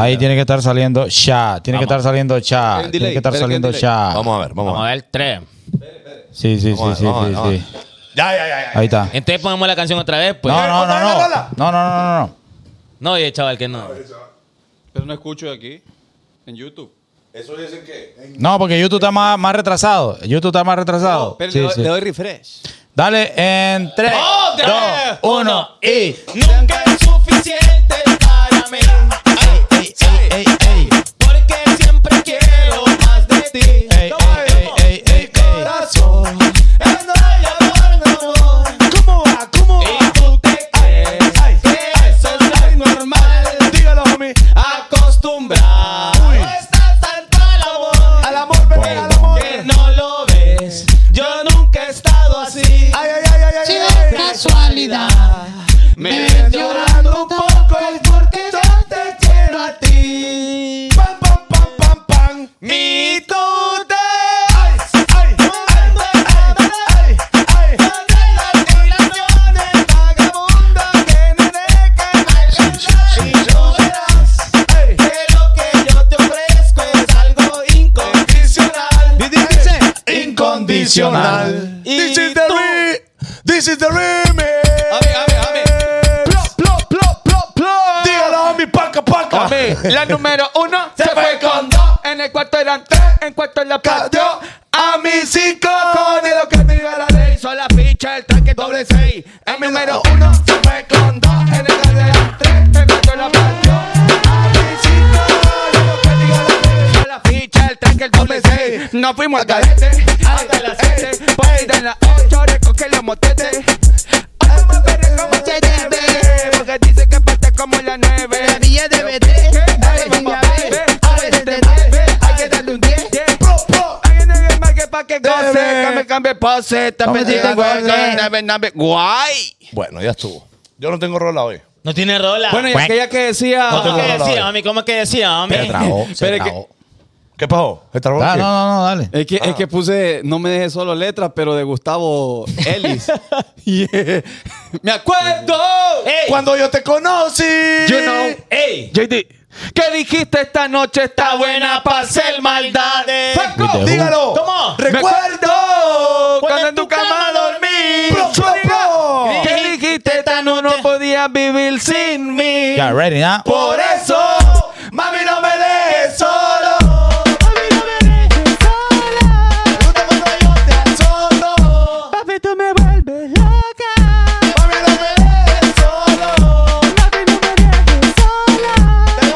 Ahí tiene que estar saliendo ya. Tiene que estar saliendo ya. Hay un Tiene delay, que estar espera que hay un saliendo delay. ya. Vamos a ver, vamos, Vamos a a ver. ver, tres. Sí, sí, sí, Vamos a sí, ver, vamos a sí, ver, vamos a ver. sí. Ya, ya, ya. ya. Ahí está. Entonces ponemos la canción otra vez, Eh, pues. No, no, no, otra no. vez, No, hola. no, no, no, no. No, oye, chaval, que no. Pero no escucho aquí, en YouTube. ¿Eso dicen qué? No, porque YouTube está más, más retrasado. YouTube está más retrasado. Pero Sí, le, doy, sí. le doy refresh. Dale en 3, Otra 2, vez. 1 y. Nunca es suficiente para mí. Ey, ey, Porque siempre quiero más de ti. ey, ey, ey, ey, ey. Corazón, es no hay amor, no amor. ¿Cómo va? ¿Cómo Y tú te crees que eso es lo normal. Dígalo, homie. Acostumbrado. No estás tanto al amor. Al amor, bebé, al amor. Que no lo ves. Yo nunca he estado así. Ay, ay, ay, ay, ay, ay. casualidad. Me ves llorando un poco es porque yo te quiero a ti. Pam, pam, pam, pam, pam. Mi tú te Ay, ay, ay, ay, ay, ay. Ay. Incondicional. This is the re- This is the remix. A ver, a ver, a ver. Plop, plop, plop, plop, plop. Dígalo a mi paca, paca. La número uno Se fue con dos. En el cuarto eran tres. En cuarto la Cayó A mis cinco con lo que me iba la ley. Son la ficha, el tanque doble seis. El número uno se fue con dos. En el cuarto eran tres. En el cuarto la partió. A mis cinco con lo que me iba la ley. Son la ficha, el tanque el doble seis. Nos fuimos al cadete. Hasta las siete. Por ahí de las ocho recoge los motetes. Ahora me veré como se debe. Porque dice que parte como la nueve. La villa de BT, dale venga ve, a veces te ve, hay que darle un Oh, 10. Pro, pro. Alguien en el market pa' que goce. Debe. Cambie, cambie pose. Está Vamos, pendiente, debe, guay, debe. debe, debe. Guay. Bueno, ya estuvo. Yo no tengo rola hoy. No tiene rola. Bueno, y aquella que decía. ¿Cómo tengo que rola decía, hoy. mami? ¿Cómo que decía, mami? Se trabó, se Pero que- trabó. ¿Qué pasó? ¿Esta rola? Ah, qué? No, no, no, dale. Es que, es que puse, no me dejes solo letras, pero de Gustavo Ellis. Yeah. Me acuerdo. ¡Ey! Cuando yo te conocí. You know. ¡Ey! JD. ¿Qué dijiste esta noche? Está Está buena para hacer maldades. With the Dígalo. ¿Cómo? Recuerdo. Cuando en tu cama dormí. Pro, pro, pro. ¿Qué dijiste esta noche? No podías vivir sin mí. Ya, ready, ¿ah? ¿no? Por eso, mami, no me dejes solo. Mami, no me dejes sola. Justo cuando yo te asolo. Papi, tú me vuelves loca. Mami, no me dejes solo. Papi, no me dejes sola.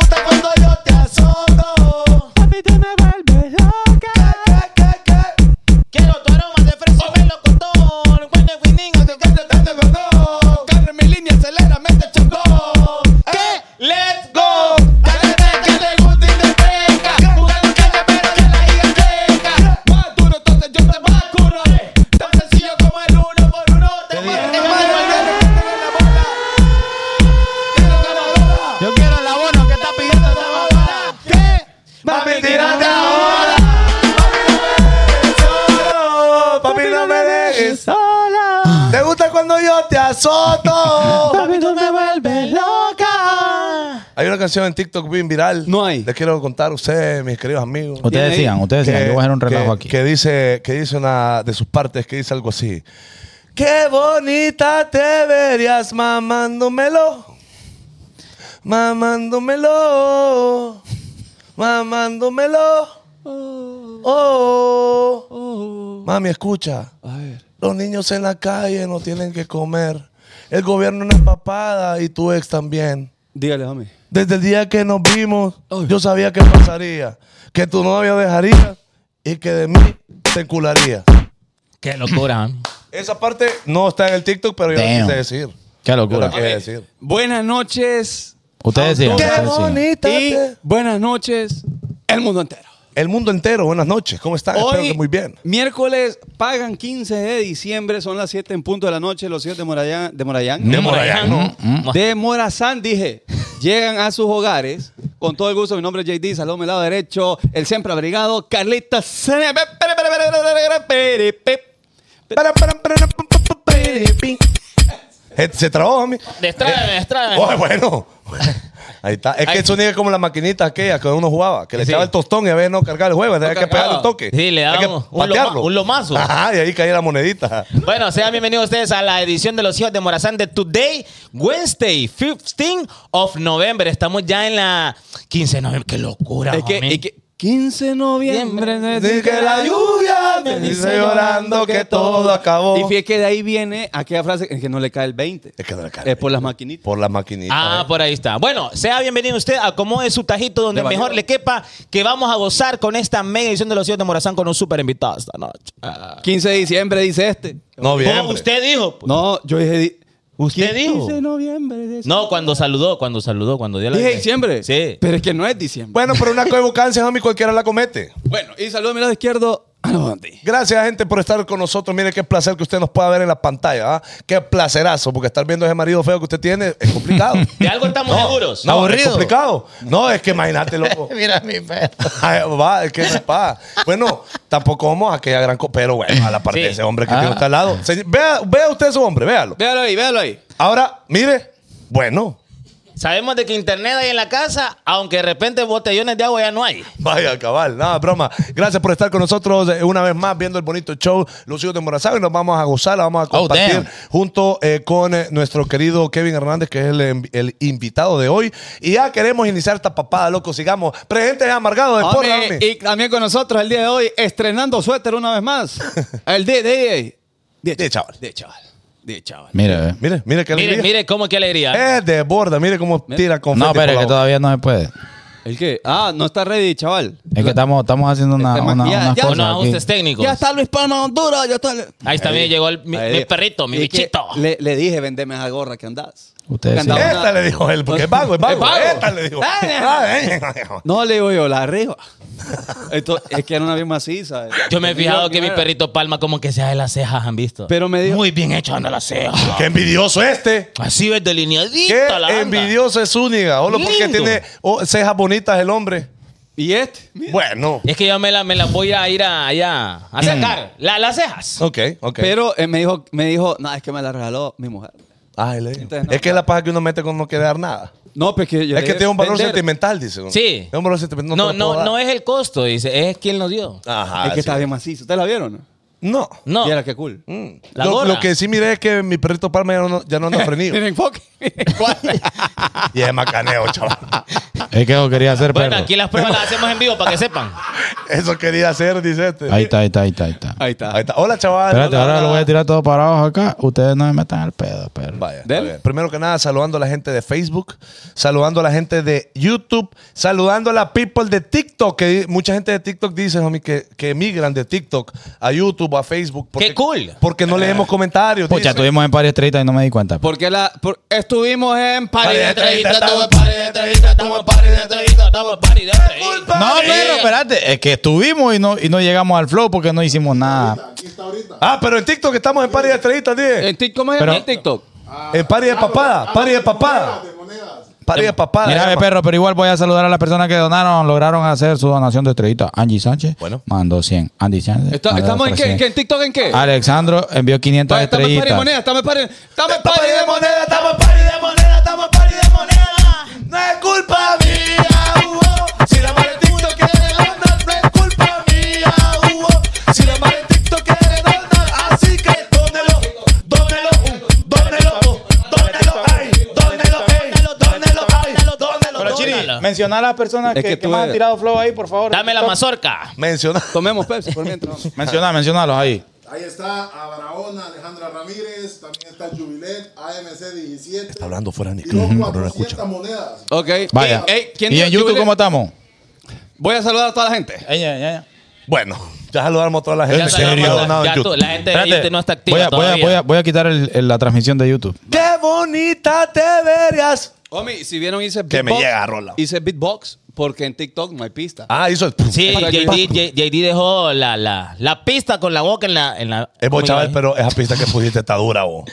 Te gusta cuando yo te asolo. Papi, tú me vuelves loca. ¿Qué, qué, qué? Quiero tu aroma de fresco melocotón. Cuando el winning te canta, Date perdón. corre mi línea, acelera, mete chocó. ¿Qué? ¡Let's go! Dale, dale, que le gusta y te pega. Jugando caña, pero de la hidrateca. Más duro, entonces yo te más curo. Tan sencillo como el uno por uno. Te muero, te muero, te muero. Yo quiero el abono que está pidiendo Papi, tírate ahora. Solo, Papi, no me dejes Ah. sola. ¿Te gusta cuando yo te azoto? Papi, tú me vuelves loca. Hay una canción en TikTok bien viral. No hay. Les quiero contar a ustedes, mis queridos amigos. Ustedes Tiene- sigan, ustedes sigan. Yo voy a hacer un relajo que- aquí. Que dice, que dice una de sus partes que dice algo así. Qué bonita te verías mamándomelo. Mamándomelo. Mamándomelo. Oh. Mami, escucha. A ver. Los niños en la calle no tienen que comer. El gobierno una papada y tu ex también. Dígale, homie. Desde el día que nos vimos, yo sabía que pasaría, que tu novio dejaría y que de mí te encularía. Qué locura, mami. Esa parte no está en el TikTok, pero yo Damn. la quise decir. Qué Yo locura. la quise decir. Buenas noches. Ustedes sigan. Qué ustedes ¡Qué sigan. bonita! Y te- buenas noches, el mundo entero. El mundo entero, buenas noches. ¿Cómo están? Espero que muy bien. miércoles, pagan 15 de diciembre, son las 7 en punto de la noche, los hijos de Morayán, de Morayán, De Morayán, ¿no? de Morazán, dije, llegan a sus hogares. Con todo el gusto, mi nombre es JD, saludo mi lado derecho, el siempre abrigado, Carlita Eh, Se trabó, mami. Destráeme, destráeme. Oh, bueno. Ahí está. Es que Ay. eso ni es como las maquinitas aquellas que uno jugaba, que le Sí. echaba el tostón y a veces no cargaba el juego, tenía que cargaba. pegarle el toque. Sí, le Hay que daba un loma- patearlo. un lomazo. Ajá, y ahí caía la monedita. Bueno, sean bienvenidos ustedes a la edición de los hijos de Morazán de Today, Wednesday, 15 of November. Estamos ya en la 15 de noviembre. ¡Qué locura! Es que, homie. es que 15 de noviembre. Noviembre, Dice que la lluvia me dice llorando que todo acabó. Y fíjate que de ahí viene aquella frase en que no le cae el 20. Es que no le cae el Es por las maquinitas. Por las maquinitas. Ah, eh. por ahí está. Bueno, sea bienvenido usted a como es su tajito donde De mejor mañana. le quepa, que vamos a gozar con esta mega edición de los hijos de Morazán con un super invitado esta noche. Ah. 15 de diciembre dice este. Noviembre. Usted dijo. pues. No, yo dije. di- ¿Usted dijo? 15 de noviembre. dice- este. No, cuando saludó, cuando saludó, cuando dio la Dije diciembre. Sí. Pero es que no es diciembre. Bueno, pero una coevocancia, homie, cualquiera la comete. Bueno, y saludo a mi lado izquierdo. a la Bondi. Gracias, gente, por estar con nosotros. Mire qué placer que usted nos pueda ver en la pantalla. ¿ah? Qué placerazo, porque estar viendo ese marido feo que usted tiene es complicado. De algo estamos seguros. No, es Aburrido. complicado. No, es que imagínate, loco. Mira mi perro. Ay, va, es que no es pa. Bueno, tampoco vamos a aquella gran. co- Pero bueno, a la parte Sí. de ese hombre que Ah. tiene usted al lado. Señor- vea, vea usted a su hombre, véalo. Véalo ahí, véalo ahí. Ahora, mire, bueno. Sabemos de que internet hay en la casa, aunque de repente botellones de agua ya no hay. Vaya cabal, nada, broma. Gracias por estar con nosotros eh, una vez más viendo el bonito show Lucio de Morazán y nos vamos a gozar, la vamos a Oh, compartir damn. junto eh, con eh, nuestro querido Kevin Hernández, que es el, em- el invitado de hoy. Y ya queremos iniciar esta papada, loco, sigamos. Presente amargado de porra, Homie, homie. y también con nosotros el día de hoy, estrenando suéter una vez más. El DJ. De chaval. De chaval. De chaval. Mira, ve. Mire, mire qué Mire, alegría. mire cómo qué alegría. Es de borda, mire cómo tira confeti No, por pero la es que boca. todavía no se puede. ¿El qué? Ah, no está ready, chaval. Es que estamos, estamos haciendo una, Este una, maquillaje, unas ya. cosas Unos aquí. ajustes técnicos. Ya está Luis Palma Honduras, ya está. Ahí también llegó el- mi, Ahí mi digo. perrito, mi Y es que bichito. Le, le dije, vendeme esa gorra que andás. Ustedes Que sí. andaba Esta una- le dijo él, porque es vago, es vago. Es vago. Esta le dijo. No, le digo yo, la arriba. Esto, es que era una bien maciza. Yo me he Digo, fijado que mi era. perrito Palma como que se hace las cejas, ¿han visto? Pero me dijo- Muy bien hecho anda las cejas. Qué envidioso este. Así ves Qué delineadita la banda. envidioso es Zúñiga. Olo, porque Lindo. tiene oh, cejas bonitas el hombre. ¿Y este? Bueno. Es que yo me las me la voy a ir a, allá a sacar. La- las cejas. Ok, ok. Pero eh, me dijo, me dijo, no, es que me la regaló mi mujer. Ay, le digo. Entonces, no. es que la paja que uno mete con no querer dar nada. No, pues que yo le Es que dije, tiene un valor vender. sentimental, dice uno. Sí. Es un valor sentimental. No, te lo puedo no, dar. no es el costo, dice. Es quien lo dio. Ajá. Es que sí. está bien macizo. ¿Ustedes la vieron? No. No. Mira qué cool. Mm. La lo, gorra. lo que sí miré es que mi perrito Palma ya no, ya no anda frenido. Miren, enfoque. y es macaneo, chaval. Es que eso quería hacer, Bueno, perro. pues, aquí las pruebas las hacemos en vivo para que sepan. Eso quería hacer, dice este. Ahí está, ahí está, ahí está. Ahí está. Ahí está. Ahí está. Hola, chaval. Espérate, Hola, ahora hola. lo voy a tirar todo para abajo acá. Ustedes no me metan al pedo, perro. Vaya. está Dele. bien. Primero que nada, saludando a la gente de Facebook, saludando a la gente de YouTube, saludando a la people de TikTok, que di- mucha gente de TikTok dice, homie, que, que migran de TikTok a YouTube, a Facebook. ¡Qué cool! Porque no leemos comentarios. Pucha, dicen. estuvimos en varias estrellitas y no me di cuenta. Porque la, por- estuvimos en Party París. de entrevista, estamos en party de entrevista, estamos en party de entrevista, estamos en party de entrevista. No, perro, espérate. Es que estuvimos y no, y no llegamos al flow porque no hicimos nada. Ah, pero en TikTok estamos en pari de estrellitas, dije. ¿En TikTok? ¿Cómo es Pero- en TikTok? En pari de papada, pari Ah, de papada. Pari de papada. Mira, ve, llama. perro, pero igual voy a saludar a las personas que donaron, lograron hacer su donación de estrellitas. Angie Sánchez Bueno. mandó 100. Andy Sánchez. Está- mandó ¿Estamos en otras qué? 100. ¿En qué? ¿En TikTok en Ah, qué? Alexandro envió 500 Vaya, estamos en París estrellitas. Moneda, estamos en París. Estamos en Estamos París pari de de Moneda. moneda, estamos pari de moneda, estamos pari de moneda. No es culpa mía, Hugo. Si la madre TikTok quiere donar, no es culpa mía, Hugo. Si la madre TikTok quiere donar, así que dónelo, dónelo, uh, dónelo, uh, dónelo, ay, dónelo, ay, dónelo, ay, dónelo. Pero, Chiri, Dónalo. menciona a las personas Es que que tú más han eres. tirado flow ahí, por favor. Dame la mazorca. Menciona. Tomemos Pepsi por mientras. Menciona, mencionalos ahí. Ahí está Abraona, Alejandra Ramírez, también está Jubilet, AMC 17. Está hablando fuera de Tiró micrófono, pero no 400 monedas. Ok. Vaya. Ey, ey, ¿quién ¿Y dijo en YouTube Jubilee? cómo estamos? Voy a saludar a toda la gente. Bueno, ya saludamos a toda la gente Ya que ha saludamos, donado ya en tú- YouTube. La gente de Espérate, YouTube este no está voy a, activa voy a- todavía. voy a- voy a quitar el- el- la transmisión de YouTube. ¡Qué bonita te verías! Homie, si vieron hice Que beatbox. me llega, Rola. Hice beatbox porque en TikTok no hay pista. Ah, hizo el... Sí, Para que- JD, J- JD dejó la, la, la pista con la boca en la... En la ¿eh? Es vos, ¿cómo chaval, yo dije? pero esa pista que pusiste está dura, vos.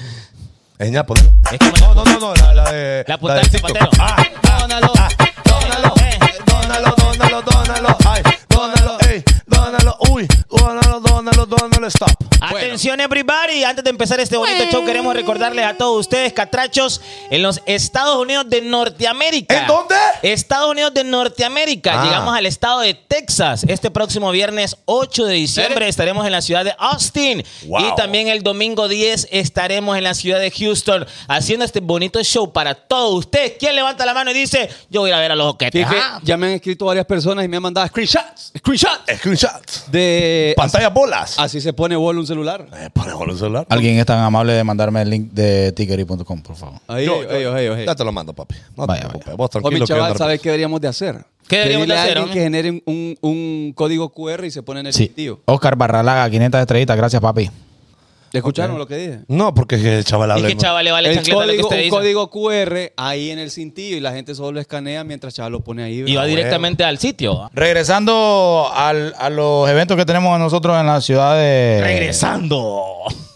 Es ñapo. Es que me la No, no, no, no, la, la de. La puta de del TikTok. zapatero. Ah, Dónalo, dónalo, Eh. dónalo, dónalo, dónalo, ay, dónalo, ey, dónalo, uy, dónalo, dónalo, dónalo, stop. Ah. Bueno, Atención, everybody. Antes de empezar este bonito show, queremos recordarles a todos ustedes, catrachos, en los Estados Unidos de Norteamérica. ¿En dónde? Estados Unidos de Norteamérica. Ah. Llegamos al estado de Texas. Este próximo viernes 8 de diciembre estaremos en la ciudad de Austin. Y también el domingo 10 estaremos en la ciudad de Houston haciendo este bonito show para todos ustedes. ¿Quién levanta la mano y dice, yo voy a ir a ver a los Que, oquetes? Ah. que Ajá. ya me han escrito varias personas y me han mandado screenshots, screenshots Screenshots. de Pantallas bolas. así se pone bolo un celular. Eh, Para el celular. Alguien es tan amable de mandarme el link de tickery.com, por favor. Ahí, Yo- ahí, yo- ahí, ahí. Ya te lo mando, papi. No Vaya, te vaya. preocupes. Vos O mi tranquilo. que yo chaval, te- ¿sabes qué deberíamos de hacer? ¿Qué deberíamos Pedirle de a hacer, alguien hombre? que genere un, un- un código QR y se pone en el Sí. sitio. Oscar Barralaga, 500 estrellitas. Gracias, papi. ¿Escucharon lo que dije? No, porque es que el chaval Es habla. que chaval le vale El chancleta lo que código, usted un dice. código QR ahí en el cintillo y la gente solo lo escanea mientras chaval lo pone ahí. Y va ¿verdad? directamente al sitio. Regresando al- a los eventos que tenemos nosotros en la ciudad de. Eh, Regresando.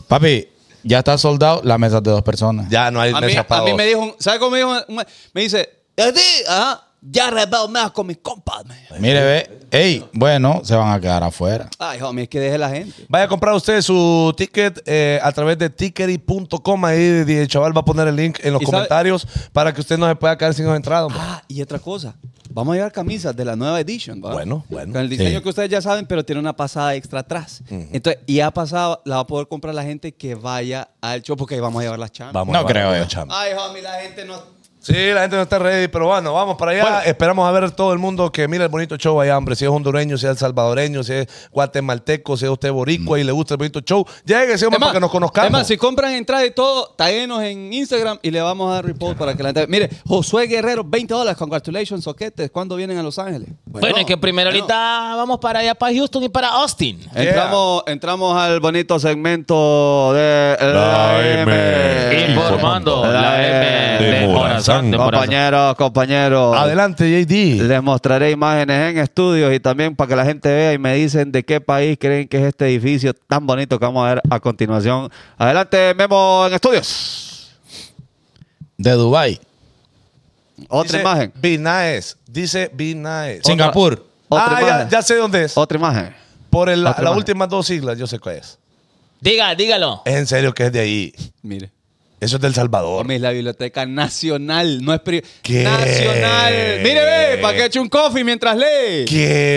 Papi, ya está soldado la mesa de dos personas. Ya no hay A mí, mesa para a mí dos. me dijo, un- ¿sabes cómo me dijo? un- Me dice, "A ti, ajá, ya arreglado más con mis compas. me dijo. Mire, ve. Ey, bueno, se van a quedar afuera. Ay, homie, es que deje la gente. Vaya a comprar usted su ticket eh, a través de tickery.com. Ahí el chaval va a poner el link en los ¿Y sabe- comentarios para que usted no se pueda quedar sin entrada. hombre. Ah, y otra cosa. Vamos a llevar camisas de la nueva edition, ¿va? Bueno, bueno. Con el diseño Sí. que ustedes ya saben, pero tiene una pasada extra atrás. Entonces, y ha pasado, la va a poder comprar la gente que vaya al show porque ahí vamos a llevar las chamas. Vamos, No vamos, creo vamos, yo. chamo. Ay, homie, la gente no... Sí, la gente no está ready, pero bueno, vamos para allá. Esperamos a ver todo el mundo que mira el bonito show allá, hombre. Si es hondureño, si es salvadoreño, si es guatemalteco, si es usted boricua y le gusta el bonito show, llegue, ese hombre, Es más, para que nos es más, conozcamos. si compran entrada y todo, taguenos en Instagram y le vamos a dar report para que la gente... Mire, Josué Guerrero, 20 dólares. Congratulations, soquetes. ¿Cuándo vienen a Los Ángeles? Bueno, es que primero bueno. ahorita vamos para allá, para Houston y para Austin. Entramos, entramos al bonito segmento de la M. Informando la M de Morazán. de Morazán. Compañeros, compañeros. Adelante, JD. Les mostraré imágenes en estudios y también para que la gente vea y me dicen de qué país creen que es este edificio tan bonito que vamos a ver a continuación. Adelante, Memo, en estudios. De Dubai, Otra Dice, imagen. Be nice. Dice be nice. Singapur. Otra ah, ya, imagen. ya sé dónde es. Otra imagen. Por el- la- otra las imagen. últimas dos siglas, yo sé cuál es. Diga, dígalo. Es en serio que es de ahí. Mire. Eso es del Salvador. es la Biblioteca Nacional, no es ¿Qué? Nacional. Mire, ve, para que eche un coffee mientras lee.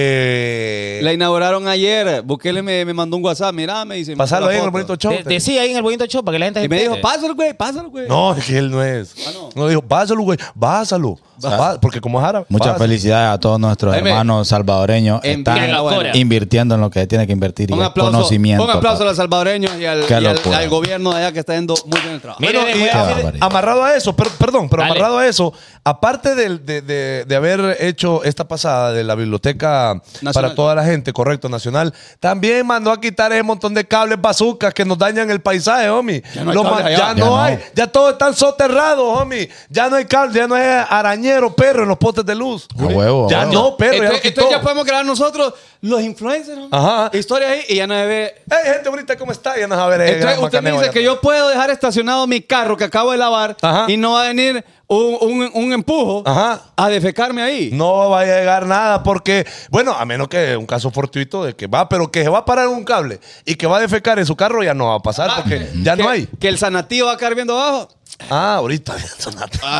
¿Qué? La inauguraron ayer. Bukele me, me mandó un WhatsApp. Mirá, me dice. me Pasarlo mandó ahí en el foto. bonito show. De- Decía ahí en el bonito show para que la gente Y me dijo, entienda. pásalo, güey, pásalo, güey. No, es que él no es. no. no. dijo, pásalo, güey, pásalo. Pá- porque como es árabe. Muchas pásalo. felicidades a todos nuestros Ahí me- hermanos salvadoreños. En- Están en la Corea. invirtiendo en lo que tiene que invertir. y Un es aplauso, conocimiento. un aplauso a papi. los salvadoreños y al, Qué y al- locura. al gobierno de allá que está yendo muy bien el trabajo. Mire, Bueno, ve, y voy Qué a- am- barbaridad. eh, amarrado a eso, per- perdón, pero Dale. amarrado a eso, aparte del- de, de- de haber hecho esta pasada de la biblioteca Nacional. para toda la gente, correcto, nacional, también mandó a quitar ese montón de cables bazucas que nos dañan el paisaje, homie. Los ma- Ya no, hay cables allá. Ya no. hay, ya todos están soterrados, homie. Ya no hay cable, ya no hay arañero, perro en los postes de luz. A huevo, a Ya huevo. no, perro, ya lo entonces, quitó. entonces ya podemos crear nosotros los influencers, ¿no? Ajá. historias ahí y ya no se ve. Hey, gente bonita, ¿cómo está? Ya nos va a ver el Entonces gran usted me macaneo dice allá que yo puedo dejar estacionado mi carro que acabo de lavar Ajá. y no va a venir un, un- un empujo Ajá. a defecarme ahí. No va a llegar nada porque, bueno, a menos que un caso fortuito de que va, pero que se va a parar un cable y que va a defecar en su carro ya no va a pasar Ah, porque ya que- no hay. Que el sanatío va a caer viendo abajo Ah, ahorita. Ah,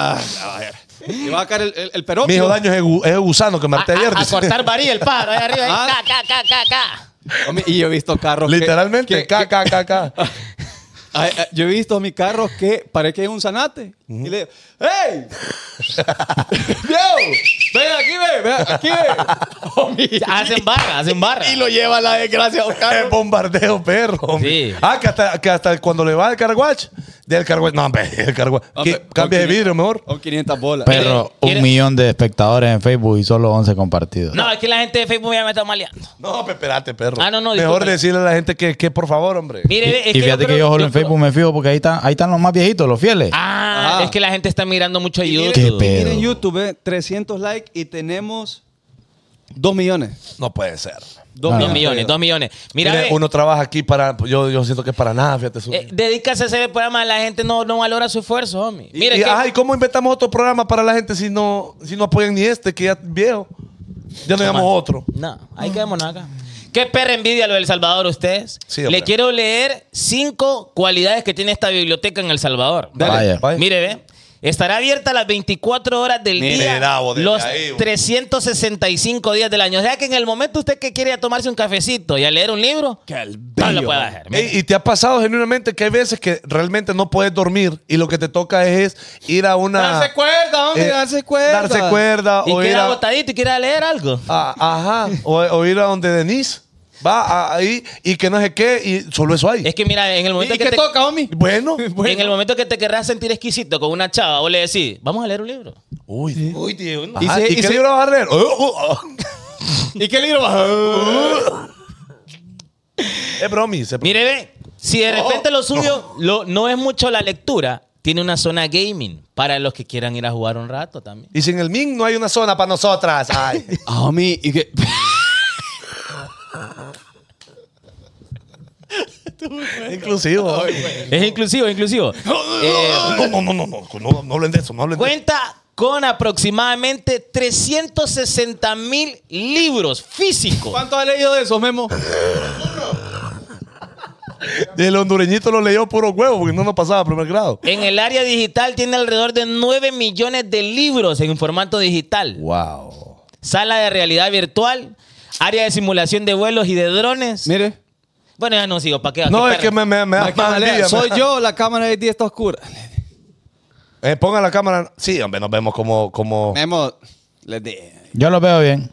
y va a caer el, el, el Mi peróxido. hijo daño es el gu- es el gusano que a, marté ayer. a- a dice. cortar varilla el paro ahí arriba. ahí. Ah. Ca, ca, ca, ca, ca. Homie, Y yo he visto carros. que- Literalmente, que- ca, que- ca, ca, ca. Ay, ay, yo he visto mi carro que parece que es un zanate. Y le digo, ¡Ey! ¡Viejo! ¡Ven aquí, ve! ¡Ven aquí, ve! Oh, Homie. Hacen barra, hacen barra. Y lo lleva la desgracia a un Es carro. bombardeo, perro. hombre. Sí. Ah, que hasta, que hasta cuando le va el carguach, del carguach. No, hombre, el carguach. Ah, Que pe- Cambia de con vidrio mejor. Con 500 bolas. Perro, un ¿Quieres- millón de espectadores en Facebook y solo 11 compartidos. No, es que la gente de Facebook ya me está maleando. No, pe- espérate, perro. Ah, no, no, Mejor disculpa. decirle a la gente que, que por favor, hombre. Mire, Y, ve, es y fíjate que creo- yo solo en creo- Facebook me fijo porque ahí están, ahí están los más viejitos, los fieles. Ah, Ajá. es que la gente está mirando mucho Miren- Qué YouTube. pe- pedo. Miren YouTube, eh, 300 likes y tenemos 2 millones. No puede ser. 2 Ah. Dos millones, dos millones. Mira, Mire, ve, uno trabaja aquí para. Yo, yo siento que es para nada, fíjate. su- eh, dedicarse a hacer el programa, la gente no, no valora su esfuerzo, homie. y, Mire, y, que- ajá, ¿y ¿cómo inventamos otro programa para la gente si no, si no apoyan ni este, que ya es viejo? Ya no llamamos otro. No, ahí quedémonos acá. ¿Qué perra envidia lo del Salvador ustedes? Sí, hombre. Le quiero leer cinco cualidades que tiene esta biblioteca en El Salvador. Vaya. Vaya. Mire, ve. Estará abierta las 24 horas del Mire, día, Davo, desde los ahí, güey. 365 días del año. O sea que en el momento usted que quiere ir a tomarse un cafecito y a leer un libro, no lo puede hacer. Ey, y te ha pasado genuinamente que hay veces que realmente no puedes dormir y lo que te toca es, es ir a una. Darse cuerda, hombre, eh, darse cuerda. Darse cuerda Y o ir queda a. agotadito y quiere leer algo. a- ajá. o, o ir a donde Denise va a- ahí y que no sé qué y solo eso hay. Es que mira, en el ¿Y momento y que qué te, toca, homie? Bueno. en el momento que te querrás sentir exquisito con una chava, vos le decís, vamos a leer un libro. Uy. Uy, tío. Ajá, ¿Y, se- y qué se- libro vas a leer? Oh, oh, oh. ¿Y qué libro vas Es bromi. se- Mire, ve, si de Oh, repente lo suyo lo- no es mucho la lectura, tiene una zona gaming para los que quieran ir a jugar un rato también. Y sin el Min no hay una zona para nosotras. Ay. Ah, homie, ¿y qué? Inclusivo. Es inclusivo, es inclusivo. Eh, No, no, no, no, no, no, no hablen de eso, no hablen de eso. cuenta con aproximadamente 360 mil libros físicos. ¿Cuánto has leído de esos, Memo? El hondureñito lo leyó puro huevo porque no nos pasaba a primer grado. En el área digital tiene alrededor de 9 millones de libros en formato digital. Wow. Sala de realidad virtual, área de simulación de vuelos y de drones. Mire. Bueno, ya no sigo, ¿para qué? No, ¿Qué es que perro? me, me, me da La más cámara- envidia, me soy da- yo, la cámara de 10 está oscura. Eh, ponga la cámara. Sí, hombre, nos vemos como. como... Memo, les dije. Yo lo veo bien.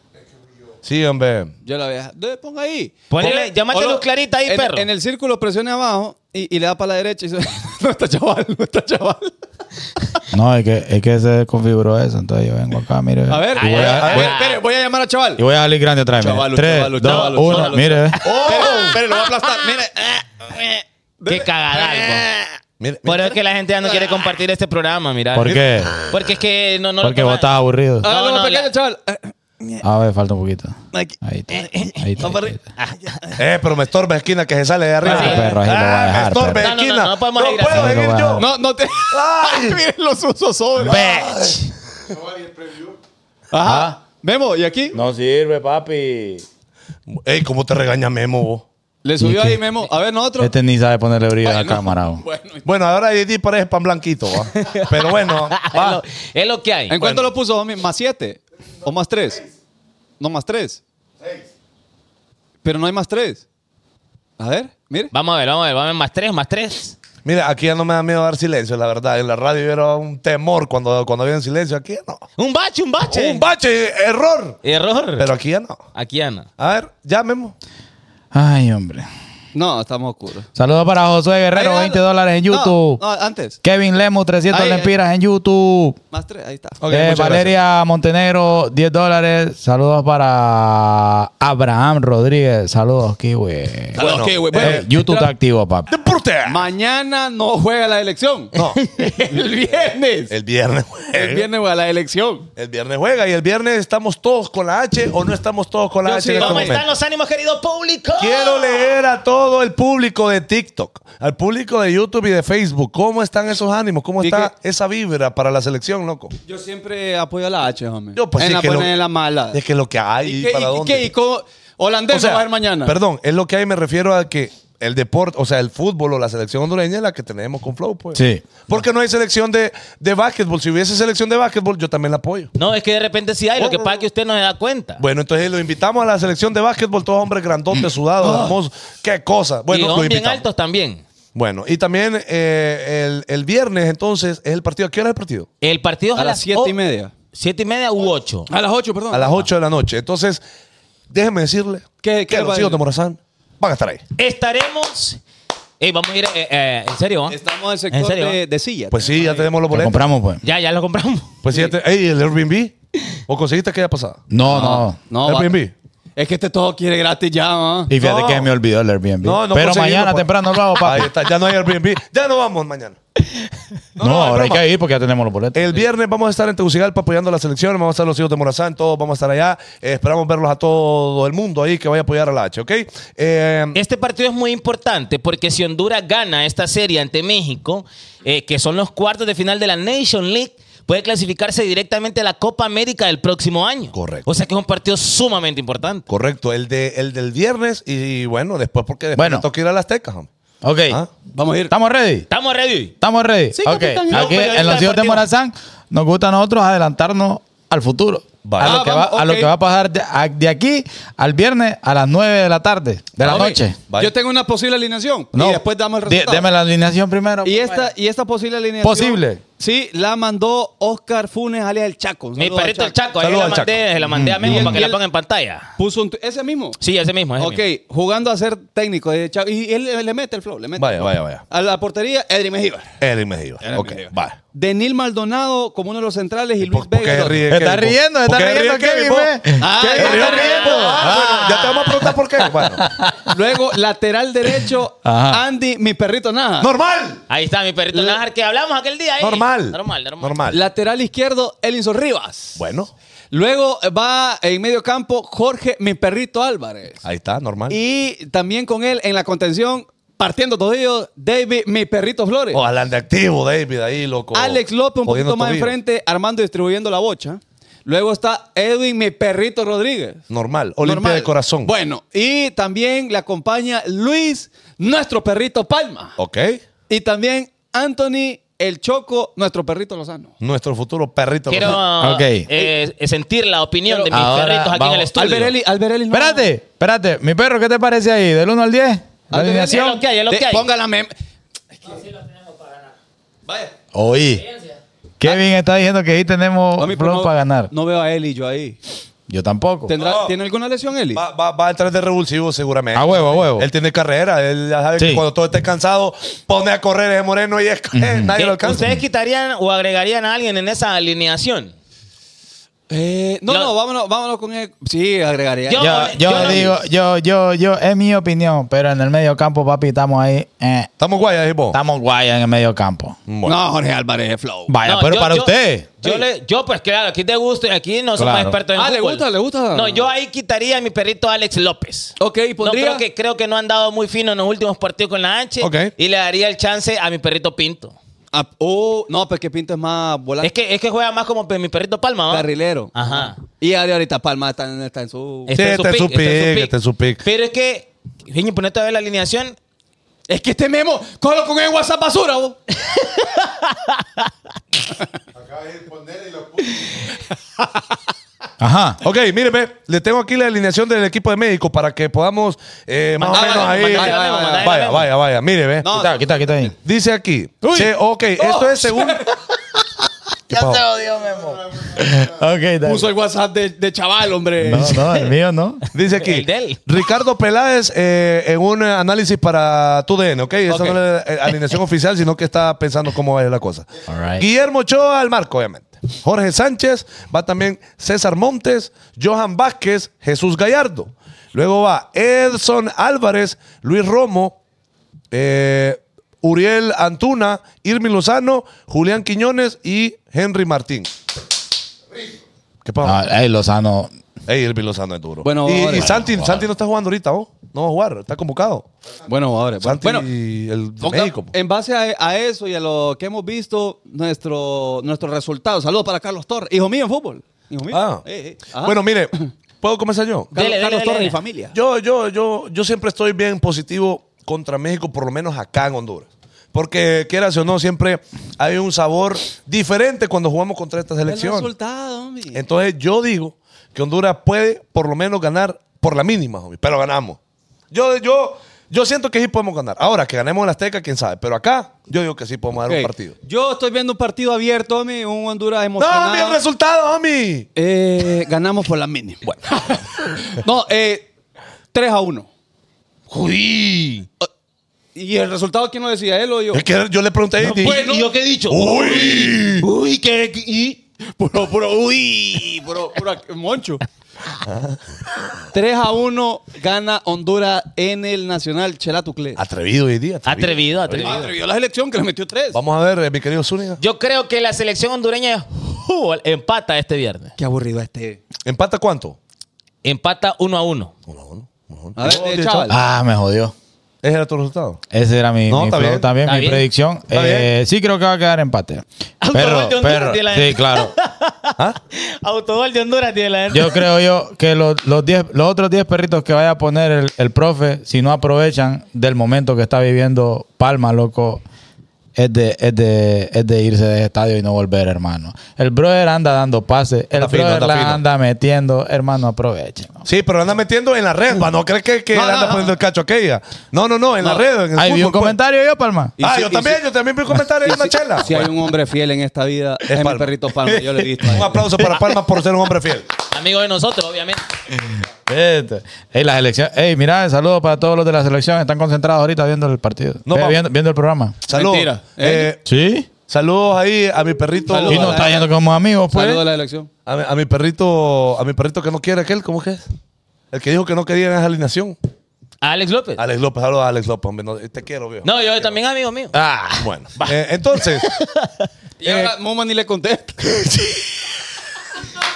Sí, hombre. Yo la veía. "Debe, Ponga ahí. Ponle- Ponle- llámate o lo- luz clarita ahí, en, perro. En el círculo presione abajo y, y le da para la derecha y dice, no está chaval, no está chaval. No, es que, es que se configuró eso. Entonces yo vengo acá, mire. A ver, Y voy a, a voy- ver, espere, voy a llamar a chaval. y voy a salir grande otra vez. mire. Chavalo, Tres, chavalo, dos, chavalo, uno. chavalo, mire, ve. Espere, espere, lo voy a aplastar. Mire, eh, Eh, Qué Eh, cagadal. Mire, Por eso es que la gente ya no quiere compartir este programa, mira. ¿Por qué? Porque es que no, no lo Porque toman. vos estás aburrido. Ah. hágalo no, más pequeño, la- chaval. Eh, A ver, falta un poquito. Aquí. Ahí está. Ahí está. ahí está. Eh, pero me estorba esquina que se sale de arriba. Ah, sí, perro, ahí lo voy a ah, me dejar, estorba perro. No, no, esquina. no, no podemos ir puedo así. ir Ahí lo yo. voy No, no te. Ay. Miren los usos sobre. Bitch. Ajá. Memo, ¿y aquí? No sirve, papi. Ey, ¿cómo te regaña Memo vos? Le subió ¿Y qué? ahí, Memo. A ver, nosotros. Este ni sabe ponerle brillo a la Bueno. cámara. vos. Bueno, ¿en Bueno, ahora JD parece pan blanquito, ¿va? Pero bueno, Es, va. lo, es lo que hay. cuánto lo puso, homie? ¿Más siete? ¿O más tres? No, más tres. Pero no hay más tres. A ver, mire. Vamos a ver, vamos a ver, vamos a ver. Más tres, más tres. Mira, aquí ya no me da miedo dar silencio, la verdad. En la radio era un temor cuando, cuando había un silencio. Aquí ya no. Un bache, un bache. Un bache, error. Error. Pero aquí ya no. Aquí ya no. A ver, ya, Memo. Ay, hombre. No, estamos oscuros. Saludos para Josué Guerrero, Ahí, 20 dale. dólares en No, YouTube. No, antes. Kevin Lemo, 300 Ahí, ahí. lempiras en YouTube. Más tres, ahí está. Ok, Eh, muchas Valeria Montenegro, 10 dólares. Saludos para Abraham Rodríguez. Saludos, Kiwi. ah, Bueno, ok, güey, bueno. Eh, YouTube está activo, papi. ¡Deporte! Mañana no juega la elección. No, El viernes. el eh. viernes juega. El viernes juega la elección. El viernes juega y el viernes estamos todos con la H o no estamos todos con la Yo H sí. en este ¿Cómo momento. están los ánimos, querido público? Quiero ¡Oh! leer a todo el público de TikTok, al público de YouTube y de Facebook. ¿Cómo están esos ánimos? ¿Cómo ¿Y está esa vibra para la selección, loco? Yo siempre apoyo a la H, homie. Yo, pues, en es la que buena lo- y en la mala. Es que lo que hay, ¿Y qué- ¿para y dónde? qué- y cómo- Holandés O sea, no va a ir mañana. Perdón, es lo que hay, me refiero a que el deporte, o sea, el fútbol o la selección hondureña es la que tenemos con Flow, pues. Sí. Porque no hay selección de, de básquetbol. Si hubiese selección de básquetbol, yo también la apoyo. No, es que de repente sí hay. Lo que pasa es que usted no se da cuenta. Bueno, entonces lo invitamos a la selección de básquetbol, todos hombres grandotes, sudados, hermosos. Qué cosa. y Bueno, lo son bien invitamos. altos también. Bueno, y también eh, el, el viernes entonces es el partido. ¿A qué hora es el partido? El partido es A las siete y media. Siete y media u ocho. A las 8, perdón. A las 8 de la noche. Entonces, déjeme decirle ¿Qué- qué que va a los hijos ir? de Morazán van a estar ahí. Estaremos. Ey, vamos a ir. eh, eh, ¿En serio? ah? Estamos en el ¿En sector serio? ah? de, de sillas. Pues sí, ya tenemos los Lo boletos. compramos, pues. Ya, ya lo compramos. Pues sí, ya te- ey, el Airbnb. ¿O conseguiste aquella pasada? No, no. No, ¿El va- Airbnb? Es que este todo quiere gratis ya, ¿no? Y fíjate No. que me olvidó el Airbnb. No, no Pero conseguimos, mañana pues. temprano lo hago, Ahí papi. está, ya no hay Airbnb. Ya no vamos mañana. No, no, ahora hay broma. que ir porque ya tenemos los boletos. El viernes vamos a estar en Tegucigalpa apoyando a la selección. Vamos a estar los hijos de Morazán, todos vamos a estar allá. Eh, esperamos verlos a todo el mundo ahí que vaya a apoyar a la H, ¿ok? Eh, Este partido es muy importante porque si Honduras gana esta serie ante México, eh, que son los cuartos de final de la Nation League, puede clasificarse directamente a la Copa América del próximo año. Correcto. O sea que es un partido sumamente importante. Correcto, el, de, el del viernes y, bueno, después porque después Bueno. me toca ir a las tecas. Ok. Ah. Vamos a ir. ¿Estamos ready? ¿Estamos ready? Estamos ready. Sí, Ok. capitán. Aquí Los en los hijos de deportivos. Morazán nos gusta a nosotros adelantarnos al futuro. Vale. A, lo Ah, que vamos, va, a lo ok. que va a pasar de, a- de aquí al viernes a las 9 de la tarde, de la Ok. noche. Vaya. Yo tengo una posible alineación y después damos el Di- resultado. Deme la alineación primero. y esta, y esta posible alineación. Posible. Sí, la mandó Oscar Funes alias el Chaco. Un Mi saludo al perrito el Chaco, ahí Saludos la al mandé, Chaco. se la mandé a Memo el- para que y la el- ponga en pantalla. Puso un tu- ese mismo. Sí, ese mismo. ese ok, mismo. jugando a ser técnico de Chaco. Y él le- le mete el flow, le mete. Vaya, el flow. vaya, vaya. A la portería, Edri Mejía. Eric Mejía. Eric Ok, Mejía. vaya. Denil Maldonado como uno de los centrales y Luis ¿Por, por Vega. qué el otro. ríe Se está Kevin? riendo, se ¿Por está qué riendo ríe Kevin, vos? ve. Ah, ¿Qué? ya está ¿Ríe riendo. Kevin? Ah, bueno, ya te vamos a preguntar por qué. Bueno, Luego, lateral derecho, Ajá. Andy, mi perrito nada. normal. Ahí está mi perrito Nazar que hablamos aquel día. ahí. Normal. Normal, normal. Lateral izquierdo, Elinson Rivas. Bueno, Luego va en medio campo Jorge, mi perrito Álvarez. ahí está, normal. Y también con él en la contención, partiendo todos ellos, David, mi perrito Flores. Ojalá ande activo, David, ahí, loco. Alex López un Oh, Jodiendo poquito más tobillo. enfrente, armando y distribuyendo la bocha. Luego está Edwin, mi perrito Rodríguez. Normal. Olimpia Normal. de corazón. Bueno, y también le acompaña Luis, nuestro perrito Palma. Ok. Y también Anthony, el Choco, nuestro perrito Lozano. Nuestro futuro perrito. Quiero Ok. eh, sentir la opinión de mis Ahora perritos aquí en vamos. el estudio. Alberelli, Alberelli. no. Espérate, espérate. Mi perro, ¿qué te parece ahí? ¿Del 1 al 10? La Alberelli, alineación. lo que hay, es lo De- que hay. Ponga la mem. Oí. Kevin está diciendo que ahí tenemos Ah. Mami, pero flow no- para ganar. No veo a Eli yo ahí. Yo tampoco. ¿Tendrá, No. ¿Tiene alguna lesión, Eli? Va, va- va a entrar de revulsivo seguramente. A huevo, a huevo. Él tiene carrera. Él ya sabe Sí. que cuando todo esté cansado, pone a correr ese moreno y es, nadie ¿Qué- lo alcanza. ¿Ustedes quitarían o agregarían a alguien en esa alineación? Eh, no, No. no, vámonos, vámonos con él. Sí, agregaría. Yo- Yo, yo yo no- digo, yo, yo, yo, es mi opinión, pero en el medio campo, papi, estamos ahí. eh, Estamos guay, ahí vos. estamos guayas en el medio campo. Bueno. No, Jorge Álvarez es flow. Vaya, No, pero yo- para yo- usted. Yo, le- yo, pues claro, aquí te gusta y aquí no somos Claro. expertos en Ah, ¿le fútbol. gusta? ¿Le gusta? No, yo ahí quitaría a mi perrito Alex López. Ok, ¿y No, pondría? creo, que, creo que no han dado muy fino en los últimos partidos con la H. Ok. Y le daría el chance a mi perrito Pinto. Ah, oh, no, pues que Ah. Pinto es más volante. Es que, es que juega más como pe- mi perrito Palma, ¿no? Carrilero. Ajá. Este Y Ari ahorita Palma está en, está en su. Sí, está en su pick, está en su pick. Pero es que, Gini, ponete a ver la alineación. Es que este memo, colo con el WhatsApp basura, vos. Acabas de poner y lo puse. Ajá. Ok, míreme, le tengo aquí la alineación del equipo de México para que podamos eh, más o Mandala, menos ahí. mandala, Vaya, mandala, vaya, mandala. vaya, vaya, míreme. No, Quita, quita, quita ahí. Dice aquí. Sí, ok, esto es según. ¿Qué pasó? Ok, está bien. puso el WhatsApp de, de chaval, hombre. No, no, el mío no. Dice aquí, El de él. Ricardo Peláez eh, en un eh, análisis para TUDN, ¿ok? Esa Ok. no es la eh, alineación oficial, sino que está pensando cómo va a ir la cosa. All right. Guillermo Ochoa al marco, obviamente. Jorge Sánchez, va también César Montes, Johan Vázquez, Jesús Gallardo. Luego va Edson Álvarez, Luis Romo, eh, Uriel Antuna, Irmin Lozano, Julián Quiñones y Henry Martín. ¿Qué pasa? No, ey, Lozano. Ey, Irving Lozano es duro. Bueno, y, y ahora- Santi, Santi no está jugando ahorita, ¿oh? No va a jugar, está convocado. Bueno, jugadores. Santi, Bueno, eh, el de Con- México. En base a, a eso y a lo que hemos visto, nuestro, nuestro resultado. Saludos para Carlos Torres, hijo mío en fútbol. Hijo mío. Ah. Eh, eh. Ajá. Bueno, mire, ¿puedo comenzar yo? Carlos, Dele, dele, Carlos dele, Torres dele. y familia. Yo, yo, yo, yo siempre estoy bien positivo contra México, por lo menos acá en Honduras. Porque quieras o no, siempre hay un sabor diferente cuando jugamos contra esta El selección. resultado, hombre. Entonces yo digo que Honduras puede por lo menos ganar por la mínima, homie, pero ganamos. Yo, yo, yo siento que sí podemos ganar. Ahora, que ganemos en la Azteca, quién sabe. Pero acá, yo digo que sí podemos Ok. dar un partido. Yo estoy viendo un partido abierto, hombre, un Honduras ¡No, emocionado. mi el resultado, homie! Eh, ganamos por la mínima. no, eh, 3 a 1. ¡Uy! ¿Y el resultado quién lo decía? ¿Él o yo? Es que yo le pregunté a Eddie. ¿Y yo qué he dicho? ¡Uy! Uy, que. Y, puro, puro, uy, puro, puro, ac- moncho. 3 a 1 gana Honduras en el Nacional Chelatucle. Atrevido hoy día. Atrevido, atrevido. Atrevió la selección que le metió 3. Vamos a ver, eh, mi querido Zúñiga. Yo creo que la selección hondureña de fútbol empata este viernes. Qué aburrido este. ¿Empata cuánto? Empata uno a uno. A ver, No, eh, de chaval. Ah, me jodió. Ese era tu resultado. Ese era mi, No, mi está flow bien. también, Está mi bien. predicción. Está Eh, sí creo que va a quedar empate. Autogol Pero, de Honduras pero, tiene la- sí, claro. Autogol de Honduras tiene la Yo creo yo que los, los, diez- los otros 10 perritos que vaya a poner el, el profe, si no aprovechan del momento que está viviendo Palma, loco, es de, es de, es de irse de estadio y no volver, hermano. El brother anda dando pases, el Anda fino, brother anda la fino. anda metiendo, hermano, aprovechen. Sí, pero anda metiendo en la red, pa, No crees que, que le anda poniendo el cacho a aquella. No, no, no, en la red. En el Ahí vi un fútbol, pues. comentario yo, Palma. Y Ah, si- yo y también, si- yo también vi un comentario en Y la si- chela. Si hay Bueno, un hombre fiel en esta vida, es, mi Palma. perrito Palma. Yo le he visto. a un él. aplauso para Palma por ser un hombre fiel. Amigo de nosotros, obviamente. Vete. Ey, la selección. Ey, mira, saludos para todos los de la selección. Están concentrados ahorita viendo el partido. No, Eh, pa- viendo, viendo el programa. Saludos. Mentira. Eh, ¿Sí? saludos ahí a mi perrito. Saludos. Y nos la- está yendo como amigos, pues. Saludos a la elección. A mi, a mi perrito, a mi perrito que no quiere aquel, ¿cómo que es? El que dijo que no quería esa alineación. Alex López. Alex López, saludos a Alex López, hombre. no, te quiero, viejo. No, yo también amigo mío. Ah, bueno. Eh, entonces, Y ahora Moma ni le contesta.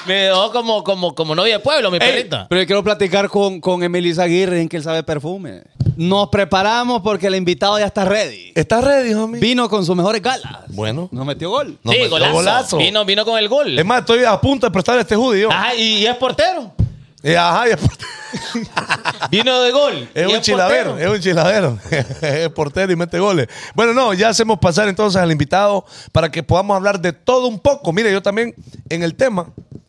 Me dejó como, como, como novia de pueblo, mi perrita. Pero yo quiero platicar con, con Emilio Aguirre, en que él sabe perfume. Nos preparamos porque el invitado ya está ready. ¿estás ready, homie? Vino con sus mejores galas. Bueno. Nos metió gol. No, sí, metió golazo. golazo. Vino, vino con el gol. Es más, estoy a punto de prestar este judío. Ajá, Ajá, y, y es portero. ajá y es, por- Vino de gol. es y un chiladero, portero. es un chiladero. es portero y mete goles. Bueno, no, ya hacemos pasar entonces al invitado para que podamos hablar de todo un poco. Mire, yo también en el tema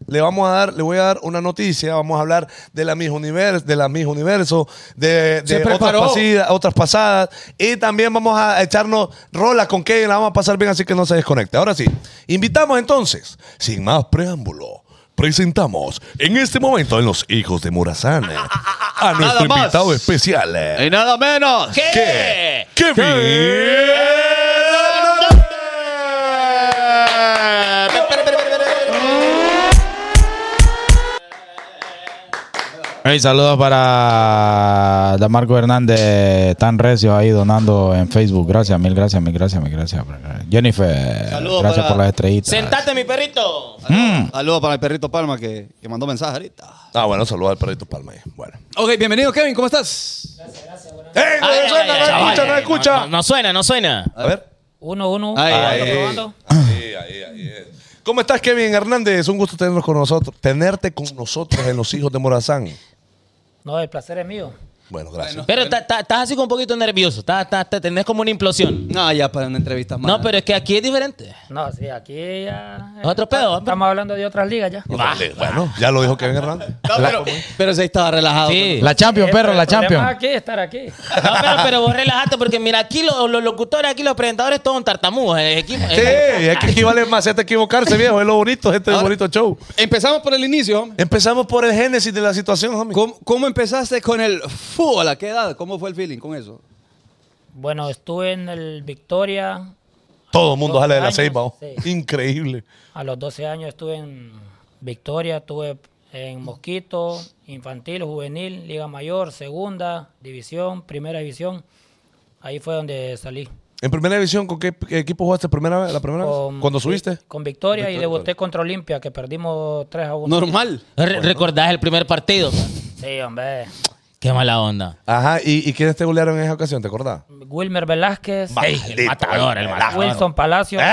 le vamos a dar, le voy a dar una noticia, vamos a hablar de la Miss Universo, de la Miss Universo, de, de Se otras, preparó. pasida- otras pasadas y también vamos a echarnos rola con que la vamos a pasar bien, así que no se desconecte. Ahora sí, invitamos entonces, sin más preámbulo, presentamos en este momento en Los Hijos de Morazán a nuestro más. invitado especial. eh, Y nada menos. ¿Qué? Kevin Hey, saludos para Damarco Hernández, tan recio ahí donando en Facebook. Gracias, mil gracias, mil gracias, mil gracias. Jennifer, Saludos gracias para- por las estrellitas. Sentate, mi perrito. Ah, Saludos para el perrito Palma que, que mandó mensaje ahorita. Ah, bueno, saludos al perrito Palma. ahí. Bueno. Ok, bienvenido Kevin, ¿cómo estás? ¡Ey, no Ay, ay, suena, ay, no chaval. escucha, no No, escucha! no suena, no suena. Ah, A ver. Uno, uno. Ay, Ah, probando, ay. probando. Ahí, ahí, ahí es. ¿Cómo estás, Kevin Hernández? Un gusto tenernos con nosotros, tenerte con nosotros en Los Hijos de Morazán. No, el placer es mío. Bueno, gracias. Pero ta- ta- estás así como un poquito nervioso. Ta- ta- ta- tenés como una implosión. No, ya para una entrevista más. No, pero es que aquí es diferente. No, sí, aquí ya. eh, Es otro pedo, hombre. Estamos hablando de otras ligas ya. Vale, bueno, ya lo dijo Kevin Hernández. eh, No, pero, pero se estaba relajado. Sí. La Champions, Eh, perro, el la problema Champions. aquí es estar aquí. No, pero, pero vos relajate porque mira, aquí los, los locutores, aquí los presentadores, todos son tartamudos. El equipo, Sí, eh, es que aquí vale más este equivocarse, viejo. Es lo bonito, este Ahora- bonito show. Empezamos por el inicio. hombre. Empezamos por el génesis de la situación, homie. ¿Cómo, cómo empezaste con el fútbol? ¿A qué edad? ¿Cómo fue el feeling con eso? Bueno, estuve en el Victoria. Todo el mundo Dos sale de la años, ceiba. oh. sí. Increíble. A los 12 años estuve en Victoria, estuve en Mosquito, infantil, juvenil, Liga Mayor, segunda división, primera división. Ahí fue donde salí. ¿En primera división con qué equipo jugaste primera vez- la primera vez? Con- ¿Cuándo subiste? Con Victoria, y debuté contra Olimpia, que perdimos 3 a 1. Normal. Re- ¿Recordás el primer partido? Sí, hombre. Qué mala onda. Ajá, ¿y, y quiénes te golearon en esa ocasión? ¿Te acordás? Wilmer Velázquez, Ey, el matador, el matador. Wilson Palacio. Dos,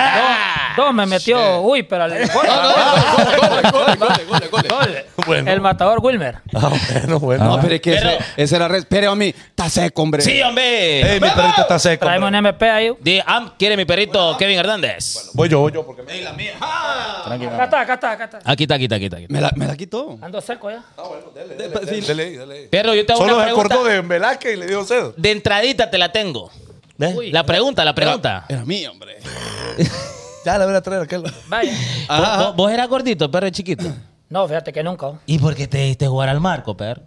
dos me metió. Uy, pero el gol, Ah, gol. El matador Wilmer. Ah, bueno, bueno. No, pero es que Pero- ese, ese era... res- Pero a mí, está seco, hombre. Sí, hombre. Ey, mi perrito está seco. Traemos un hombre. MP ahí. Di- ah, ¿Quiere mi perrito Kevin Hernández? Voy yo, voy yo. Porque Acá está, acá está, acá está. Aquí está, aquí está, aquí está. aquí está. Me la, me la quitó. Ando seco ya. Dele ahí, dele ahí. Perro, yo te hago Solo una se pregunta. acordó de Velázquez y le dio sed. De entradita te la tengo. La pregunta, la pregunta. Era mí, hombre. Ya la voy a traer a aquel. Vaya. Ajá. ¿Vos, vos eras gordito, perro chiquito? No, fíjate que nunca. ¿o? ¿Y por qué te diste jugar al marco, perro?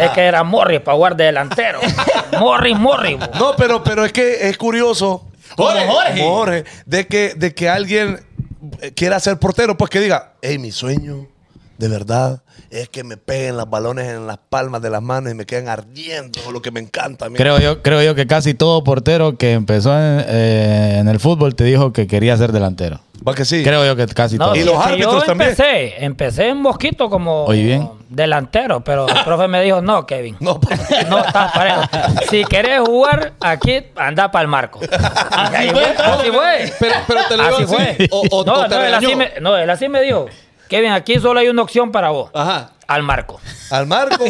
es que era Morris para jugar de delantero. Morris, Morris. bo. No, pero, pero es que es curioso. Jorge. Como como Jorge, de que, de que alguien eh, quiera ser portero, pues que diga, hey, mi sueño de verdad es que me peguen los balones en las palmas de las manos y me queden ardiendo, lo que me encanta. a mí". Creo yo, creo yo que casi todo portero que empezó en, eh, en el fútbol te dijo que quería ser delantero. Va que sí. Creo yo que casi No, todos. Y sí, los es que árbitros yo también. Empecé, empecé en Mosquito como Oye, bien. delantero, pero el profe me dijo, no, Kevin. No, estás parejo. Si querés jugar aquí, anda para el marco. Así fue, Así fue. Pero, pero te lo digo Así así. fue. O, o- no, o te no, él así regañó. me, no, él así me dijo, Kevin, aquí solo hay una opción para vos. Ajá. Al marco. Al marco.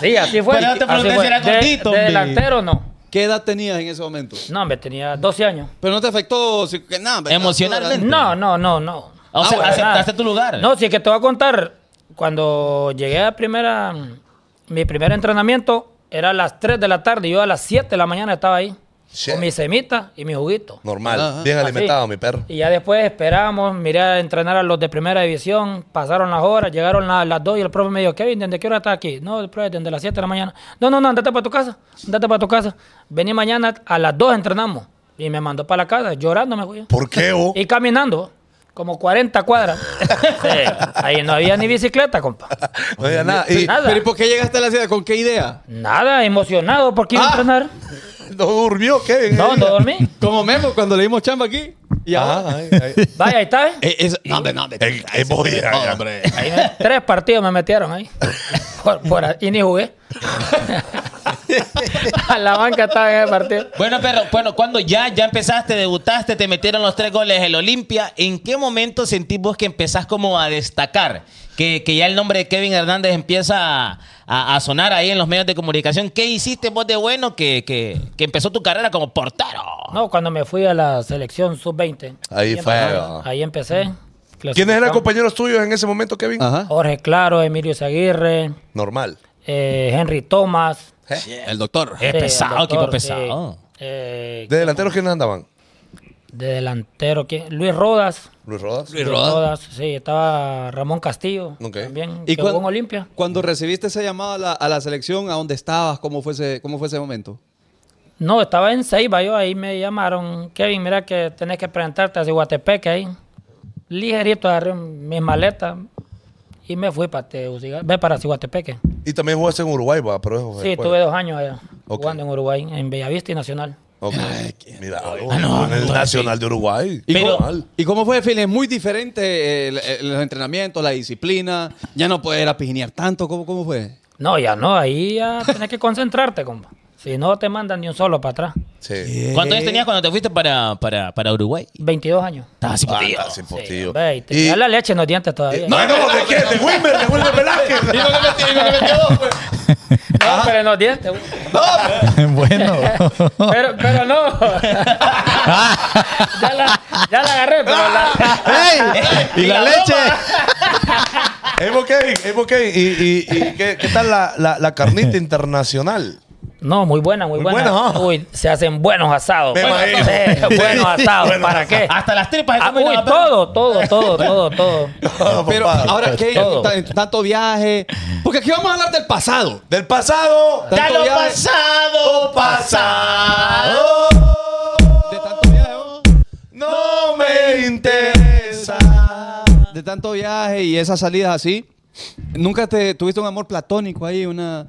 Sí, así fue. Pero no te Así pregunté fue. si era De- gordito, de hombre. delantero no. ¿Qué edad tenías en ese momento? No, me tenía 12 años. Pero no te afectó si- que nada. ¿verdad? Emocionalmente. No, no, no, no. Ah, O sea, bueno, aceptaste nada. tu lugar. No, sí es que te voy a contar. Cuando llegué a primera, mi primer entrenamiento era a las 3 de la tarde y yo a las 7 de la mañana estaba ahí. Shit. Con mi semita y mi juguito. Normal. Ajá. Bien Así. alimentado, mi perro. Y ya después esperamos, miré a entrenar a los de primera división, pasaron las horas, llegaron la- las 2 y el profe me dijo, Kevin, ¿desde qué hora estás aquí? No, el profe, desde las 7 de la mañana. No, no, no, andate para tu casa, andate para tu casa. Vení mañana, a las 2 entrenamos. Y me mandó para la casa, llorando me fui. yo. ¿Por qué, oh? vos? Y caminando, como 40 cuadras. Sí, ahí no había ni bicicleta, compa. No diga nada. Y Nada. Pero ¿y por qué llegaste a la ciudad? ¿Con qué idea? Nada, emocionado porque Ah. iba a entrenar. no durmió, Kevin. ¿eh? No, no dormí. Como Memo cuando le dimos chamba aquí. Y ahora. Ah, ay, ay. Vaya, ahí está. ¿eh? Eh, es- no, hombre, no, hombre. Eh, eh, voy, ay, ay. Ahí me- tres partidos me metieron ahí. Por, por ahí, y ni jugué. a la banca estaba en el partido. Bueno, pero bueno, cuando ya, ya empezaste, debutaste, te metieron los tres goles el Olimpia, ¿en qué momento sentís vos que empezás como a destacar? Que, que ya el nombre de Kevin Hernández empieza a, a- a sonar ahí en los medios de comunicación. ¿Qué hiciste vos de bueno que, que- que empezó tu carrera como portero? No, cuando me fui a la selección sub-20. Ahí fue, ah. empecé- va. Ahí empecé. ¿Quiénes eran Clasificamos. compañeros tuyos en ese momento, Kevin? Ajá. Jorge Claro, Emilio Zaguirre, Normal. eh, Henry Thomas. ¿Eh? El doctor. Es Sí, pesado, el doctor, equipo pesado. sí. Eh, ¿De delanteros quiénes andaban? de delantero, ¿quién? Luis Rodas. Luis Rodas. Luis Rodas. sí, estaba Ramón Castillo Ok. también, ¿Y que jugó cuán- en Olimpia. Cuando recibiste esa llamada a la, a la selección, ¿a dónde estabas? ¿Cómo fue ese, cómo fue ese momento? No, estaba en Ceiba, yo ahí me llamaron, Kevin, mira que tenés que presentarte a Guatepec ahí. Ligerito agarré mis maletas y me fui para Tegucigalpa, ve para Ciguatepeque. Y también jugaste en Uruguay, va, pero eso fue Sí, después. tuve dos años allá, pues. Ok. jugando en Uruguay, en Bellavista y Nacional. Ok. Mira, con el Nacional de Uruguay. ¿Y, cómo, Normal. y cómo fue el feeling? ¿Es muy diferente el- el- los entrenamientos, la disciplina? ¿Ya no poder apiginear tanto? ¿Cómo, cómo fue? No, ya no, ahí ya tenés que concentrarte, compa. Si no, te mandan ni un solo para atrás. Sí. ¿Cuántos años tenías cuando te fuiste para, para, para Uruguay? 22 años. Eh, Estabas así, Ah, tío. está sin postillo. Ve, y te Y- Eh, queda la leche en los dientes todavía. No, no, ¿de qué? De Wilmer, de Wilmer Velázquez. pues. No, pero en los dientes. güey. bueno. Pero, pero no. ya, la, ya la agarré, pero la- ¿Y la leche? Es ok, es ok. ¿Y, y, y qué, qué tal la, la, la carnita internacional? No, muy buena, muy, Muy buena. buena, ¿no? Uy, se hacen buenos asados. Me Buenos, imagino. sí, buenos asados. Buenos Ah, ¿Para qué? Hasta las tripas. se Ah, comen, uy, no, pero- todo, todo, todo, todo, todo. Pero Papá. ahora, ¿qué? Todo. Tan- Tanto viaje. Porque aquí vamos a hablar del pasado. Del pasado. Ya Tanto lo viaje- pasado, pasado. De tanto viaje, ¿no? No me interesa. de tanto viaje y esas salidas así, nunca te tuviste un amor platónico ahí, una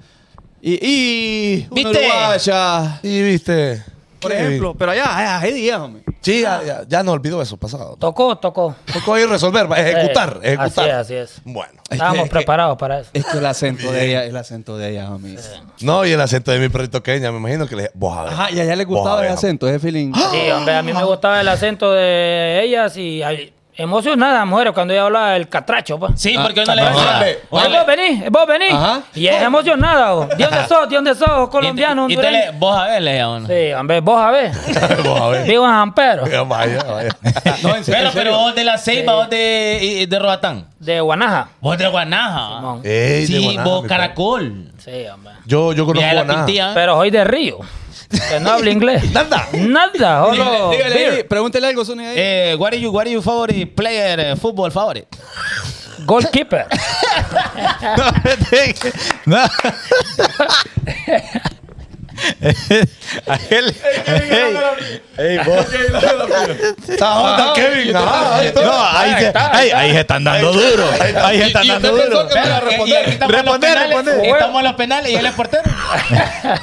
y, y una ¿Viste? uruguaya, Y viste. por Kevin. ejemplo, pero allá, allá, hay días, hombre. Sí, ya, ya, ya no olvidó eso pasado. Tocó, tocó. Tocó ahí resolver, va, ejecutar, Sí, ejecutar. Eh, Así es, así es. Bueno. Estábamos preparados para eso. Es que el acento de ella, el acento de ella, homie. No, y el acento de mi perrito Kenia, me imagino que le. Vos a ver. Ajá, y allá le Vos a gustaba ver, el acento, ¿eh, ese feeling. Sí, hombre, a mí me gustaba el acento de ellas y ay, emocionada, mujeres, cuando ella hablaba del catracho, pues. Sí, porque uno le no, va hombre, Oye, vos venís, vos venís. Ajá. Y es emocionada, vos. ¿De dónde sos? ¿De dónde sos? Colombiano, Y, y te le- hondureño. vos a ver, le llaman. Sí, hombre, vos a ver. Vos a ver. Vivo en Ampero, Vaya, vaya. No, en serio, Pero, en serio. pero vos de la Ceiba, vos de, y- de Roatán. de Guanaja. Vos de Guanaja. Simón. Ey, de Ah, sí, Guanaja, mi vos perro. Caracol. Sí, hombre. Yo, yo conozco Mira la Guaná. pintilla. Pero soy de Río. Que no hablo inglés. Nada. Nada, solo Dígale ahí, beer. pregúntele algo, Sony, ahí. Eh, what are you, what are your favorite player, eh, football favorite? Goalkeeper. No. A él- Ey, ey, vos. Está onda, Kevin. ah, Ajá, ahí está. No, ahí se, ey, ahí se están dando duro. Ahí se están dando duro. Responder, responder. Estamos en los penales y él es portero. Ajá,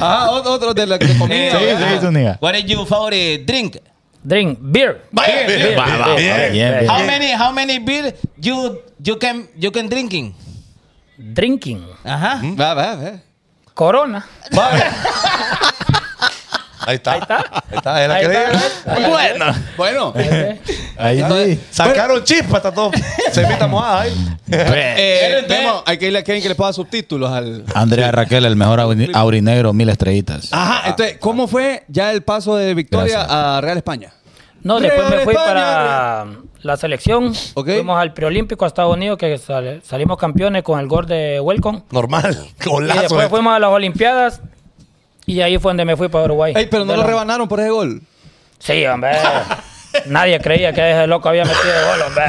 Ah, otro, otro de la que Sí, comía. sí, Eh, ¿verdad? Zúñiga. What is your favorite drink? Drink beer. Bien, bien, Va, va, bien. bien. Bien, bien. How many how many beer you you can you can drinking? Drinking. Ajá. Mm, Va, va, va. Corona. Ahí está. Ahí está. está. es la Ahí que está. digo. Bueno. Bueno, Ahí sí. Sacaron chispas, está todo. Se invita mojada ahí. eh, vemos, hay que irle a Kevin que le ponga subtítulos al. Andrea Raquel, el mejor auri- aurinegro, mil estrellitas. Ajá, entonces, ¿cómo fue ya el paso de Victoria Gracias. a Real España? No, después Real me fui España, para la selección. Ok. Fuimos al preolímpico a Estados Unidos, que sal- salimos campeones con el gol de Welcome. Normal. Y Golazo. eh. después fuimos a las Olimpiadas. Y ahí fue donde me fui para Uruguay. Ey, pero no De lo la- rebanaron por ese gol. Sí, hombre. Nadie creía que ese loco había metido gol, hombre.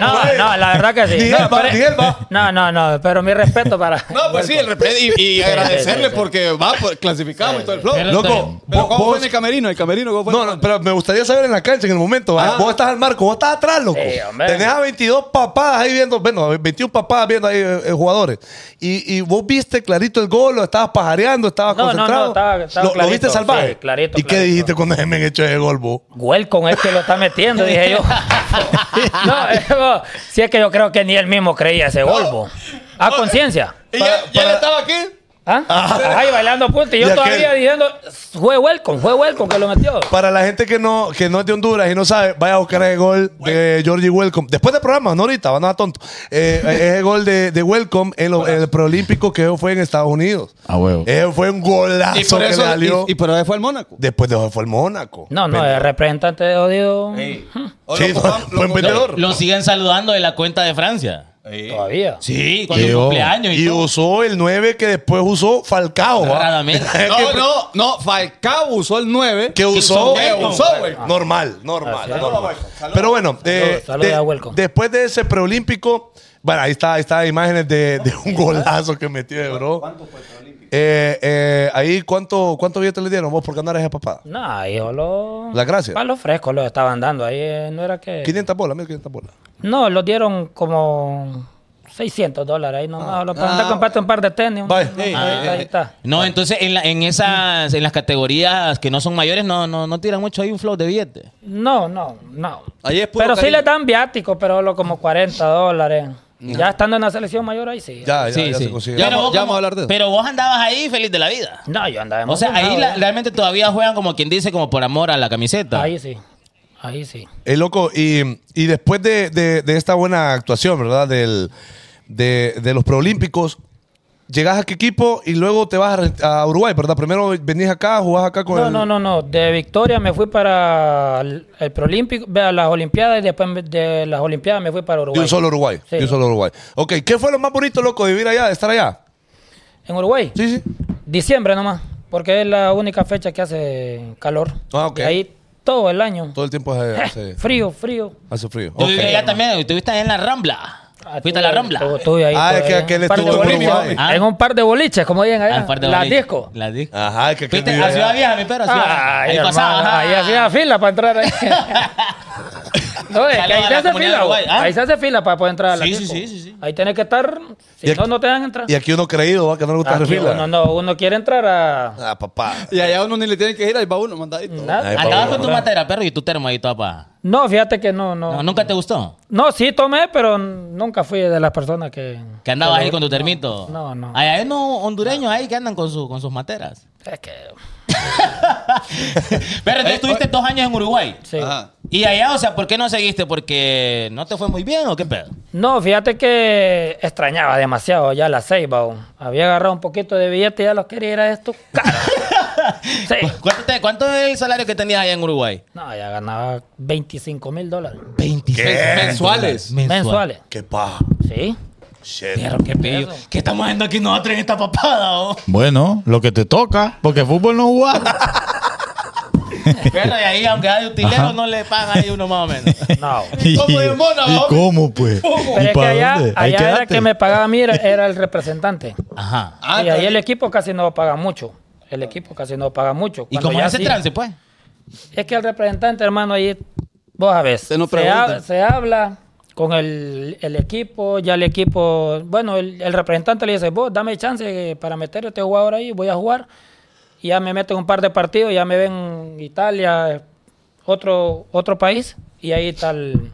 No, no, la verdad que sí. Ni él No, va, pero- ni él va. no, no, no, pero mi respeto para... No, pues sí, el respeto y, y sí, sí, agradecerle sí. porque va, por- clasificamos y todo el flow. Pero Loco, está bien. Pero vos- ¿cómo vos- fue en el camerino? ¿El camerino cómo fue? No, no, pero me gustaría saber en la cancha, en el momento. Ah. ¿va? Vos estás al marco, vos estás atrás, loco. Sí, hombre. Tenés a 22 papás ahí viendo, bueno, a 21 papás viendo ahí eh, eh, jugadores. Y, y vos viste clarito el gol, lo estabas pajareando, estabas No, no, no, concentrado. estaba- estaba lo, lo clarito, viste salvaje. sí, clarito, ¿Y qué clarito. dijiste cuando me han hecho ese gol, vos? Welcome es que lo está metiendo, dije yo. No, eh, bo, si es que yo creo que ni él mismo creía ese golbo. A conciencia. ¿Y ya, ya él estaba aquí? ¿Ah? Ahí bailando punta y Y yo aquel- todavía diciendo, fue welcome, fue welcome que lo metió. Para la gente que no, que no es de Honduras y no sabe, vaya a buscar el gol de Georgie Welcome. Después del programa, no ahorita, van a tonto. Eh, es el gol de, de Welcome en, lo- en el preolímpico que fue en Estados Unidos. A huevo. Eh, fue un golazo Y por que le eso, salió. y, y por eso fue al Mónaco. Después de fue el Mónaco. No, no, el representante de odio O Sí, Oh, lo ocupamos- fue un lo- vendedor. Lo siguen saludando de la cuenta de Francia. todavía. Sí, con Qué su ojo. cumpleaños y, Y todo. usó ah. el 9 que después usó Falcao. ¿va? Raramente. Que- No, no, no, Falcao usó el 9. Que usó, Que usó Welcome. normal, normal. Así es. normal. Pero bueno, eh, saludos de- a Welcome. después de ese preolímpico, bueno, ahí está, ahí está imágenes de, de un golazo que metió, eh, bro. ¿Cuánto fue preolímpico? Eh, eh, ahí, ¿cuánto, ¿cuánto billete le dieron vos por ganar esa papada? No, hijo, los... La gracia. Palos frescos los estaban dando. Ahí eh, no era que... 500 bolas, 1500 bolas. No, los dieron como 600 dólares. Ahí nomás lo Ah. pregunté, compraste un par de tenis. Vaya. Ah, ahí está. No, entonces en, la- en esas en las categorías que no son mayores no no no tiran mucho ahí un flow de billetes. No, no, no. Ahí es puro pero sí cariño. le dan viático, pero lo como 40 dólares. Ya estando en la selección mayor ahí sí. Ah, Ya, ya, Sí, ya sí. se consiguió. Ya vamos- vos ya como- vamos a hablar de eso. Pero vos andabas ahí feliz de la vida. No, yo andaba O sea, ahí emocionado, la- ya. realmente todavía juegan como quien dice como por amor a la camiseta. Ahí sí. Ahí sí. Eh, loco, y, y después de, de- de esta buena actuación, ¿verdad? Del, de, de los preolímpicos, llegas a qué equipo y luego te vas a re- a, Uruguay, ¿verdad? Primero venís acá, jugás acá con No, el... no, no, no. De Victoria me fui para el, el Prolímpico, ve, a las Olimpiadas y después me- de las Olimpiadas me fui para De Uruguay. un solo Uruguay. Sí. De un solo Uruguay. Ok, ¿qué fue lo más bonito, loco, de vivir allá, de estar allá? ¿En Uruguay? Sí, sí. Diciembre nomás, porque es la única fecha que hace calor. Ah, ok. Y ahí todo el año. Todo el tiempo hace, hace- Frío, frío. hace frío. Tú Ok. vivías allá también, estuviste ahí en la Rambla. Ah, Fuiste a la Rambla. Estuve- estuve ahí, Ah, estuve es que ahí. aquel Un par de estuvo en boliches, Uruguay. hombre. En un par de boliches, como dicen allá. Al Ah, par de las boliche. discos. La disco. Ajá, que aquel Fuiste vive a Ciudad allá. Vieja, mi perro, a Ciudad Vieja. Ay, Ahí Ah, hermano, pasaba. ajá. Ahí hacía fila para entrar ahí. No, es Saludos que ahí a se la hace comunidad de fila. Uruguay. güey. Ah. Ahí se hace fila para poder entrar a la Sí, disco. sí, sí, sí, sí. Ahí tienes que estar. Y Si aquí- no, no te dejan entrar. Y aquí uno creído, ¿va? Que no le gusta hacer Aquí fila. uno, no, uno quiere entrar a. Ah, papá. Y allá uno ni le tiene que ir, ahí va uno mandadito. nada. Ahí va Andabas uno, con tu ¿verdad? matera, perro, y tu termo ahí, papá. No, fíjate que no, no. No, No, ¿Nunca te gustó? sí tomé, pero nunca fui de las personas que. Que andabas ahí con tu termito. no, no. Hay hay unos hondureños ahí que andan con, su, con sus materas. Es que. Pero Eh, entonces estuviste dos años en Uruguay. Sí. Ajá. Y allá, o sea, ¿por qué no seguiste? ¿Porque no te fue muy bien o qué pedo? No, fíjate que extrañaba demasiado ya la ceiba. o. Había agarrado un poquito de billete y ya los quería ir a esto. Claro. sí. ¿Cuánto, te- cuánto es el salario que tenías allá en Uruguay? No, ya ganaba 25 mil dólares 26 Mensuales. mensuales. Qué paja. Sí. Shit. Perro, qué pillo. Eso. ¿Qué estamos haciendo aquí nosotros en esta papada, oh? Bueno, lo que te toca, porque fútbol no jugás. Pero y ahí, aunque hay utilero, no le pagan ahí uno más o menos. No. ¿Y, cómo de mona, ¿y hombre? cómo, pues? Pero ¿Y es que para allá, dónde? Ahí allá era quédate. que me pagaba a mí, era, era el representante. Ajá. Ah, y ahí el equipo casi no paga mucho. El equipo casi no paga mucho. ¿Y Cuando cómo ya es ese sí- trance, pues? Es que el representante, hermano, ahí, vos sabés, Se nos ha- pregunta. se habla con el, el equipo, ya el equipo, bueno, el, el representante le dice, vos dame chance para meter este jugador ahí, voy a jugar. Y ya me meten un par de partidos, ya me ven Italia, otro, otro país y ahí está el,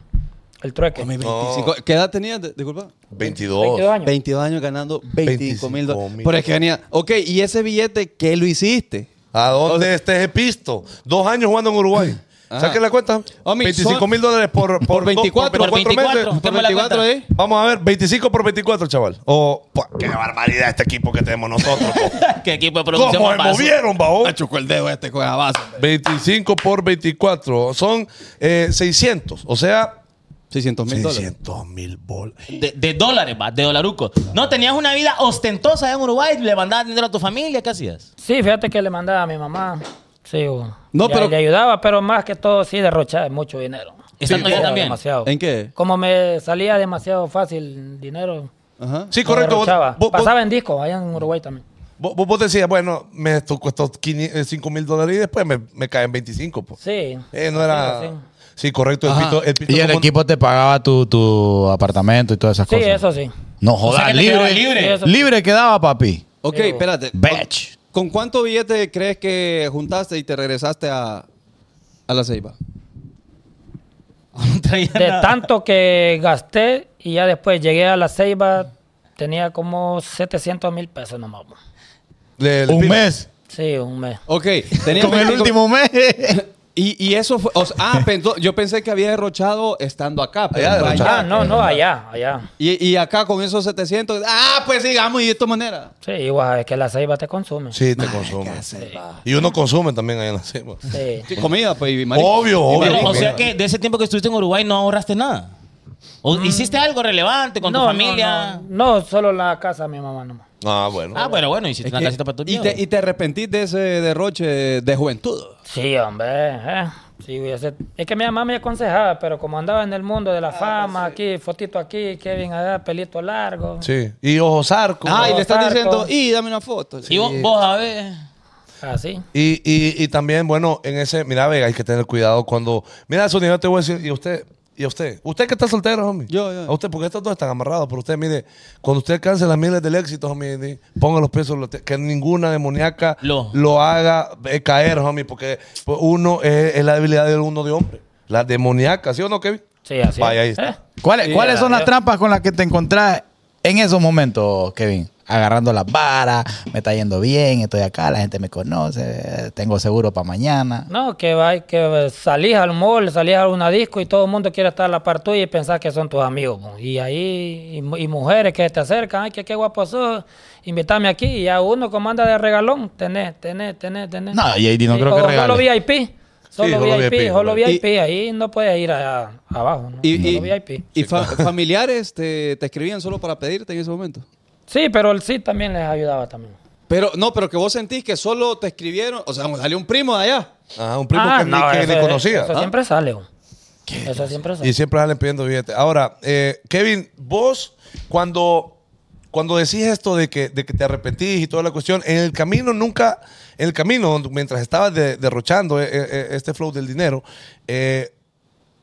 el trueque. Hombre, 25. ¿Qué edad tenías? de- Disculpa. 22. 22 años. 22 años ganando 25 mil 25 dólares. mil. Pero es que venía, ok, ¿y ese billete qué lo hiciste? ¿A dónde este es pisto? Dos años jugando en Uruguay. Ah. Ajá. Saque la cuenta. Oh, Homie, 25 son- mil dólares por, por, por dos- 24, por 24 meses. Por Tengo la 24, cuenta. ¿eh? Vamos a ver, 25 por 24, chaval. O, pa- qué barbaridad este equipo que tenemos nosotros. po. ¿Qué equipo de producción ¿Cómo más me basura? movieron, babón? Machucó el dedo este con la base. 25 por 24 son eh, 600. O sea, 600 mil dólares. 600 mil bolas. De, de dólares, va, de dolaruco. No, tenías una vida ostentosa en Uruguay, le mandabas dinero a tu familia, ¿qué hacías? Sí, fíjate que le mandaba a mi mamá. Sí, o- No, le, pero- le ayudaba, pero más que todo sí derrochaba mucho dinero. Estando allá Era también. demasiado. ¿En qué? Como me salía demasiado fácil el dinero. Ajá. Sí, lo correcto. Vos, derrochaba. vos- vos- Pasaba en disco allá en Uruguay también. vos- vos- vos decías, bueno, me esto costó 5 mil dólares y después me, me caen 25. po. Sí. Eh, no era. Sí, sí. Sí, correcto. El Ajá. pito, el pito Y el como- equipo te pagaba tu, tu apartamento y todas esas Sí, cosas. eso sí. No O sea, jodas, que te quedabas libre. libre. Sí, eso sí. Libre quedaba, papi. Ok, Sí. espérate. Bitch. ¿Con cuánto billete crees que juntaste y te regresaste a, a la ceiba? No traía De nada. tanto que gasté y ya después llegué a la Ceiba, tenía como 700 mil pesos nomás. bo. le- le Un pito. mes. Sí, un mes. Ok, tenía Con el 25 último mes. Y, y eso fue. o sea, ah, pensó- yo pensé que había derrochado estando acá. Pero Allá fue derrochado. allá. Ah, no, no, allá, allá. Y, y acá con esos 700. Ah, pues sigamos y de esta manera. Sí, igual, es que la Ceiba te consume. Sí, te consume. Sí. Y uno consume también ahí en la cima. Sí. Comida, pues. y marisco. Obvio, Y obvio. Pero, o marisco. sea que de ese tiempo que estuviste en Uruguay no ahorraste nada. ¿O ¿Hiciste algo relevante con tu familia? No, no, solo la casa de mi mamá nomás. Ah, bueno. Ah, pero bueno, hiciste Es una que- casita para tu y, te, y te arrepentís de ese derroche de, de juventud. Sí, hombre. eh. Sí, hubiese- Es que mi mamá me aconsejaba, pero como andaba en el mundo Ah, de la pues fama, aquí, fotito aquí, Kevin allá, pelito largo. Sí. Y ojo sarco. Ah, y le estás Sarco. diciendo, y dame una foto. Y vos, vos, a ver. Así. Y, y, y también, bueno, en ese, mira, Vega, hay que tener cuidado cuando. Mira, Zúñiga, yo te voy a decir, y usted, y a usted, usted que está soltero, homie. Yo, yo. A usted, porque estos dos están amarrados, pero usted, mire, cuando usted alcance las miles del éxito, homie, di- ponga los pies sobre la tierra, que ninguna demoníaca Lo. haga eh, caer, homie, porque pues, uno es, es la debilidad de uno de hombre. La demoníaca, ¿sí o no, Kevin? Sí, así. Vaya, ahí Eh, está. ¿Cuáles, Sí, ¿cuáles ya, son ya. las trampas con las que te encontrás en esos momentos, Kevin? Agarrando las varas, me está yendo bien, estoy acá, la gente me conoce, tengo seguro para mañana. No, que, va, que salís al mall, salís a una disco y todo el mundo quiere estar a la par tuya y pensar que son tus amigos. mo. Y ahí, y, mu- y mujeres que te acercan, ay, que qué guapo sos, invítame aquí. Y a uno como anda de regalón, tenés, tenés, tenés, tenés. No, y ahí no creo o que Solo regale. VIP, solo solo VIP, VIP, solo solo VIP, ahí no puedes ir allá abajo, ¿no? Y, y- Solo VIP. y fa- familiares te, te escribían solo para pedirte en ese momento. Sí, pero el sí también les ayudaba también. Pero no, pero que vos sentís que solo te escribieron. O sea, salió un primo de allá. Ah, un primo que, ni- que ni, eso- conocía. Eso ¿ah? siempre sale, bo. Eso siempre sale. Y siempre salen pidiendo billetes. Ahora, eh, Kevin, vos, cuando, cuando decís esto de que, de que te arrepentís y toda la cuestión, en el camino nunca, en el camino, mientras estabas de- derrochando eh, eh, eh, este flow del dinero, eh,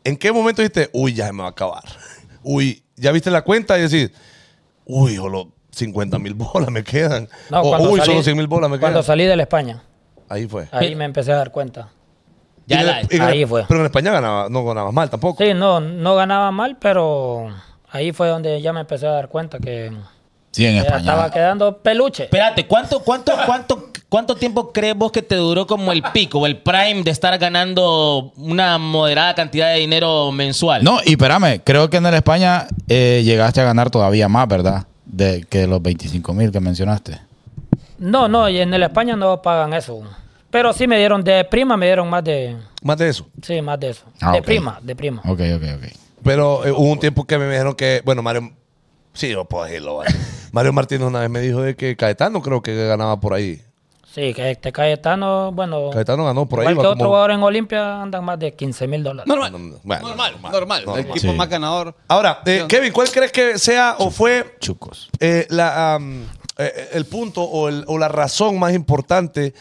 ¿en qué momento dijiste, uy, ya se me va a acabar? Uy, ya viste la cuenta y decís, uy, solo 50 mil bolas me quedan. No, O, cuando uy, salí- solo 100 mil bolas me Cuando quedan. salí de la España, Ahí fue. ahí me empecé a dar cuenta. Ya Y en la- el- y en el- ahí fue. Pero en España ganaba, no ganabas mal tampoco. Sí, no, no ganaba mal, pero ahí fue donde ya me empecé a dar cuenta que Sí, en ya España. estaba quedando peluche. Espérate, ¿cuánto, cuánto, cuánto, cuánto tiempo crees vos que te duró como el pico o el prime de estar ganando una moderada cantidad de dinero mensual? No, y espérame, creo que en el España eh, llegaste a ganar todavía más, ¿verdad? De, que los 25 mil que mencionaste. No, no, y en el España no pagan eso. Pero sí me dieron de prima, me dieron más de, Más de eso. sí, más de eso. Ah, de ok. prima, de prima. Ok, ok, ok. Pero eh, hubo un tiempo que me dijeron que, bueno, Mario, sí, yo puedo decirlo. vale. Mario Martínez una vez me dijo de que Caetano creo que ganaba por ahí. Sí, que este Cayetano, bueno, Caetano ganó por ahí. igual va que otro como- jugador en Olimpia andan más de 15 mil dólares. Normal. Bueno, bueno, normal, normal. normal. El equipo Sí. más ganador. Ahora, eh, Kevin, ¿cuál crees que sea o fue Chucos. eh, la, am, eh, el punto o, el- o la razón más importante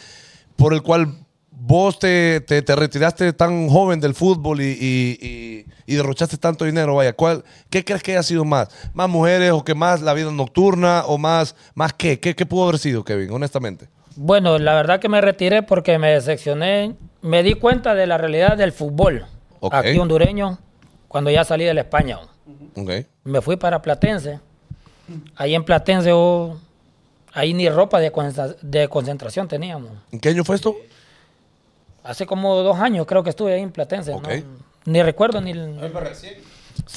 por el cual vos te, te- te retiraste tan joven del fútbol y, y- y- y derrochaste tanto dinero? Vaya, ¿cuál, ¿qué crees que haya sido más? ¿Más mujeres o que más la vida nocturna o más, más qué? qué? qué pudo haber sido, Kevin, honestamente? Bueno, la verdad que me retiré porque me decepcioné me di cuenta de la realidad del fútbol Ok. aquí hondureño cuando ya salí de la España. Ok. Me fui para Platense. Ahí en Platense, oh, ahí ni ropa de, concentra- de concentración teníamos. ¿En qué año fue esto? Hace como dos años creo que estuve ahí en Platense. ¿no? Ok. Ni recuerdo ni... Sí,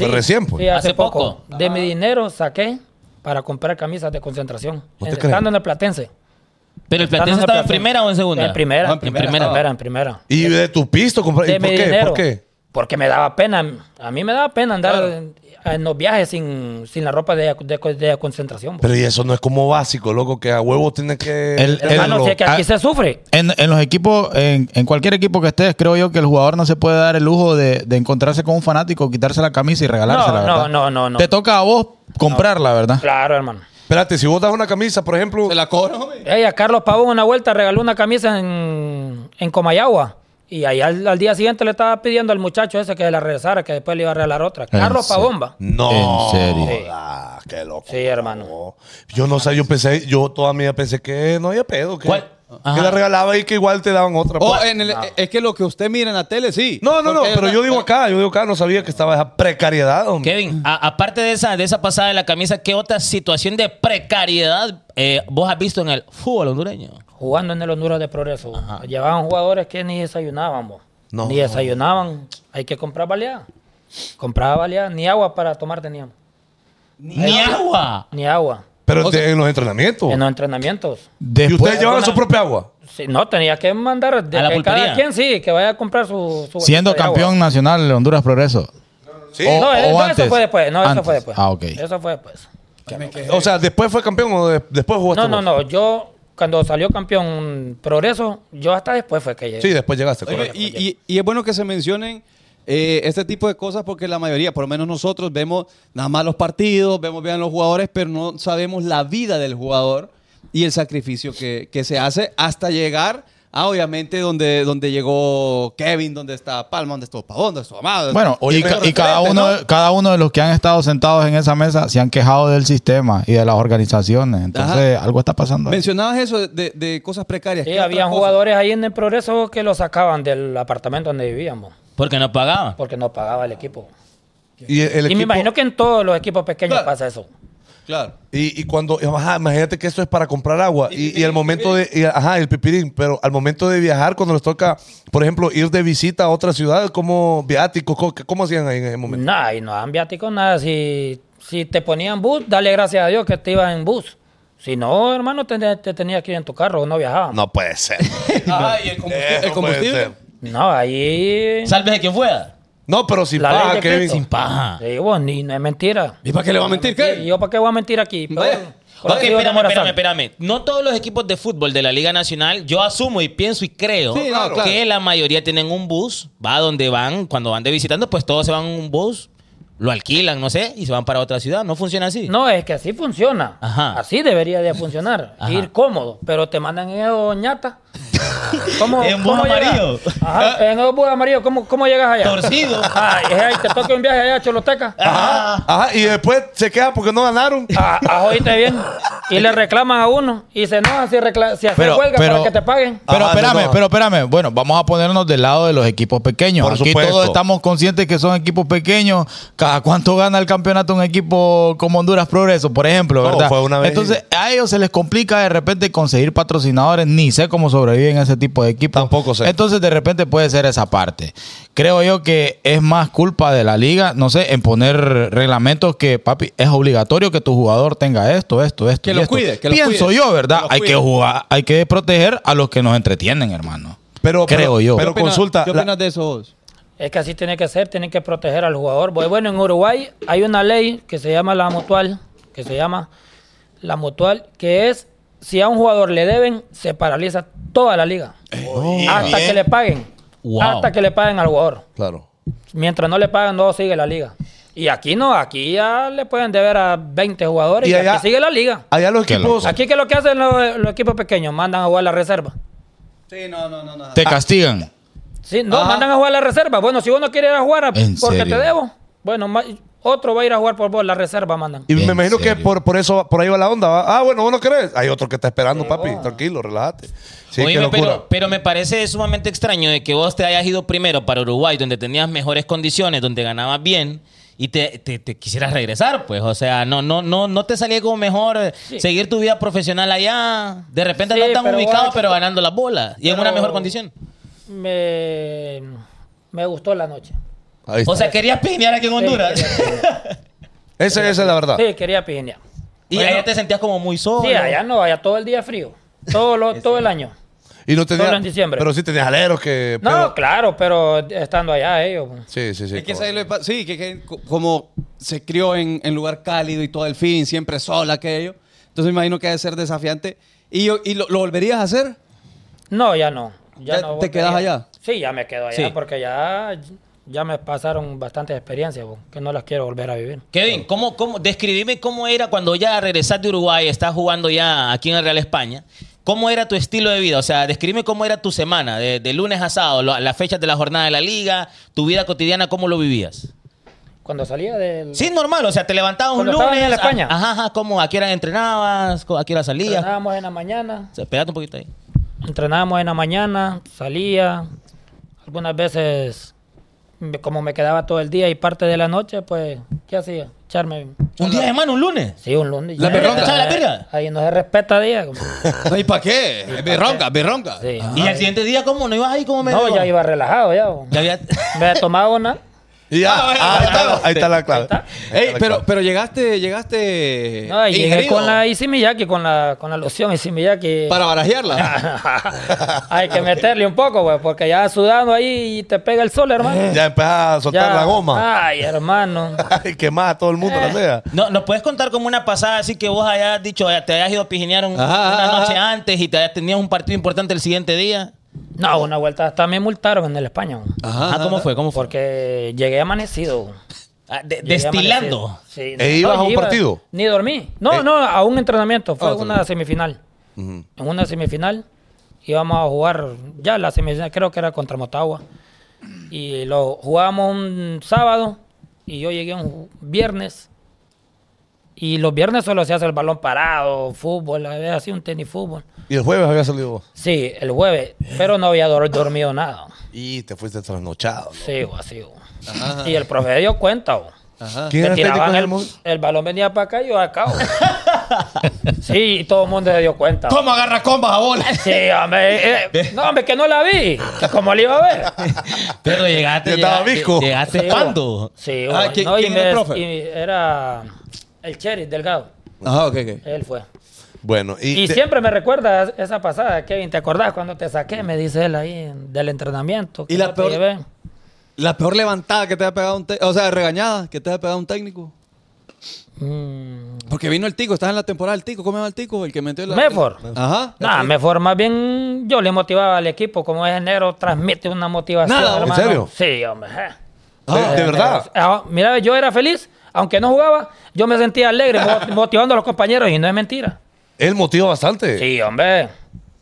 Fue recién, pues. sí, hace, Hace poco. poco. De mi dinero saqué para comprar camisas de concentración. ¿Usted cree? Estando en el Platense. ¿Pero el Estando Platense estaba en Platense. primera o en segunda? En primera. Ah, en primera, en primera, en primera. ¿Y de tu pisto? compra- ¿Y de por mi qué? dinero. ¿Por qué? Porque me daba pena. A mí me daba pena andar en, en los viajes sin, sin la ropa de, de- de concentración. bo. Pero y eso no es como básico, loco, que a huevo tiene que... El- el- Hermano, tenerlo. si es que aquí ah, se sufre. En, en los equipos, en, en cualquier equipo que estés, creo yo que el jugador no se puede dar el lujo de, de encontrarse con un fanático, quitarse la camisa y regalársela, No, ¿verdad? no, no, no, no. Te toca a vos comprarla, ¿verdad? Claro, hermano. Espérate, si vos das una camisa, por ejemplo... Se la cobro, hombre. Ey, a Carlos Pavón una vuelta regaló una camisa en, en Comayagua. Y ahí al, al día siguiente le estaba pidiendo al muchacho ese que la regresara, que después le iba a regalar otra. Carlos sí. Pavón va. No. En serio. Sí. Ah, qué loco. Sí, hermano. Yo no sé, yo pensé, yo toda mi vida pensé que no había pedo. Que, ¿Cuál? que la regalaba y que igual te daban otra. O Oh, pues. en el- Es que lo que usted mira en la tele, sí. no, no, no, Porque- pero yo digo acá, yo digo acá, no sabía que estaba esa precariedad. hombre. Kevin, a- aparte de esa, de esa pasada de la camisa, ¿qué otra situación de precariedad eh, vos has visto en el fútbol hondureño? Jugando en el Honduras de Progreso. Llevaban jugadores que ni desayunaban, bo. No. Ni desayunaban. Hay que comprar baleada. Compraba baleada. Ni agua para tomar teníamos. ¡Ni agua! Ni agua. Pero te- en los entrenamientos. En los entrenamientos. y Después, ustedes llevaban su propia agua. Sí, no, tenía que mandar de A la que cada pulpería. quien, sí, que vaya a comprar su. su siendo botella de agua. campeón nacional de Honduras Progreso. Sí. O- No, o no, antes. eso fue después. No, eso Antes. fue después. Ah, ok. Eso fue después. o sea, después fue campeón o de- después jugaste. No, no, vos? no. Yo, cuando salió campeón Progreso, yo hasta después fue que llegué. Sí, después llegaste. Oye, correcto. y, y- y es bueno que se mencionen eh, este tipo de cosas porque la mayoría, por lo menos nosotros, vemos nada más los partidos, vemos bien a los jugadores, pero no sabemos la vida del jugador y el sacrificio que, que se hace hasta llegar a, obviamente, donde, donde llegó Kevin, donde está Palma, donde estuvo Pavón, donde estuvo Amado. Bueno, Oye, y, ca- pero y cada, referente, uno, ¿no? de- cada uno de los que han estado sentados en esa mesa se han quejado del sistema y de las organizaciones. Entonces, algo está pasando. ahí. Mencionabas eso de, de cosas precarias. Sí, ¿Qué otras habían cosas? jugadores ahí en el Progreso que lo sacaban del apartamento donde vivíamos Porque no pagaban. porque no pagaba el equipo. Y el y equipo- me imagino que en todos los equipos pequeños Claro. pasa eso. Claro. Y, y cuando, ajá, imagínate que esto es para comprar agua. Y, y al momento de, y, ajá, el pipirín, pero al momento de viajar, cuando les toca, por ejemplo, ir de visita a otra ciudad, como viáticos, ¿cómo, cómo hacían ahí en ese momento? Nada, y no dan viáticos, nada. Si, si te ponían bus, dale gracias a Dios que te ibas en bus. Si no, hermano, te, te tenías que ir en tu carro, no viajábamos. No, No puede ser. Ah, y el combustible. Eso el combustible. Eh, puede ser. ahí. Sálvese quien fuera. No, pero sin La ley paja, de Kevin. Cristo. Sin- Paja. Sí, vos, ni, no es mentira. ¿Y para qué le va a mentir? ¿Y ¿Qué? yo para qué voy a mentir aquí? Peor- Vaya. peor Ok, que yo de espérame, Morazán. espérame, espérame. No todos los equipos de fútbol de la Liga Nacional, yo asumo y pienso y creo Sí, no, claro. que la mayoría tienen un bus, va a donde van, cuando van de visitando, pues todos se van en un bus, lo alquilan, no sé, y se van para otra ciudad. No funciona así. No, es que así funciona. Ajá. Así debería de funcionar. Ajá. Ir cómodo, pero te mandan en esos ñata. ¿Cómo, En bus cómo llegas? amarillo. Ah. Ajá, en esos bus amarillo. ¿Cómo, cómo llegas allá? Torcido. Ay, ay, te toca un viaje allá a Choloteca. Ah. Ajá, y después se queda porque no ganaron. Ah, ah, oíste bien. Y le reclaman a uno. Y se enojan si, recla- si hacen Pero- huelga pero- para que te paguen. Pero Ajá, espérame, no, no. pero espérame. Bueno, vamos a ponernos del lado de los equipos pequeños. Por Aquí supuesto. todos estamos conscientes que son equipos pequeños. Cada cuánto gana el campeonato un equipo como Honduras Progreso, por ejemplo, No, ¿verdad? fue una vez. Entonces, a ellos se les complica de repente conseguir patrocinadores. Ni sé cómo sobreviven ese tipo de equipos. Tampoco sé. Entonces, de repente puede ser esa parte. Creo yo que es más culpa de la liga, no sé, en poner reglamentos que, papi, es obligatorio que tu jugador tenga esto, esto, esto. Que y lo esto. cuide, que lo Pienso cuide. yo, ¿verdad? Que lo Hay que cuide. jugar, hay que proteger a los que nos entretienen, hermano. Pero, creo pero- yo. Pero ¿Qué opinas- consulta. ¿Qué la- opinas de eso vos? Es que así tiene que ser, tienen que proteger al jugador. Bueno, Bueno, en Uruguay hay una ley que se llama la mutual, que se llama la mutual, que es si a un jugador le deben, se paraliza toda la liga. Oh, hasta que le paguen. Wow. Hasta que le paguen al jugador. claro. Mientras no le pagan, no sigue la liga. Y aquí no, aquí ya le pueden deber a 20 jugadores Y y, allá- aquí sigue la liga. Allá los Qué equipos. Aquí que lo que hacen los, los equipos pequeños, mandan a jugar la reserva. Sí, no, no, no. no. Te castigan. Sí, no, Ajá. mandan a jugar a la reserva. Bueno, si vos no quieres ir a jugar, ¿En porque serio? te debo. Bueno, ma- Otro va a ir a jugar por vos, la reserva mandan. Y ¿En me imagino que serio? por, por eso por ahí va la onda. ¿va? Ah, bueno, vos no querés. Hay otro que está esperando, papi. Tranquilo, relájate. Sí, Oíme, qué locura. pero, pero me parece sumamente extraño de que vos te hayas ido primero para Uruguay, donde tenías mejores condiciones, donde ganabas bien. Y te, te- te quisieras regresar, pues. O sea, no, no, no, no te salía como mejor eh, seguir tu vida profesional allá. De repente Sí, no tan pero ubicado, vos- pero ganando las bolas. Y en una pero- mejor condición. Me, me gustó la noche. Ahí está. O sea, querías pinear aquí en Honduras. Sí, quería, Esa, esa es la verdad. sí, quería pijinear. y allá te sentías como muy solo. Sí, allá no, allá todo el día frío. Todo, lo- todo el año. Y no tenías. Solo en diciembre. Pero sí tenías aleros que. No, pero- claro, pero estando allá ellos. pues. Sí, sí, sí. Es que ese es lo que pa- sí, que, que co- como se crió en, en lugar cálido y todo el fin, siempre sola aquello. Entonces me imagino que debe ser desafiante. ¿Y, yo- y lo, lo volverías a hacer? No, ya no. ¿Ya Ya, no te volvería. quedás allá? Sí, ya me quedo allá Sí. porque ya, ya me pasaron bastantes experiencias bo, que no las quiero volver a vivir. Kevin, ¿cómo, cómo, describime cómo era cuando ya regresaste de Uruguay, estás jugando ya aquí en el Real España. ¿Cómo era tu estilo de vida? O sea, describime cómo era tu semana, de, de lunes a sábado, lo- las fechas de la jornada de la liga, tu vida cotidiana, ¿cómo lo vivías? Cuando salía del... Sí, normal, o sea, te levantabas un Cuando lunes. estabas en la a- España. Ajá, ajá, ¿cómo? ¿A qué hora entrenabas? ¿A qué hora salías? Entrenábamos en la mañana, O sea, pegate un poquito ahí. entrenábamos en la mañana, salía. Algunas veces, me- como me quedaba todo el día y parte de la noche, pues, ¿qué hacía? Echarme... ¿Un día de semana, un lunes? Sí, un lunes. ¿La Ya, berronca? eh, ¿Echaba la verga? Ahí no se respeta día. como- ¿Y para qué? Berronca, berronca. Sí. Ah. ¿Y al siguiente día cómo? ¿No ibas ahí como medio? No, ya iba relajado ya. bo. Ya había... Me había tomado una. Y ya, ah, ahí, está, la- ahí está la clave. está. Ey, Ahí está la pero, clave. pero llegaste, llegaste No, y llegué ingerido con la Isimiyaki, con la, con la loción Isimiyaki. para Ah. barajearla. Hay que meterle un poco, güey, porque ya sudando ahí y te pega el sol, hermano. Ya empezás a soltar Ya. Ah. Eh. la goma. Ay, hermano. Ay, quemás a todo el mundo la sea. No, ¿Nos puedes contar como una pasada así que vos hayas dicho, eh, te hayas ido a pijinear un- Ajá, una ajá, noche ajá. antes y te hayas- tenías un partido importante el siguiente día? No, una vuelta hasta me multaron en el España, güey, Ajá, Ah, ¿cómo fue? ¿Cómo fue? porque llegué amanecido. güey. Ah, de- Llegué destilando. amanecido. Sí, ¿E ibas a un iba- partido? Ni dormí. No, Eh. Ah, no, a un entrenamiento. Fue una semifinal. En una semifinal íbamos a jugar, ya la semifinal creo que era contra Motagua. Y lo jugábamos un sábado y yo llegué un ju- viernes. Y los viernes solo se hace el balón parado, fútbol, había así un tenis fútbol. Y el jueves había salido vos. Sí, el jueves, pero no había dor- dormido nada. Y te fuiste trasnochado. ¿no? Sí, o así. o. Y el profe dio cuenta. o. ¿Quién Me era el técnico tiraban del el, mundo? el balón venía para acá y yo acá. o. sí, y todo el mundo se dio cuenta. o. ¿Cómo agarra combas a bola? Sí, hombre. eh, no, hombre, que no la vi. Que ¿Cómo le iba a ver? Pero llegaste. Ya estaba llegaste- visco. Llegaste Sí, cuando. Sí, Ah, bueno, ¿quién- no, y quién era el me- profe? y era el sheriff Delgado. Ajá, Ah, ok, ok. Él fue. Bueno, y, Y te- siempre me recuerda esa pasada, Kevin. ¿Te acordás cuando te saqué? Me dice él ahí del entrenamiento. que Y la no te peor- llevé. La peor levantada que te haya pegado un técnico, o sea, regañada que te haya pegado un técnico. Mm, Porque vino el tico, estás en la temporada del tico, ¿cómo se llama el tico? El que metió la... Medford. Ajá. Nada, me forma bien. Yo le motivaba al equipo. Como es enero, transmite una motivación. Nada, ¿en hermano. serio? Sí, hombre. eh. de, de verdad. Ah, Mira, yo era feliz. Aunque no jugaba, yo me sentía alegre, mo- motivando a los compañeros. Y no es mentira. Él motiva bastante. Sí, hombre.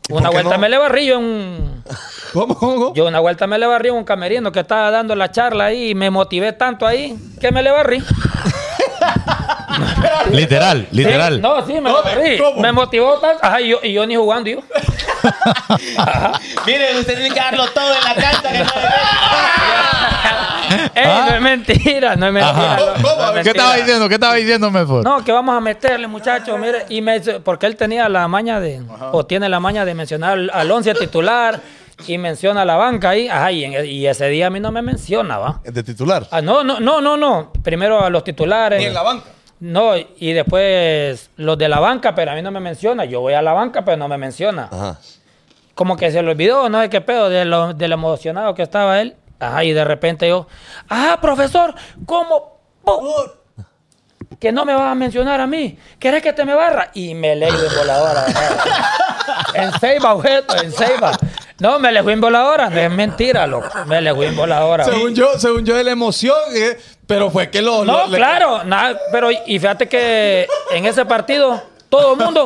¿Y por Una qué vuelta no? me le barrí yo en un... ¿Cómo, cómo, cómo? Yo una vuelta me le barrí en un camerino que estaba dando la charla ahí y me motivé tanto ahí que me le barrí. Literal, literal. Sí, no, sí, me le barrí. Me motivó tanto. Ajá, y yo, y yo ni jugando, yo. Miren, usted tiene que darlo todo en la cancha. Que no Ey, Eh, no es mentira, no es mentira. Ah. Ajá. no, no es ¿Qué mentira. estaba diciendo? ¿Qué estaba diciendo, Medford? No, que vamos a meterle, muchachos, mire, y me dice- porque él tenía la maña de, o tiene la maña de mencionar al- al once titular y menciona la banca ahí, ajá, y, en- y ese día a mí no me menciona, va. De titular. Ah, no, no, no, no, no. Primero a los titulares. Ni en la banca. No, y después los de la banca, pero a mí no me menciona. Yo voy a la banca, pero no me menciona. Ajá. Como que se le olvidó, no sé qué pedo, de lo, del emocionado que estaba él. Ajá, y de repente yo, ah, profesor, ¿cómo? pu- Que no me vas a mencionar a mí. ¿Querés que te me barra? Y me le en voladora. en Ceiba, objeto, en Ceiba. No, me le fui en voladora. No es mentira, loco. Me le fui en voladora. Según yo, según yo, de la emoción, eh, pero fue que lo... No, lo- le- claro, nada, pero y fíjate que en ese partido todo el mundo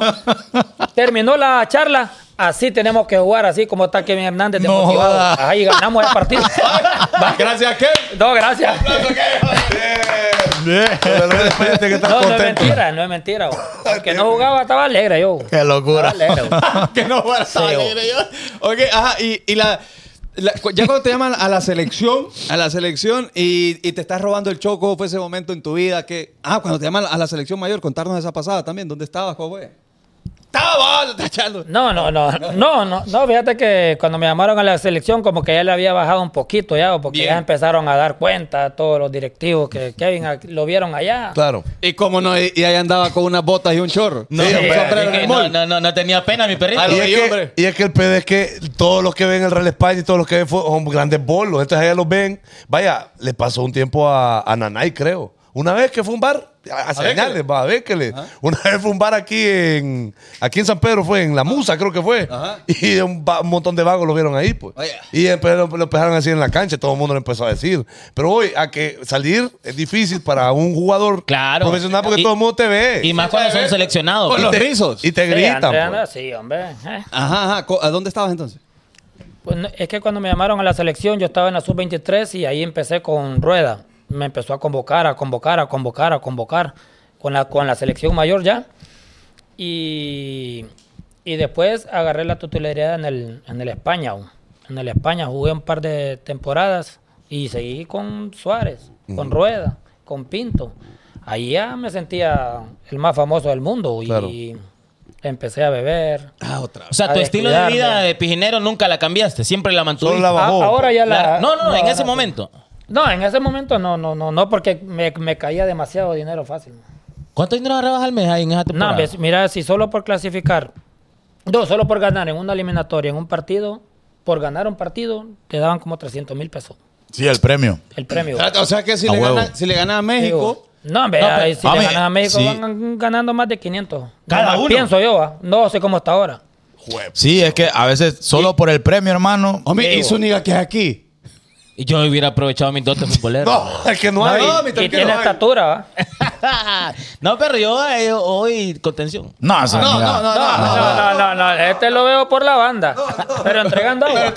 terminó la charla. Así tenemos que jugar, así como está Kevin Hernández de No motivado. joda. Ahí ganamos el partido. Gracias, Kevin. no, gracias. Pero luego después ya tiene que estar No, no es contento. mentira, no es mentira. bo. El que no jugaba estaba alegre yo. bo. Qué Estaba locura. alegre, bo. que no fuera tan Sí, o- alegre yo. ¿eh? Ok, ajá, y, y la, la- cu- ya cuando te llaman a la selección, a la selección y, y te estás robando el choco, ¿cómo fue ese momento en tu vida que, ah, cuando te llaman a la selección mayor, contarnos esa pasada también, ¿dónde estabas, cómo fue? Estaba tachando. No, no, no, no, no, no, fíjate que cuando me llamaron a la selección como que ya le había bajado un poquito ya, porque Bien. ya empezaron a dar cuenta a todos los directivos que Kevin a- lo vieron allá. Claro. Y cómo no, y, y ahí andaba con unas botas y un chorro. No, Sí, hombre, un sombrero es de que mol. no, no, no, no tenía pena mi perrito. Ah, lo Y es, vi, que, hombre. y es que el pedo es que todos los que ven el Real España y todos los que ven fue- son grandes bolos. Entonces allá los ven. Vaya, le pasó un tiempo a, a Nanay, creo. Una vez que fue un bar, a, a señales, va, a ver que le. Una vez fue un bar aquí en aquí en San Pedro, fue en La Musa, creo que fue. Ajá. Y un, va- un montón de vagos lo vieron ahí, pues. Oye. Y empe- lo, lo empezaron a decir en la cancha, todo el mundo lo empezó a decir. Pero hoy, a que salir es difícil para un jugador Claro. profesional porque Y- todo el mundo te ve. y más cuando son seleccionados. Con pues. los te- rizos. Y te Sí, gritan. antes pues. andaba así, hombre. eh. Ajá, ajá, co- ¿a dónde estabas entonces? Pues no, es que cuando me llamaron a la selección, yo estaba en la sub-23 y ahí empecé con Rueda. Me empezó a convocar, a convocar, a convocar, a convocar con la, con la selección mayor ya. Y, y después agarré la tutelaridad en el, en el España. bo. En el España jugué un par de temporadas y seguí con Suárez, con Rueda, con Pinto. Ahí ya me sentía el más famoso del mundo y Claro. empecé a beber. O sea, A tu estilo de vida descuidarme. de pijinero nunca la cambiaste, siempre la mantuviste. Solo la A- bajó. Ah, ahora ya la... La- no, no, no, en ahora ese sí. momento. No, en ese momento no, no, no, no, porque me, me caía demasiado dinero fácil. ¿Cuánto dinero agarrabas al mes ahí en esa temporada? No, ves, mira, si solo por clasificar, no, solo por ganar en una eliminatoria, en un partido, por ganar un partido, te daban como 300 mil pesos Sí, el premio. el premio. O sea que si, A le huevo. ganas, si le ganas a México, No, hombre, No, pero- ahí si mami, le ganas a México sí. van ganando más de 500. Cada Nada más uno. Pienso yo, ah. no sé cómo está ahora. Sí, es que a veces solo por el premio, hermano. hombre, y Zúñiga que es aquí. Y yo hubiera aprovechado mis dotes futboleros. No, es que no, hay. No, mi Y tranquilo, tiene ay. estatura, ¿va? no, pero yo eh, hoy contención. No, o sea, No, mira. no, no, No, no. no, no, no, no, este lo veo por la banda, pero entregando agua.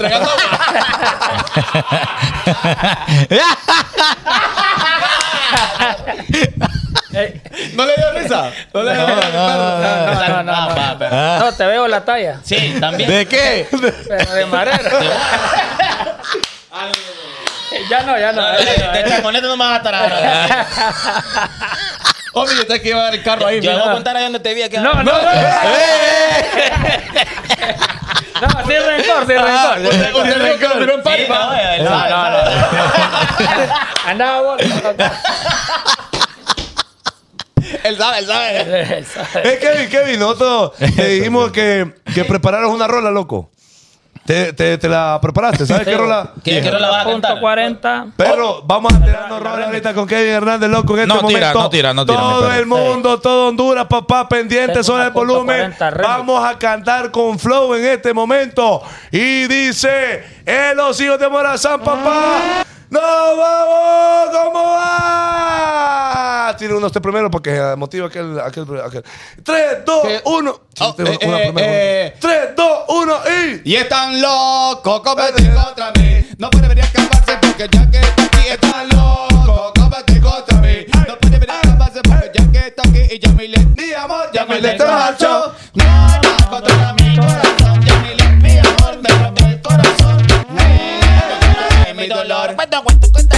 Eh, ¿No le dio risa? No le dio risa. no, no, no, no. Ah, pero- Ah. No, te veo la talla. Sí, también. ¿De qué? Pero de marero. ya no, ya no. No, de, de chamonete no me vas a atar ahora. Hombre, yo te que iba a dar el carro ahí. Yo mira. voy a contar ahí donde te vi. Aquí. No, no, no. No, sin rencor, sin rencor. Usted no encontró en Sí, Parma. no, el- No, no, no. Andaba Él sabe, él sabe. bol- Eh, Kevin, Kevin, nosotros te dijimos que, que prepararas una rola, loco. Te, te, te la preparaste, ¿sabes qué rola? ¿Qué, qué rola vas a Punto cantar? 40. Oh. Pero vamos a tirarnos rola ahorita con Kevin Hernández, loco, en este No tira, momento. no tira, no tira, mi Todo perro. el mundo, todo Honduras, papá, pendiente Tengo sobre una el volumen. 40 remix. Vamos a cantar con flow en este momento. Y dice, eh, los hijos de Morazán, papá, ¡nos vamos! ¿Cómo va? Tiene uno usted primero porque eh, motiva aquel, aquel, aquel. Tres, dos, ¿Qué? uno. Sí, Oh, tengo eh, una eh, primero. eh. Tres, dos, uno y... Y están locos competir contra mí. No debería escaparse porque ya que está aquí están locos competir contra mí. No debería escaparse porque ya que está aquí y ya mi le mi amor, ya mi le tracho. Nada contra mi corazón, ya mi le mi amor me rompe el corazón. Ey, Mi dolor. Cuenta, cuenta, cuenta.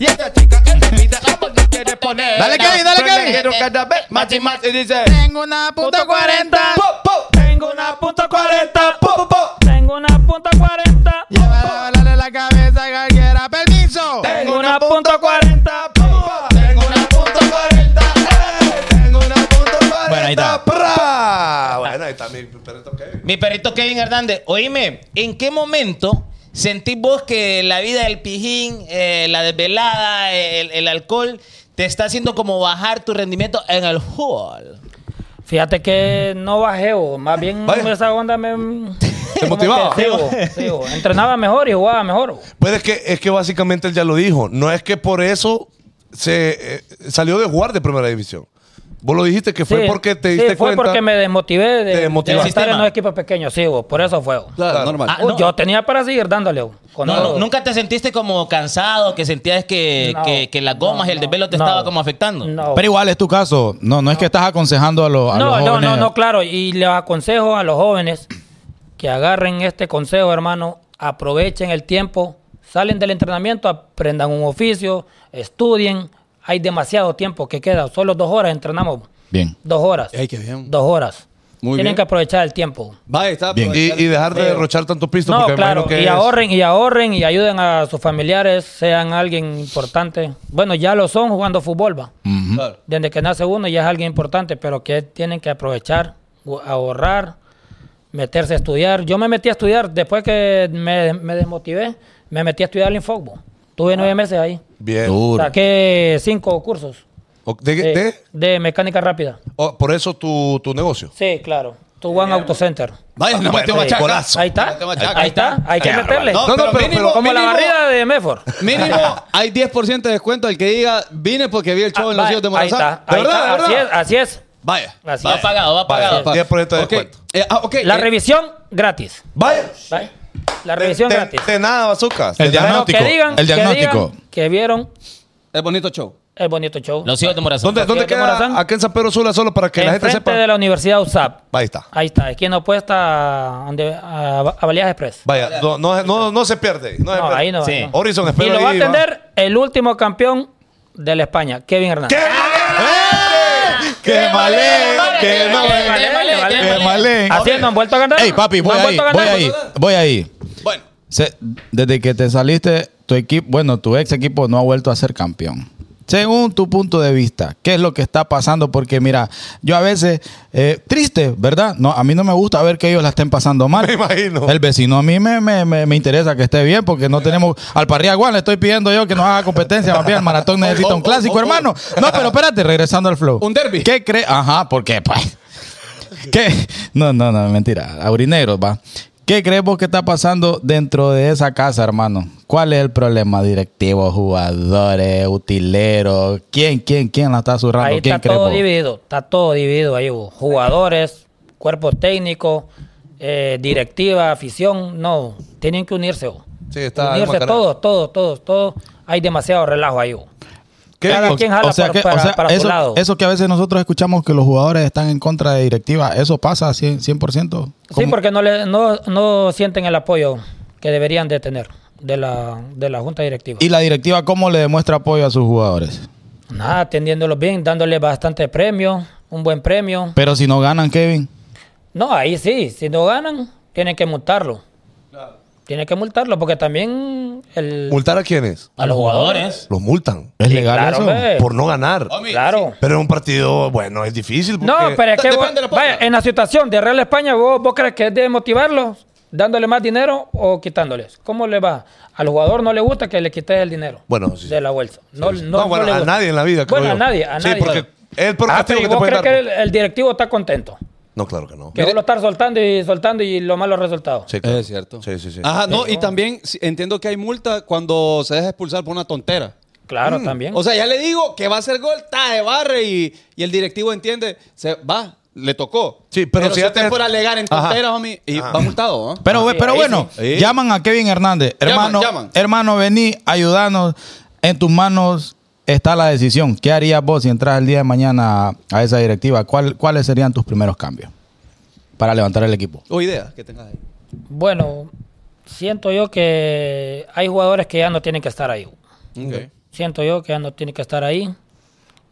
Y esta chica que te pide amor no quiere poner. Dale Kevin, dale Kevin. Quiero cada vez más y más y dice. Tengo una punto 40. Tengo una punto 40. Tengo una punto 40. Dale la cabeza a cualquiera. Permiso. Tengo una punto 40. Tengo una punto 40. Tengo una punto 40. Bueno, ahí está. ¡Pra! Bueno, ahí está mi perrito Kevin. Mi perrito Kevin Hernández, oíme, ¿en qué momento sentís vos que la vida del pijín, eh, la desvelada, eh, el, el alcohol, te está haciendo como bajar tu rendimiento en el fútbol? Fíjate que no bajeo, más bien Vaya. esa onda me... ¿Te como que motivaba? sí, bo, sí, bo. Entrenaba mejor y jugaba mejor. bo. Pues es que, es que básicamente él ya lo dijo. No es que por eso se eh, salió de jugar de primera división. Vos lo dijiste que fue Sí, porque te sí, diste fue cuenta. porque me desmotivé Te de, desmotivaste. de estar en Sistema. los equipos pequeños, sí, vos, por eso fue. vos. Claro, normal. Ah, Yo tenía para seguir dándole. vos, con No, todo. no, ¿Nunca te sentiste como cansado? ¿Que sentías que, No, que, que las no, gomas y el no, desvelo te no. estaba como afectando? No. Pero igual es tu caso. No, no es que estás aconsejando a, los a no, los no, jóvenes. no, no, claro. Y les aconsejo a los jóvenes que agarren este consejo, hermano. Aprovechen el tiempo. Salen del entrenamiento, aprendan un oficio, estudien. Hay demasiado tiempo que queda. Solo dos horas entrenamos. Bien. Dos horas. Ay, qué bien. Dos horas. Muy Tienen bien. que aprovechar el tiempo. Va, está. pues, Bien. Y, y dejar de Sí. derrochar tantos pistos No, porque me claro, imagino que y es- ahorren, y ahorren, y ayuden a sus familiares, sean alguien importante. Bueno, ya lo son jugando fútbol, va. Claro. Desde que nace uno ya es alguien importante, pero que tienen que aprovechar, gu- ahorrar, meterse a estudiar. Yo me metí a estudiar, después que me, me desmotivé, me metí a estudiar Infogbo. Tuve nueve meses ahí. Bien. Duro. Saqué cinco cursos O- de- de, de- de mecánica rápida. o- por eso tu, tu negocio. Sí, claro. Tu One Auto Center. Vaya, no Bueno, metió machaca. golazo. Ahí está. Mateo Machaca. Ahí está. Hay que Qué meterle. Este No, No, no, pero, pero- mínimo, pero Como la mínimo- barrida de Medford. Mínimo hay 10% de descuento al que diga vine porque vi el show en los Ah, hijos de va, ahí Morazán. está, ahí está, de verdad. Así es, así es. Vaya. Así Va es. pagado, va Vaya, pagado. pa- 10% de Ok. descuento. Eh, ah, ok. La Eh, revisión gratis. Vaya. ¿vale? La revisión de, gratis. de- de nada, bazookas. El De nada. Pero que diagnóstico, digan, el que digan diagnóstico. que vieron Es bonito show. el bonito show. Los hijos de Morazán. ¿Dónde, dónde de Morazán. queda? Aquí en San Pedro Sula, solo para que la gente Enfrente sepa. de la Universidad USAP. Ahí está. Ahí está, esquina opuesta a, donde- a, a Baleares Express. Vaya, no, no, no, no se pierde. No, se No, pierde. ahí no. Sí. ahí no. Horizon, Y espero lo va a ahí, va. atender el último campeón de la España, Kevin Hernández. ¡Qué malete! ¡Qué malete! ¡Qué malete! Vale, vale, vale, vale. Qué malén. Así es, no han vuelto a ganar. Ey, papi, No voy han ahí, vuelto a voy ganar. ahí, voy ahí. Bueno. Se- desde que te saliste, tu equipo, bueno, tu ex equipo no ha vuelto a ser campeón. Según tu punto de vista, ¿qué es lo que está pasando? Porque mira, yo a veces, eh, triste, ¿verdad? No, a mí no me gusta ver que ellos la estén pasando mal. Me imagino. El vecino a mí me, me, me, me interesa que esté bien porque no tenemos... Al Parriaguán le estoy pidiendo yo que nos haga competencia. Más bien, el maratón necesita un clásico, hermano. No, pero espérate, regresando al flow. Un derbi. ¿Qué crees? Ajá, porque pues... ¿Qué? No, no, no, mentira. Aurinegros, va. ¿Qué crees vos que está pasando dentro de esa casa, hermano? ¿Cuál es el problema? Directivos, jugadores, utileros. ¿Quién, quién, quién la está zurrando? Ahí ¿Quién está todo vos? dividido, está todo dividido ahí, vos. jugadores, cuerpo técnico, eh, directiva, afición, no, tienen que unirse. vos. Sí, está unirse desmacarado. todos, todos, todos, todos. Hay demasiado relajo ahí. vos. ¿Qué? Cada O- quien jala o sea para- que- o para- sea, para su eso, lado. Eso que a veces nosotros escuchamos que los jugadores están en contra de directiva, ¿eso pasa 100%? 100%? Sí, ¿Cómo? porque no, le, no, no sienten el apoyo que deberían de tener de la, de la junta directiva. ¿Y la directiva cómo le demuestra apoyo a sus jugadores? Nada, atendiéndolos bien, dándoles bastante premio, un buen premio. Pero si no ganan, Kevin. No, ahí sí, si no ganan, tienen que multarlo. Tienen que multarlo porque también el... ¿Multar a quiénes? A los jugadores. Los multan ¿Es Sí, legal claro, eso? hombre. por no ganar. Claro. Pero es un partido, bueno, es difícil. Porque... No, pero es que Depende vos- de la época. vaya, en la situación de Real España, ¿vos, vos crees que es de motivarlos dándole más dinero o quitándoles? ¿Cómo le va? Al jugador no le gusta que le quites el dinero Bueno, sí, de la bolsa. No, no, No, bueno, no le a gusta. nadie en la vida. creo Bueno, a yo. nadie, a sí, nadie. porque es el peor Ah, castigo pero ¿y que te vos pueden crees dar. que el, el directivo está contento? No, claro que no. Que vos lo estás soltando y soltando y los malos resultados. Sí, claro. Es cierto. Sí, sí, sí. Ajá, no, y también sí, entiendo que hay multa cuando se deja expulsar por una tontera. Mm. Claro, también. O sea, ya le digo que va a hacer gol, ta, de barre y, y el directivo entiende, se va, le tocó. Sí, pero si si ya usted te- fuera a alegar en Ajá. tonteras, homie, y Ajá. va multado, ¿no? Pero, sí, pero ahí bueno, Ah, sí. Sí. llaman a Kevin Hernández. Llaman, Hermano, llaman. hermano, vení, ayudanos. En tus manos está la decisión. ¿Qué harías vos si entras el día de mañana a- a esa directiva? ¿Cuál- ¿Cuáles serían tus primeros cambios para levantar el equipo? O ideas que tengas ahí. Bueno, siento yo que hay jugadores que ya no tienen que estar ahí. Ok. siento yo que ya no tiene que estar ahí.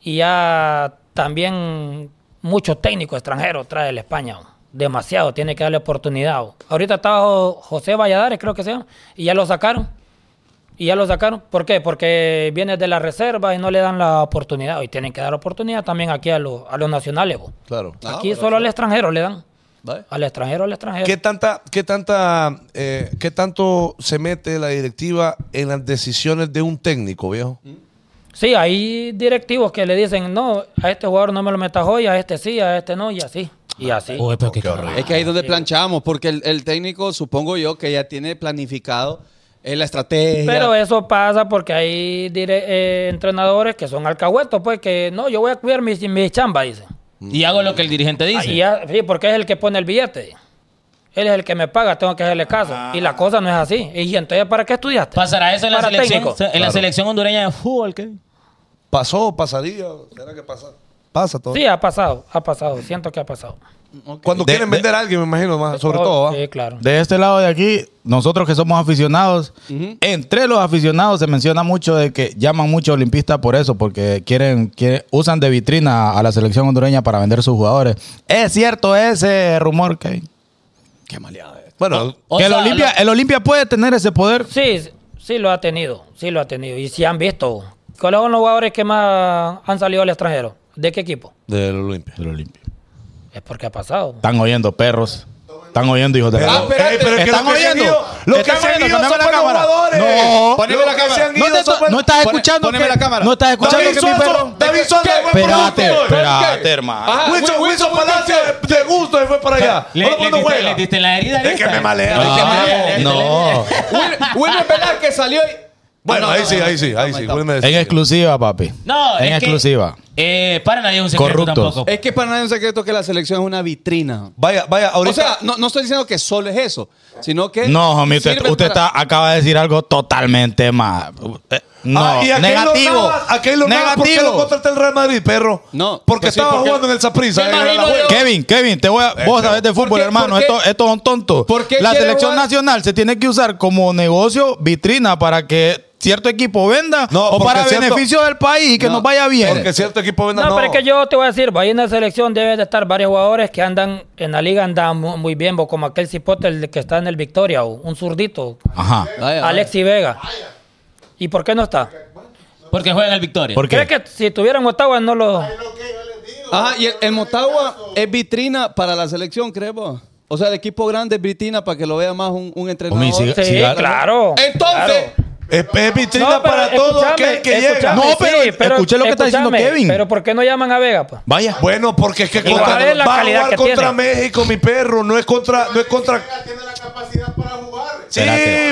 Y ya también muchos técnicos extranjeros trae el España. ¿o? Demasiado, tiene que darle oportunidad. ¿o? Ahorita estaba Jo- José Valladares, creo que sea, y ya lo sacaron. Y ya lo sacaron. ¿Por qué? Porque viene de la reserva y no le dan la oportunidad. ¿o? Y tienen que dar oportunidad también aquí a, los- a los nacionales. ¿o? Claro. Ah, aquí bueno, solo al extranjero le dan. Vale. Al extranjero, al extranjero. ¿Qué tanta, qué tanta, eh, qué tanto se mete la directiva en las decisiones de un técnico, viejo? Sí, hay directivos que le dicen, no, a este jugador no me lo metas hoy, a este sí, a este no, y así. Y así. Uy, Ah. pero qué, Es que ahí es donde planchamos, porque el, el técnico supongo yo que ya tiene planificado eh, la estrategia. Pero eso pasa porque hay dire- eh, entrenadores que son alcahuetos, pues que no, yo voy a cuidar mi, mi chamba, dice. Y hago lo que el dirigente dice. Y ya- sí, porque es el que pone el billete. Él es el que me paga, tengo que hacerle caso. Y la cosa no es así. Y entonces, ¿para qué estudiaste? ¿Pasará eso en la, Para selección, técnico. en la selección hondureña de fútbol? ¿qué? ¿Pasó? ¿Pasaría? ¿Será que pasa? Pasa todo. Sí, ha pasado, ha pasado. Siento que ha pasado. Cuando De- quieren de- vender a alguien, me imagino, más, Ah, sobre Oh, todo. ¿va? Sí, claro. De este lado de aquí, nosotros que somos aficionados, entre los aficionados se menciona mucho de que llaman mucho olimpistas por eso, porque quieren, quieren- usan de vitrina a la selección hondureña para vender sus jugadores. Es cierto ese rumor que hay. Bueno, O Que el sea, Olimpia, el Olimpia puede tener ese poder. Sí, sí lo ha tenido, sí lo ha tenido. Y sí han visto. ¿Cuáles son los jugadores que más han salido al extranjero? ¿De qué equipo? del Olimpia. Del Olimpia. Es porque ha pasado. Están oyendo perros. Están oyendo hijos de la. Ah, Pero- Ey, pero es que ¿Están los que se han oyendo? ido- los que ¿Están se han oyendo? ido son Cambiame la buenos cámara. jugadores. No. Poneme la Los que cámara. se han No, ido te- son no buenos- estás Pone- escuchando. poneme que- la cámara. No estás escuchando David que mi perro. Suazo, David Suazo fue por Espérate, Olimpia, güey. espérate, hermano. Ajá, Wilson, Wilson Palacio de de gusto se fue para allá. Le, Ahora le Ah, cuando diste, le juega. diste la herida. Es que me malea. No, Es que me malea. No. Wil- Wilmer Velázquez salió y. Bueno, No, ahí no, sí, no, ahí sí, no, ahí no, sí. no. Wilmer En decía. exclusiva, papi. No, en es que- exclusiva. Eh, para nadie es un secreto Corruptos. tampoco. Eh, Es que para nadie es un secreto que la selección es una vitrina. Vaya, vaya, O ahorita. sea, no, no estoy diciendo que solo es eso, sino que. No, homie, usted, Eh, sirve usted para- está, acaba de decir algo totalmente más. eh, No, Ah, y a Keylor negativo. Navas, a Keylor Navas, ¿por qué lo negativo. contrata el Real Madrid, perro? No, Porque pues sí, estaba porque- jugando en el Saprissa. Me imagino yo- Kevin, Kevin, te voy a, vos Eso. sabés de fútbol, ¿Por qué- hermano. por qué- Estos estos son tontos. por qué La quiere selección jugar? nacional se tiene que usar como negocio vitrina para que cierto equipo venda No, o porque para cierto- beneficio del país y que No, nos vaya bien. Porque cierto equipo venda No, no. pero es que yo te voy a decir, ahí en la selección deben de estar varios jugadores que andan en la liga, andan mu- muy bien, bo, como aquel cipote el que está en el Victoria, o un zurdito, Ajá. Vaya, Alexi Vega. ¿Y por qué no está? Porque juega en el Victoria. ¿Por ¿Crees qué? que si tuvieran Ottawa no lo... vaya. Ajá, y el, el Motagua es vitrina para la selección, creo vos. O sea, el equipo grande es vitrina para que lo vea más un, un entrenador. Homie, siga- Sí, siga- claro. Entonces, Es, es vitrina No, pero para todo escúchame, aquel que llega. escúchame, No, pero escuché lo que está diciendo escúchame, Kevin. Pero ¿por qué no llaman a Vega, pues? Vaya. Bueno, porque es que Igual es la va a calidad jugar que contra tiene. México, mi perro. No es contra. No es contra Tiene la capacidad para jugar. sí,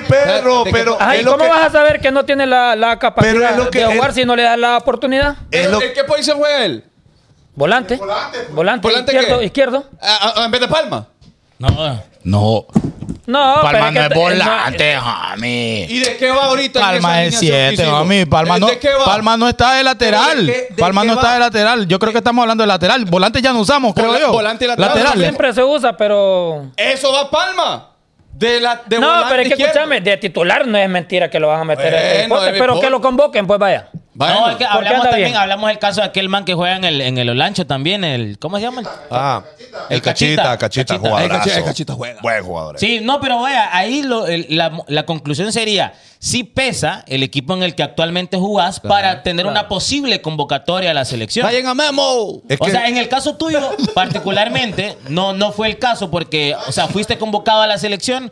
perro, Espérate. pero. Ajá, es ¿y lo cómo que- vas a saber que no tiene la, la Pero es capacidad lo que- de jugar es- si no le das la oportunidad? es lo- ¿en qué posición juega él? Volante. pues. Volante, ¿Volante izquierdo, qué? izquierdo. A- a- ¿En vez de Palma? No. No. No, pero Palma es no que es te- volante, homie. ¿Y de qué va ahorita? en Palma esa es alineación que 7, hicimos? mami. Palma ¿De- no, ¿De qué va? Palma no está de lateral. ¿De qué- de Palma qué no está va? de lateral. Yo creo que estamos hablando de lateral. Volante ya no usamos, creo Vola- yo. volante y lateral. No, Laterales. siempre se usa, pero... Eso va Palma. De la, de No, volante pero es que izquierdo. escúchame, de titular no es mentira que lo van a meter. en el Bueno, deporte, de pero deporte. que lo convoquen, pues vaya. Bueno, no, es que ¿por qué hablamos anda también, bien? hablamos del caso de aquel man que juega en el, en el Olancho también, el, ¿cómo se llama? Ah, el Cachita. cachita, cachita, Cachita. jugadorazo. El Cachita- el Cachita juega. Buen jugador. eh. Sí, no, pero vea, ahí lo- el- la, la conclusión sería, sí pesa el equipo en el que actualmente jugás para tener una posible convocatoria a la selección. Vayan a Memo. Es o que- sea, en el caso tuyo, particularmente, no, no fue el caso porque, o sea, fuiste convocado a la selección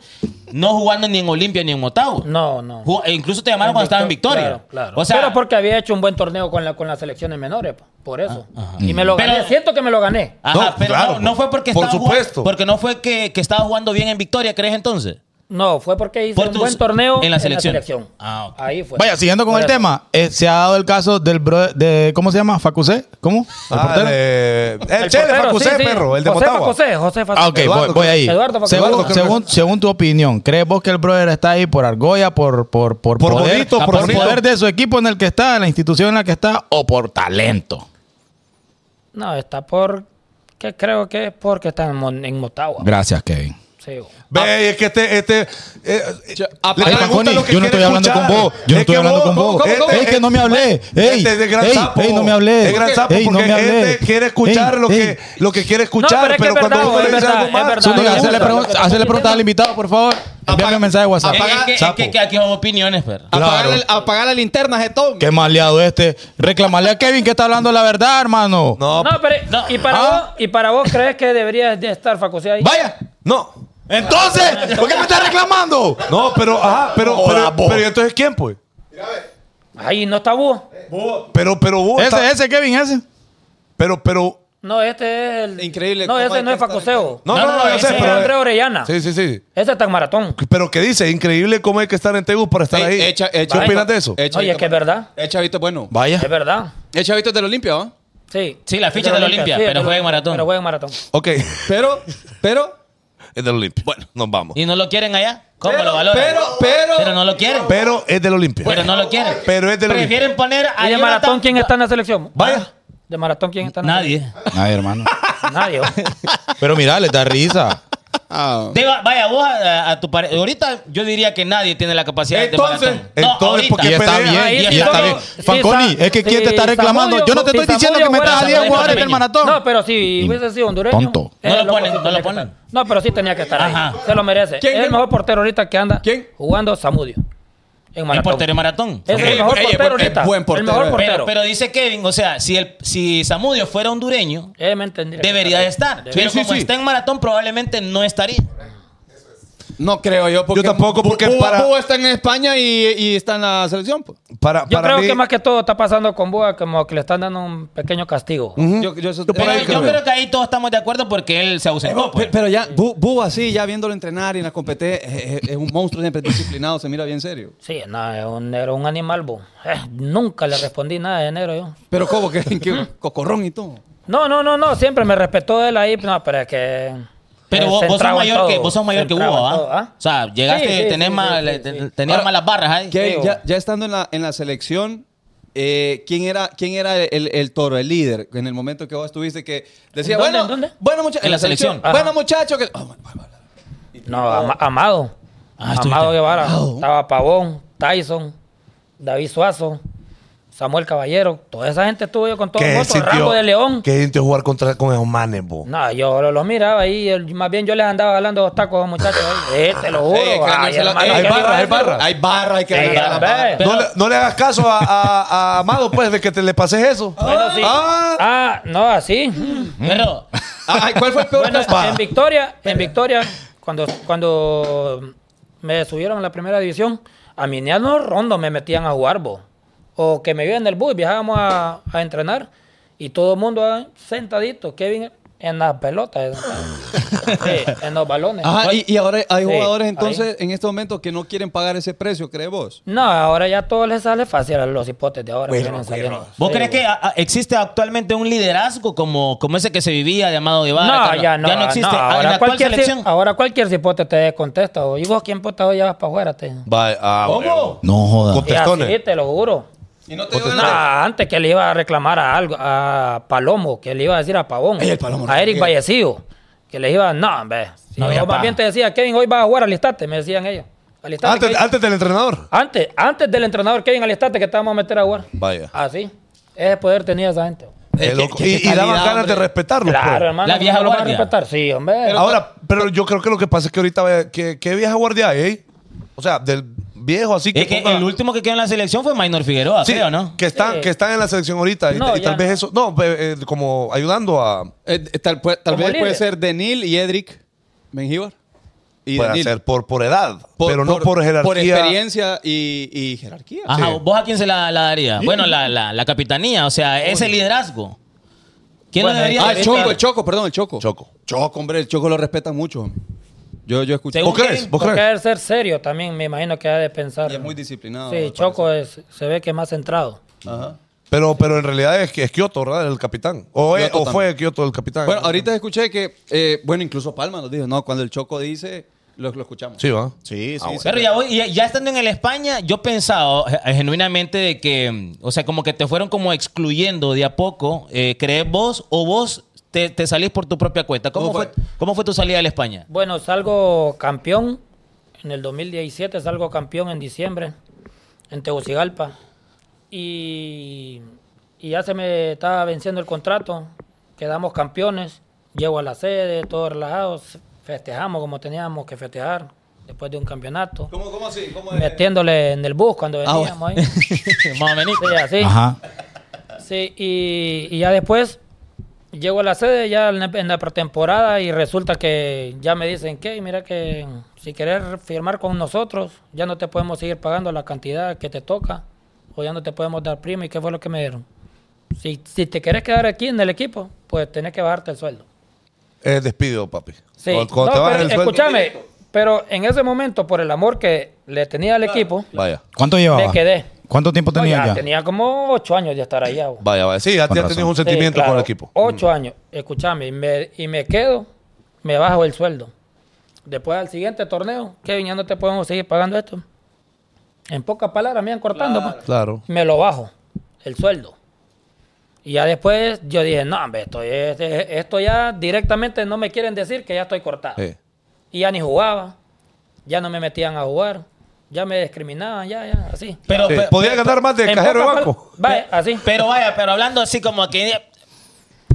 no jugando ni en Olimpia ni en Motagua. No, no. Ju- e incluso te llamaron cuando estabas en Victoria. Claro, claro. O sea, pero porque había hecho un buen torneo con, la, con las selecciones menores, po, por eso. Y me lo Ah, Pero- gané. Siento que me lo gané. ajá, No, pero claro, no, no fue porque por estaba supuesto. jugando, porque no fue que, que estaba jugando bien en Victoria, ¿crees entonces? No, fue porque hice Por un tus- buen torneo en la selección. selección. Ah, ok. Ahí fue. Vaya, siguiendo con Por el eso. tema, pues. eh, se ha dado el caso del bro de ¿cómo se llama? Facusé, ¿cómo? ¿El Ah, portero? de- el El Che de portero, Facusé, sí, sí. perro, el de José Motagua. Facusé, José Facusé. Ah, ok, Eduardo, voy, voy ahí. Eduardo Facusé. según, Eduardo, creo según, según tu opinión, ¿crees vos que el brother está ahí por argolla, por, por, por, Por poder, bonito, por bonito. poder de su equipo en el que está, en la institución en la que está, o por talento? No, está por... Que creo que es porque está en, Mon- en Motagua. Gracias, Kevin. Sí, bo. Ve, es que este, este. eh, a- le Ey, pregunta Fanconi, lo que ah, yo no quiere estoy hablando escuchar. con vos. Yo no Es estoy que hablando vos- con vos. ¿cómo, cómo? Ey, que no me hablé. Ey, Este es de gran ey, sapo. ey, no me hablé. Es gran sapo Ey, no porque me hablé. este quiere escuchar Ey, lo, ey. que, lo que quiere escuchar, No, pero es que pero, es cuando verdad, uno le es dice verdad, algo es más, verdad. uno Zúñiga, le Dale, Hacerle gusta. pregunta. preguntas hacerle preguntas al invitado, por favor. Envíame un mensaje de Ah, WhatsApp. Es- es que- es, que, sapo. que aquí son opiniones, perro. Apagar, Claro. el- apagar la linterna, Getón. Qué maleado este. Reclamale a Kevin que está hablando la verdad, hermano. No, No, pero... ¿y, para vos, ¿Y para vos crees que debería de estar Facusé ahí? Vaya. no. Entonces, ¿por qué me estás reclamando? No, pero, ajá, pero, pero, pero, ¿y entonces quién, pues? Ahí no está vos. Pero, pero, vos Ese, está- ese, Kevin, ese. pero, pero, No, este es el. Increíble No, cómo ese hay no es que estar- Facoseo. No, no, no, yo ese sé, es pero- Andrés Orellana. Sí, sí, sí. Ese está en maratón. Pero que dice, increíble cómo hay que estar en Tegus para estar ahí. Eh, echa- echa- ¿Qué opinas de eso? Eh, chavito, Oye, es que es verdad. Eh, chavito, bueno. Vaya. Es verdad. El chavito te lo limpia, ¿va? Sí. Sí, la ficha Te de la Olimpia, sí, pero te lo- juega en maratón. Pero juega en maratón. Ok, es Pero, pero, del Olimpia. Bueno, nos vamos. ¿Y no lo quieren allá? ¿Cómo Pero, lo valoran? pero, pero- Pero no lo quieren. Pero es del Olimpia. Pero no lo quieren. Pero es del Olimpia. Prefieren poner a ¿Y de Ah, Jonathan- maratón quién está en la selección? Vaya. ¿De maratón quién está en la Nadie. Ay, hermano. selección? Nadie. oh. Pero mira, le da risa. Ah, Deba- vaya, vos a, a tu pareja. Ahorita yo diría que nadie tiene la capacidad Entonces, de maratón. No, entonces, ahorita. ¿por Y qué está pelea? Ahí bien, y sí, está no, bien. sí, Fanconi, Sa- es que ¿quién sí, te está reclamando? Samudio, Yo no te sí, estoy diciendo Samudio que metas a fuera 10 Samudio jugadores del Pequeño. maratón. No, pero si hubiese sido hondureño. Tonto. él No lo es ponen, que no lo tenía que ponen. estar. No, pero sí tenía que estar ahí. Ajá. Se lo merece. ¿Quién, es el quién? mejor portero ahorita que anda ¿Quién? jugando Samudio. En El maratón. portero de maratón. Es Ey, el mejor ey, portero es ahorita. buen portero, El mejor eh. portero. Pero, pero dice Kevin, o sea, si, el, si Samudio fuera hondureño, Él me entendió. debería de estar. pero sí, como sí. está en maratón, probablemente no estaría. no creo yo. Porque Yo tampoco, porque Bu- Bu- para- Bu está en España y, y está en la selección. pues. Para, Yo para creo mí, que más que todo está pasando con Boa como que le están dando un pequeño castigo. Mm. Yo, yo eso- por Pero ahí yo creo. creo. que ahí todos estamos de acuerdo porque él se Eh, ausentó. bu- pues. pe- Pero ya, Bu, Bu así, ya viéndolo entrenar y en la competencia, es, es- es un monstruo siempre disciplinado, se mira bien serio. Sí, no, es un negro, un animal, bo. Eh, nunca le respondí nada de negro yo. Pero ¿cómo que, que cocorrón y todo? No, no, no, no, siempre me respetó él ahí, no, pero es que... Pero él vos, se vos sos entraba en mayor que, todo, vos sos mayor se que entraba Hugo, en ¿va? todo, ¿ah? O sea, llegaste, Sí, sí, tenés sí, mal- sí, sí, te- sí. tenías malas barras ahí. ¿Qué? Sí, ya, ya estando en la, en la selección, eh, ¿quién era, quién era el, el toro, el líder? En el momento que vos estuviste que decía, ¿En dónde, bueno, en dónde? bueno muchachos, En la selección. Ajá. Bueno muchachos, que... Oh, bueno, bueno. No, Ama- Amado. Ah, Amado estuviste. Guevara. Amado. Estaba Pavón, Tyson, David Suazo, Samuel Caballero. Toda esa gente estuvo yo con todos ¿Qué nosotros. Rambo de León. ¿Qué sintió jugar contra, con esos manes, bo? No, yo lo- los miraba ahí. el- Más bien yo les andaba hablando los tacos a los muchachos. ahí. Eh, te lo juro. Ey, hay que ay, ganársela- hermano, ey, hay ¿qué le iba barra, a hay decir? barra. Hay barra, hay que Sí, ganar la hombre. barra. No, Pero- le, no le hagas caso a, a- a Amado, pues, de que te le pases eso. Bueno, sí. Ah. Ah, no, así. Pero, Ay, ¿Cuál fue el peor Bueno, caso? en Victoria, en Victoria, cuando, cuando me subieron a la primera división, a mi no rondo me metían a jugar, bo. O que me iba en el bus, viajábamos a, a entrenar y todo el mundo ah, sentadito, Kevin en las pelotas, sí, en los balones. Ajá, y, y ahora hay Sí, jugadores ahí. entonces en este momento que no quieren pagar ese precio, ¿crees vos? No, ahora ya todo les sale fácil a los hipotes de ahora. que vienen saliendo. Pues, ¿vos Sí, crees bo. que a- a- existe actualmente un liderazgo como, como ese que se vivía de Amado Guevara? No, Carlos? ya no. Ya no existe. Ah, en la ahora, actual cualquier, selección. ahora cualquier cipote te contesta. bo. Y vos, ¿quién puta hoy ya vas para afuera? Te... Va, ah, huevo. No jodas. Y Contestones. así, te lo juro. Y no te digo No, antes que le iba a reclamar a algo, a Palomo, que le iba a decir a Pavón, Ey, el Palomo a Eric Rodríguez. Vallecillo, que les iba, no, hombre. Si No había yo más paja. bien te decía, Kevin, hoy vas a jugar, alistate, me decían ellos. Alistate, Antes, Kevin. antes del entrenador. antes, antes del entrenador Kevin, alistate, que te vamos a meter a jugar. Vaya. Así. Ese poder tenía esa gente. Qué qué- loco. qué- y, qué y daban calidad, ganas de hombre. respetarlo. Claro, pues. hermano. La ¿cómo vieja no lo van a guardia. respetar? Sí, hombre. Ahora, pero yo creo que lo que pasa es que ahorita, vaya, que, que vieja guardia hay. eh? O sea, del viejo así que. Es que ponga- el último que quedó en la selección fue Maynor Figueroa, Sí, creo, ¿no? que, están, Sí. que están en la selección ahorita. Y, No, ta- y ya tal vez no. eso. No, pe- eh, como ayudando a. Eh, eh, tal pues- tal Como vez puede líder. ser Denil y Edric Mengíbar. Y puede Denil. ser pues, por, por edad, pero no por jerarquía. Por experiencia y, y jerarquía. Ajá, Sí. ¿vos a quién se la, la daría? Bueno, la, la, la capitanía, o sea, ese liderazgo. ¿Quién Bueno, lo debería Ah, ahí el está. liderar? Choco, el Choco, perdón, el Choco. Choco. Choco, hombre, el Choco lo respeta mucho. Yo, yo escuché. Según ¿Vos crees? Kevin, ¿Vos Porque crees? debe ser serio también, me imagino que ha de pensar. Y es muy disciplinado. Sí, al Choco es- se ve que es más centrado. Ajá. Pero, pero en realidad es, que- es Kioto, ¿verdad? El capitán. O, es- Kioto o fue también. Kioto el capitán. Bueno, ahorita escuché que, eh, bueno, incluso Palma nos dijo, no, cuando el Choco dice, lo, lo escuchamos. Sí, Ah, va. Sí, sí. sí. Pero ya, voy- ya, ya estando en el España, yo pensaba eh, genuinamente de que, mm, o sea, como que te fueron como excluyendo de a poco, eh, ¿crees vos o vos te, te salís por tu propia cuenta? ¿Cómo, ¿Cómo fue? fue? pues. ¿Cómo fue tu salida del España? Bueno, salgo campeón en el 2017, salgo campeón en diciembre en Tegucigalpa. Y, y ya se me estaba venciendo el contrato, quedamos campeones, llego a la sede, todos relajados, festejamos como teníamos que festejar después de un campeonato, ¿Cómo, cómo así? ¿Cómo es? metiéndole en el bus cuando Ah, veníamos ahí. Más o menos. Sí, así. Ajá. Sí, y, y ya después llego a la sede ya en la, en la pretemporada y resulta que ya me dicen que, mira que si querés firmar con nosotros, ya no te podemos seguir pagando la cantidad que te toca o ya no te podemos dar prima. ¿Y qué fue lo que me dieron? Si, si te quieres quedar aquí en el equipo, pues tenés que bajarte el sueldo. Es despido, papi. Sí. Cuando- cuando No, te bajan pero el sueldo- escúchame, pero en ese momento, por el amor que le tenía al equipo, Vaya, ¿Cuánto llevaba? me quedé. ¿Cuánto tiempo No, tenía ya ya? tenía como ocho años de estar allá. bo. vaya, vaya. eh, Sí, ya, Con ya razón. tenías un Sí, sentimiento Eh, claro, Oh. con el equipo. Mm. Ocho años, escúchame, y me, y me quedo, me bajo el sueldo. Después al siguiente torneo, Kevin, ya no te podemos seguir pagando esto. En pocas palabras, me iban cortando. pues. Claro. Me lo bajo, el sueldo. Y ya después yo dije, no, hombre, esto, es- es- esto ya directamente no me quieren decir que ya estoy cortado. Sí. Y ya ni jugaba, ya no me metían a jugar, ya me discriminaban, ya, ya, así. Pero, Sí, pero, Podía ganar más de En cajero de pocas banco. pal- Vaya, así. pero vaya, pero hablando así como que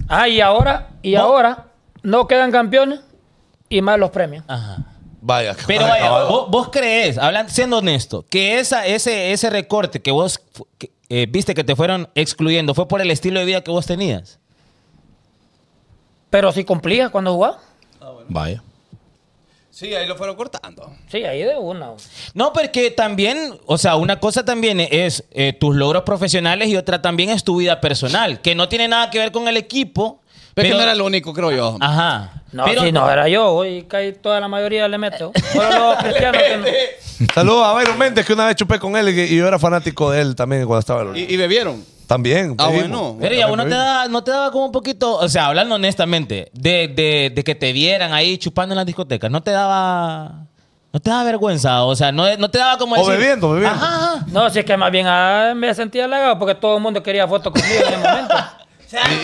Ah, y ahora, y ahora no quedan campeones y más los premios. Vaya. Pero ay, vaya, caballo. vos, vos crees, hablando, siendo honesto, que esa, ese, ese recorte que vos fu- que, eh, viste que te fueron excluyendo fue por el estilo de vida que vos tenías. Pero si cumplías cuando jugabas, Vaya. Sí, ahí lo fueron cortando. sí, ahí de una. No, porque también, o sea, una cosa también es eh, tus logros profesionales y otra también es tu vida personal, que no tiene nada que ver con el equipo. Pero, Ah, que no era el único, creo yo. Ajá. No, Pero- si no era yo, hoy caí toda la mayoría le meto. Solo los cristianos que no. Saludos a Byron Méndez, que una vez chupé con él y, y yo era fanático de él también cuando estaba en el- ah. Y, y bebieron. También. Ah, bebimos. bueno. Pero ya vos no te, daba, no te daba como un poquito, o sea, hablando honestamente, de, de- de que te vieran ahí chupando en las discotecas, no te daba, no te daba vergüenza, o sea, no, no te daba como O bebiendo, bebiendo. Ajá, ajá. No, si es que más bien ah, me sentía halagado porque todo el mundo quería fotos conmigo en ese momento.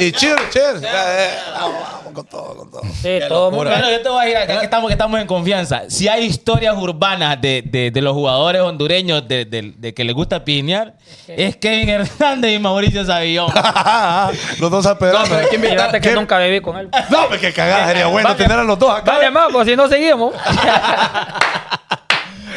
Y, y cheers, cheers. Ya, eh, vamos, vamos con todo, con todo. Sí, todo el mundo. Bueno, yo te voy a decir, acá que estamos, que estamos en confianza. Si hay historias urbanas de, de- de los jugadores hondureños de, de- de que les gusta piñar, es Kevin Hernández y Mauricio Savillón. Ah, los dos apedrados. Pero es que ¿Qué- fíjate que qué- nunca Eh, bebí con él. No, pues qué cagada. Sería bueno tener a los dos acá. Vale, más, pues si no seguimos.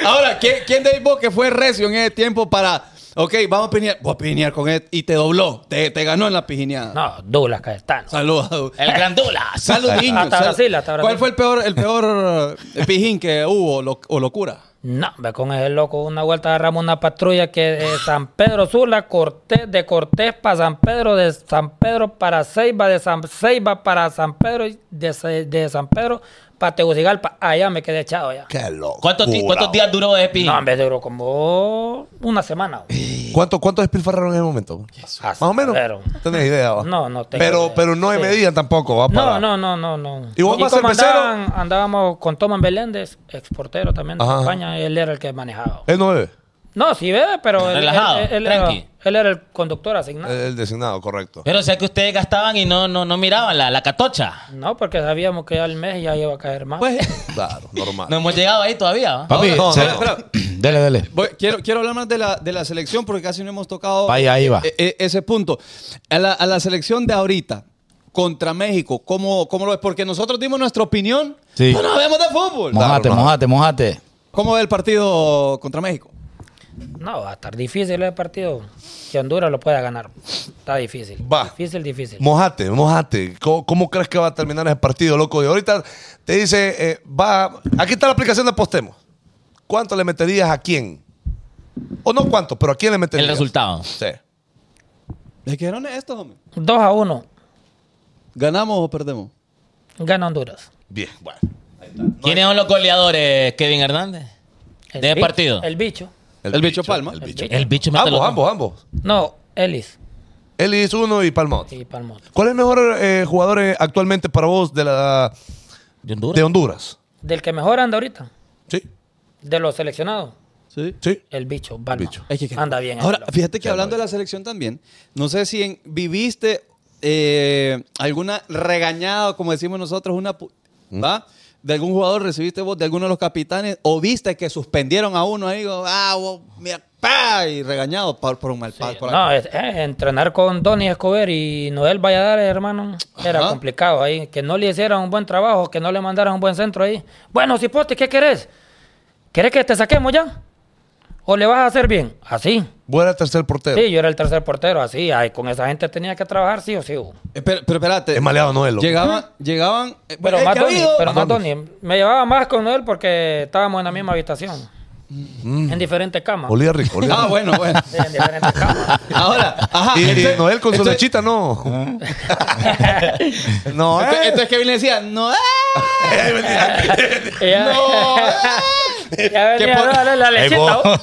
Ahora, ¿quién, quién de vos que fue recio en ese tiempo para. Ok, vamos a piñar. Voy a piñar con él. Y te dobló. Te, te ganó en la pijineada. No, Douglas Caestano. Saludos. El Grandulas. Saludos, niños. Hasta Brasil, hasta Brasil. ¿Cuál fue el peor, el peor eh, pijín que hubo lo- o locura? No, ve con ese loco, una vuelta agarramos una patrulla que de San Pedro Sula, Cortés, de Cortés para San Pedro, de San Pedro para Ceiba, de San Ceiba para San Pedro, y de, Ce- de San Pedro para Tegucigalpa. Allá me quedé echado ya. Qué loco. ¿Cuántos, ti- cuántos días duró ese pijín? No, en vez duró como una semana. ¿Cuánto, ¿Cuántos despilfarraron en ese momento? Eh, Más o menos. Pero- ¿Tenés idea? va? No, no tengo Pero, idea. pero no me Sí. medían tampoco. Va para... No, no, no, no, no. ¿Y vos vas como al mesero? andaban- andábamos con Tomás Beléndez, exportero también de Ajá. España, él era el que manejaba. El 9. No, sí bebe, pero él, Relajado, él- él era, tranqui. él era el conductor asignado. El, el designado, correcto. Pero o sea que ustedes gastaban y no, no, no miraban la, la catocha. No, porque sabíamos que al mes ya iba a caer Pues. más. Claro, normal. No hemos llegado ahí todavía. ¿va? Papi, No, no, se- no, no. dele, dele. Voy- quiero, quiero hablar más de la, de la selección porque casi no hemos tocado Vaya, ahí va. e- e- ese punto. A la, a la selección de ahorita contra México, ¿cómo, ¿cómo lo ves? Porque nosotros dimos nuestra opinión, Sí. pero no vemos de fútbol. Mojate, Claro, no. mojate, mojate. ¿Cómo ve el partido contra México? No, va a estar difícil el partido. Que Honduras lo pueda ganar. Está difícil. Va. Difícil, difícil. Mojate, mojate. ¿Cómo, cómo crees que va a terminar ese partido, loco? Y ahorita te dice, eh, va, aquí está la aplicación de Postemos. ¿Cuánto le meterías a quién? O no cuánto, pero a quién le meterías. El resultado. Sí. Es que eran estos, hombre. 2 a 1. ¿Ganamos o perdemos? Gana Honduras. Bien, bueno. ¿Quiénes son los goleadores, Kevin Hernández? ¿De bi- partido? El bicho. El bicho Palma. El El bicho. El bicho me Ambos, ambos, ambos. No, Ellis. Él hizo uno y Palma otro. Y Palmoto. ¿Cuál es el mejor eh, jugador eh, actualmente para vos de la ¿De Honduras? de Honduras? Del que mejor anda ahorita. Sí, De los seleccionados. Sí. sí. El bicho. Balma. Bicho. Es que- Anda bien. el Ahora, loco. fíjate que hablando de la selección también, no sé si en- viviste eh, alguna regañada, como decimos nosotros, una pu- Mm. ¿va? De algún jugador recibiste vos, de alguno de los capitanes, o viste que suspendieron a uno ahí, go- ah, vos, mira, pa, y regañado por, por un mal paso. por algo. No, es- eh, entrenar con Donny Escobar y Noel Valladares, hermano, era Ajá. complicado ahí. Que no le hicieran un buen trabajo, que no le mandaran un buen centro ahí. Bueno, Cipote, ¿qué querés? ¿Querés que te saquemos ya? ¿O le vas a hacer bien? Así. Buena tercer portero. Sí, yo era el tercer portero, así. ay, con esa gente tenía que trabajar, sí o sí. bo. Eh, pero, pero espérate, Es maleado Noel. loco. llegaban, llegaban, eh, Pero eh, más ¿qué ha Donny, habido? pero más Adonis. Donny. Me llevaba más con él porque estábamos en la misma habitación. Mm. en diferentes camas. Olía rico. olía Ah, rico. bueno, bueno. Sí, en diferentes camas. Ahora, ajá. Y, y Ah, entonces- Noel con su entonces- lechita, no. no, Entonces, eh. ah, entonces Kevin le decía, no, eh". Ya, ya venía por- a darle la Ey, lechita. vos. vos.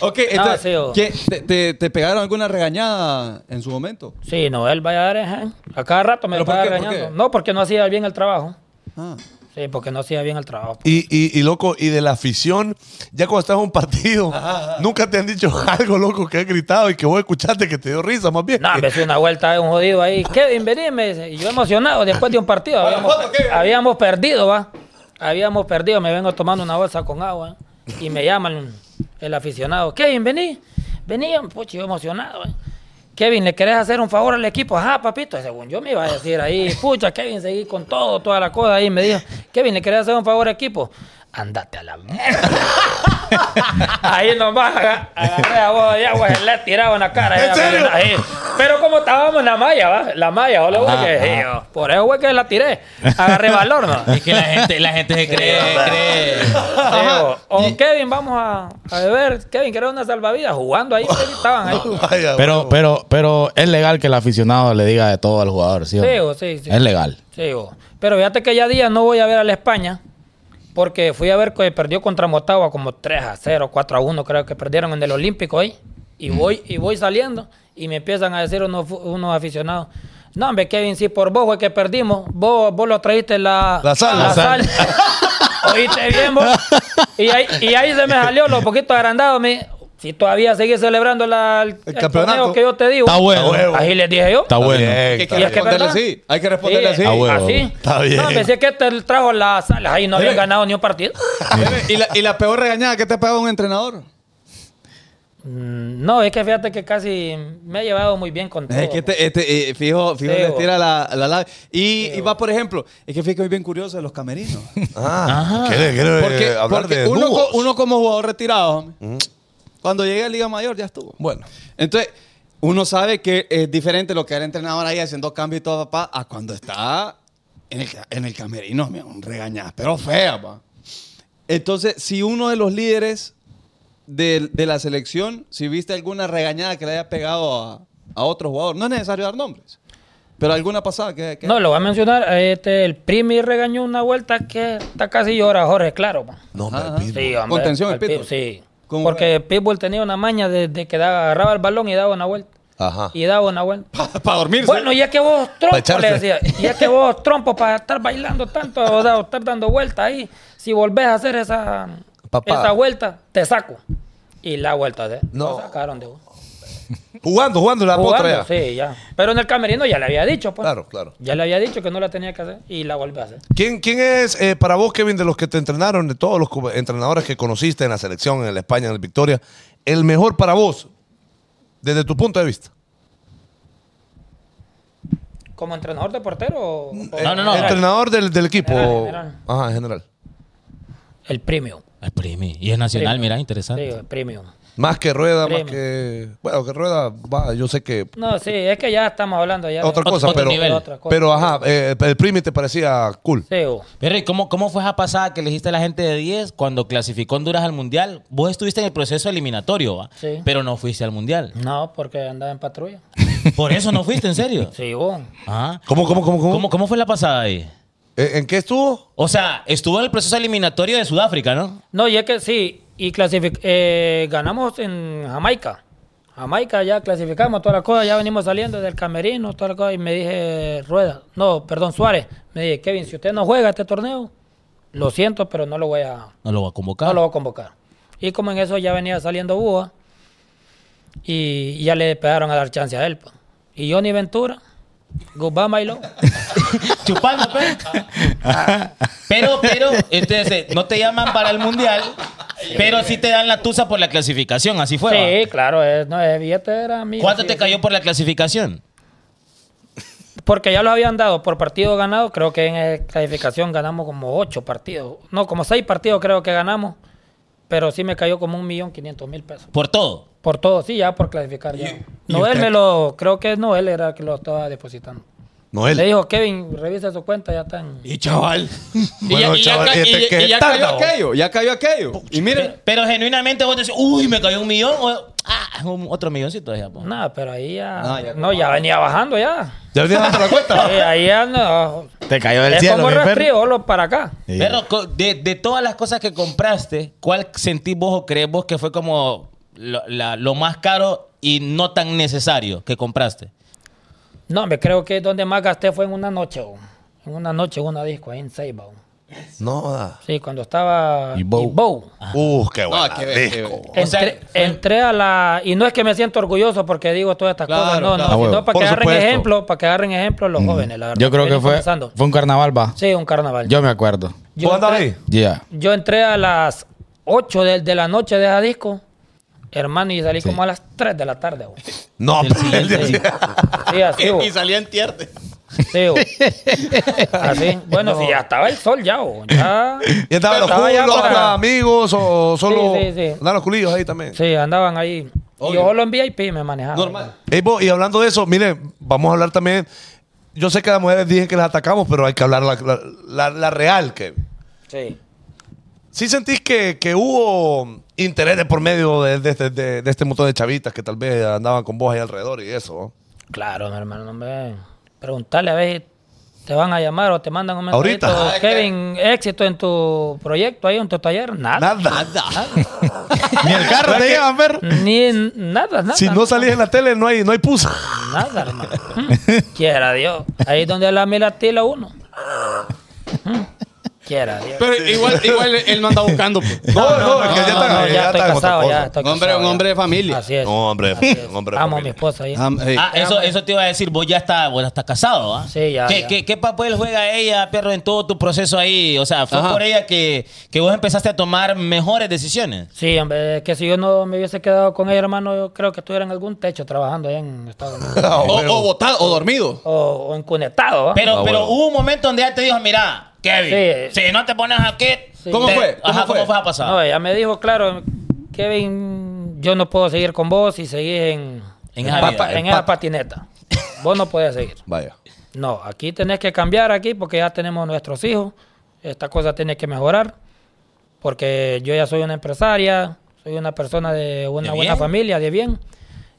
Ok, No, entonces, sí, oh. o- ¿qué- te, te- te pegaron alguna regañada en su momento? Sí, Noel Valladares, ¿eh? a cada rato me ¿Pero por estaba qué? ¿Por regañando. qué? No, porque no hacía bien el trabajo. Ah. Sí, porque no hacía bien el trabajo. Y, y, y, loco, y de la afición, ya cuando estás en un partido, nunca te han dicho algo, loco, que has gritado y que vos escuchaste que te dio risa, más bien. No, me hice una vuelta de un jodido ahí. Kevin, vení, me dice. Y yo emocionado después de un partido. Habíamos, habíamos perdido, va. Habíamos perdido. Me vengo tomando una bolsa con agua. ¿eh? Y me llaman el aficionado. Kevin, vení. Vení, pucha, yo emocionado. ¿eh? Kevin, ¿le querés hacer un favor al equipo? Ajá, papito. Según yo me iba a decir ahí, pucha, Kevin, seguí con todo, toda la cosa ahí. Me dijo, Kevin, ¿le querés hacer un favor al equipo? Andate a la mierda. Ahí nomás aga- agarré a vos de agua, se le tiraba en la cara. ya, serio? pero ahí. Eh, Pero como estábamos en la malla, ¿va? La malla, hola, güey, que sí, yo, Por eso, güey, que la tiré. Agarré valor, ¿no? Es que la gente, la gente se cree, cree. Digo, o "Oh, Kevin, vamos a, a beber. Kevin, ¿querés una salvavidas? Jugando ahí, Kevin, estaban ahí. Vaya, Pero, huevo. pero, pero es legal que el aficionado le diga de todo al jugador, ¿sí? o no? Sí, o sí, sí. Es legal. Sí, vos. pero fíjate que ya día no voy a ver a la España. Porque fui a ver que perdió contra Motagua como 3 a 0, 4 a 1, creo que perdieron en el Olímpico ahí. Y Mm. voy, y voy saliendo y me empiezan a decir unos, fu- unos aficionados. No, hombre, Kevin, si por vos fue que perdimos, vos, vos lo traíste la, La sal, la sal. sal. Oíste bien vos. Y ahí, y ahí se me salió los poquitos agrandados. Me, si todavía seguís celebrando la, el, el campeonato. torneo que yo te digo. Está bueno. Está bueno. Ahí les dije yo. Está bueno. Que bien, hay está que Y es bien. que es responderle verdad. así. Hay que responderle Sí, así. Ah, huevo. Así. Está bien. No, pensé que te trajo las salas. Ahí no habían ganado ni un partido. Dime, ¿Y la, y la peor regañada que te ha pegado un entrenador? Mm, No, es que fíjate que casi me he llevado muy bien con todo. Es que este, este, eh, fijo, fijo, Sí, le vos. tira la, la labia. Y, y va, por ejemplo, es que fíjate que es bien curioso de los camerinos. Ah, ¿quiere- quiere, eh, Porque, hablar porque de uno, co- dúos? uno como jugador retirado, homie, cuando llegue a Liga Mayor ya estuvo. Bueno. Entonces, uno sabe que es diferente lo que era entrenador ahí haciendo cambios y todo, papá, a cuando está en el, ca- en el camerino, mira, un regañadas, pero fea, pa. Entonces, si uno de los líderes del- de, la selección, si viste alguna regañada que le haya pegado a, a otro jugador, no es necesario dar nombres, pero alguna pasada que... que- No, lo voy a mencionar. Este, el Primi regañó una vuelta que está casi llora Jorge, claro. man. No, hombre, Ajá. Pitbull. Sí, hombre, Contención el al Pitbull, Pitbull. Sí. ¿Cómo Porque Pitbull tenía una maña de, de que da- agarraba el balón y daba una vuelta. Ah. Ajá. Y daba una vuelta. Para dormirse. Bueno, ya que vos trompo, echarse. le decía, ya que vos trompo para estar bailando tanto, o da- o estar dando vueltas ahí, si volvés a hacer esa, Papá. esa vuelta, te saco. Y la vuelta de No. lo sacaron de vos. Jugando, jugando la Jugando, potra ya. sí, ya. Pero en el camerino ya le había dicho, pues. Claro, claro. Ya le había dicho que no la tenía que hacer y la volvió a hacer. ¿Quién, quién es eh, para vos, Kevin, de los que te entrenaron, de todos los co- entrenadores que conociste en la selección, en la España, en el Victoria, el mejor para vos, desde tu punto de vista? ¿Como entrenador de portero o- o- No, no, no. Mm, eh, Entrenador del, del equipo. General, general. Ajá, en general. El premium. Es primi. Y es nacional, mira, Sí, interesante. el premium. Más que rueda, más Premio. que. Bueno, que rueda, va, yo sé que. No, sí, es que ya estamos hablando ya. de- otra cosa, otro pero. nivel. Otra cosa. Pero ajá, eh, el primi te parecía cool. Sí, o- Pero, ¿y ¿cómo, ¿cómo fue esa pasada que le dijiste a la gente de 10 cuando clasificó Honduras al Mundial? Vos estuviste en el proceso eliminatorio, ¿va? Sí. pero no fuiste al Mundial. No, porque andaba en patrulla. Por eso no fuiste, en serio. Sí, vos. Ajá. ¿Cómo, cómo, cómo, cómo? ¿Cómo, ¿Cómo fue la pasada ahí? Eh, ¿En, en qué estuvo? O sea, estuvo en el proceso eliminatorio de Sudáfrica, ¿no? No, y es que sí, y clasific eh, ganamos en Jamaica. Jamaica ya clasificamos todas las cosas, ya venimos saliendo del camerino, todas las cosas, y me dije Rueda, no, perdón, Suárez, me dije, Kevin, si usted no juega este torneo, lo siento, pero no lo voy a, No lo va a convocar. no lo voy a convocar. Y como en eso ya venía saliendo Búa, y ya le pegaron a dar chance a él. pues. Y Johnny Ventura, goodbye, Milo. Chupando, pues. Pero, pero, entonces, eh, no te llaman para el mundial, pero sí te dan la tusa por la clasificación, así fue. Sí, claro, es, no, el billete era mío. ¿va? ¿Cuánto sí, te sí. cayó por la clasificación? Porque ya los habían dado por partido ganado, creo que en eh, clasificación ganamos como ocho partidos, no, como seis partidos creo que ganamos, pero sí me cayó como un millón quinientos mil pesos. Por todo. Por todo, sí, ya por clasificar ya. Noel me lo, creo que Noel era el que lo estaba depositando. Noel. Le dijo, Kevin, revisa su cuenta, ya están. Y chaval. Bueno, chaval, ca- este y- que y ya tarda, cayó vos. aquello, ya cayó aquello. Y Pero, eh, mire, pero genuinamente vos decís, uy, me cayó un millón. o, ah, un- otro milloncito allá, po. Pues Nada, pero ahí ya. Ah, No, ya- no, ya venía bajando ya. Ya venía dando la cuenta. Sí, ahí ya no. Te cayó del Es cielo, como mi perro. resfrío, solo para acá. Sí. Pero co- de, de todas las cosas que compraste, ¿cuál sentís vos o crees vos que fue como lo, la- lo más caro y no tan necesario que compraste? No, me creo que donde más gasté fue en una noche, bo. en una noche, en una disco ahí en Ceiba. bo. No, da. Sí, cuando estaba Y Bow. y Bow. Uh, qué buena qué- qué- disco. Entré, entré a la. Y no es que me siento orgulloso porque digo todas estas Claro, cosas. No, claro. no, Ah, bueno. Mm. sino para Por que agarren supuesto. ejemplo, para que agarren ejemplo los jóvenes, la verdad. Yo creo que Vienen fue, comenzando. fue un carnaval, va. Sí, un carnaval. Yo me acuerdo. Yo ¿Vos andabas entré- ahí? Yeah. Yo entré a las 8 de, de la noche de esa disco, hermano, y salí Sí. como a las 3 de la tarde. güey. Sí, No, Del pero siguiente el día- así, güey. Y salía en tierte. Sí, güey. Así. Bueno, si ya estaba el sol ya, güey. Ya- ¿Y andaban los Estaba ya culos, para- andaban amigos o solo. Sí, sí, sí. Andaban los culillos ahí también. Sí, andaban ahí. Y yo solo en VIP me manejaba. normal. Ey, bo, y hablando de eso, miren, vamos a hablar también. Yo sé que las mujeres dicen que las atacamos, pero hay que hablar la, la- la- la real. Que, Sí. ¿Sí sentís que, que hubo interés de por medio de, de- de- de este montón de chavitas que tal vez andaban con vos ahí alrededor y eso? ¿no? Claro, mi hermano, no me preguntarle a ver si te van a llamar o te mandan un Ahorita. mensajito. Ah, Kevin, éxito en tu proyecto ahí, en tu taller. Nada. Nada. Ah, ah, Ni el carro te llevan, perro. Ni n- nada, nada. Si no salís en la tele, no hay, no hay pusa. Nada, hermano. Mm. Quiera Dios. Ahí es donde la mira tila uno. Mm. Quiera Dios. Pero igual, igual él no anda buscando. pues. No, no, es que ya No, están- ya están no, ya estoy en otra casado, ya cosa. estoy Un hombre- casado, un ya. hombre de familia. Así es. No, hombre, Así es. un hombre de Amo a mi familia. esposa ahí. Am- hey. Ah, eso, eso te iba a decir, vos ya estás, vos ya estás casado, ¿ah? Sí, ya, ¿Qué, ya. qué- qué papel juega ella, perro, en todo tu proceso ahí? O sea, fue Ajá. por ella que, que vos empezaste a tomar mejores decisiones. Sí, hombre, es que si yo no me hubiese quedado con ella, hermano, yo creo que estuviera en algún techo trabajando allá en Estados Unidos. Ah, O, bueno. o botado, o dormido. o, o encunetado, ¿va? Pero, Ah, pero bueno. hubo un momento donde ella te dijo, mira, Kevin, Sí. si no te pones aquí... Sí. ¿Cómo te- fue? ¿Cómo Ajá, fue? ¿cómo fue a pasar? No, ella me dijo, claro, Kevin, yo no puedo seguir con vos si seguís en, En esa vida. en esa patineta. Vos no podés seguir. Vaya. No, aquí tenés que cambiar aquí porque ya tenemos nuestros hijos. Esta cosa tiene que mejorar porque yo ya soy una empresaria, soy una persona de una ¿De buena bien? familia, de bien.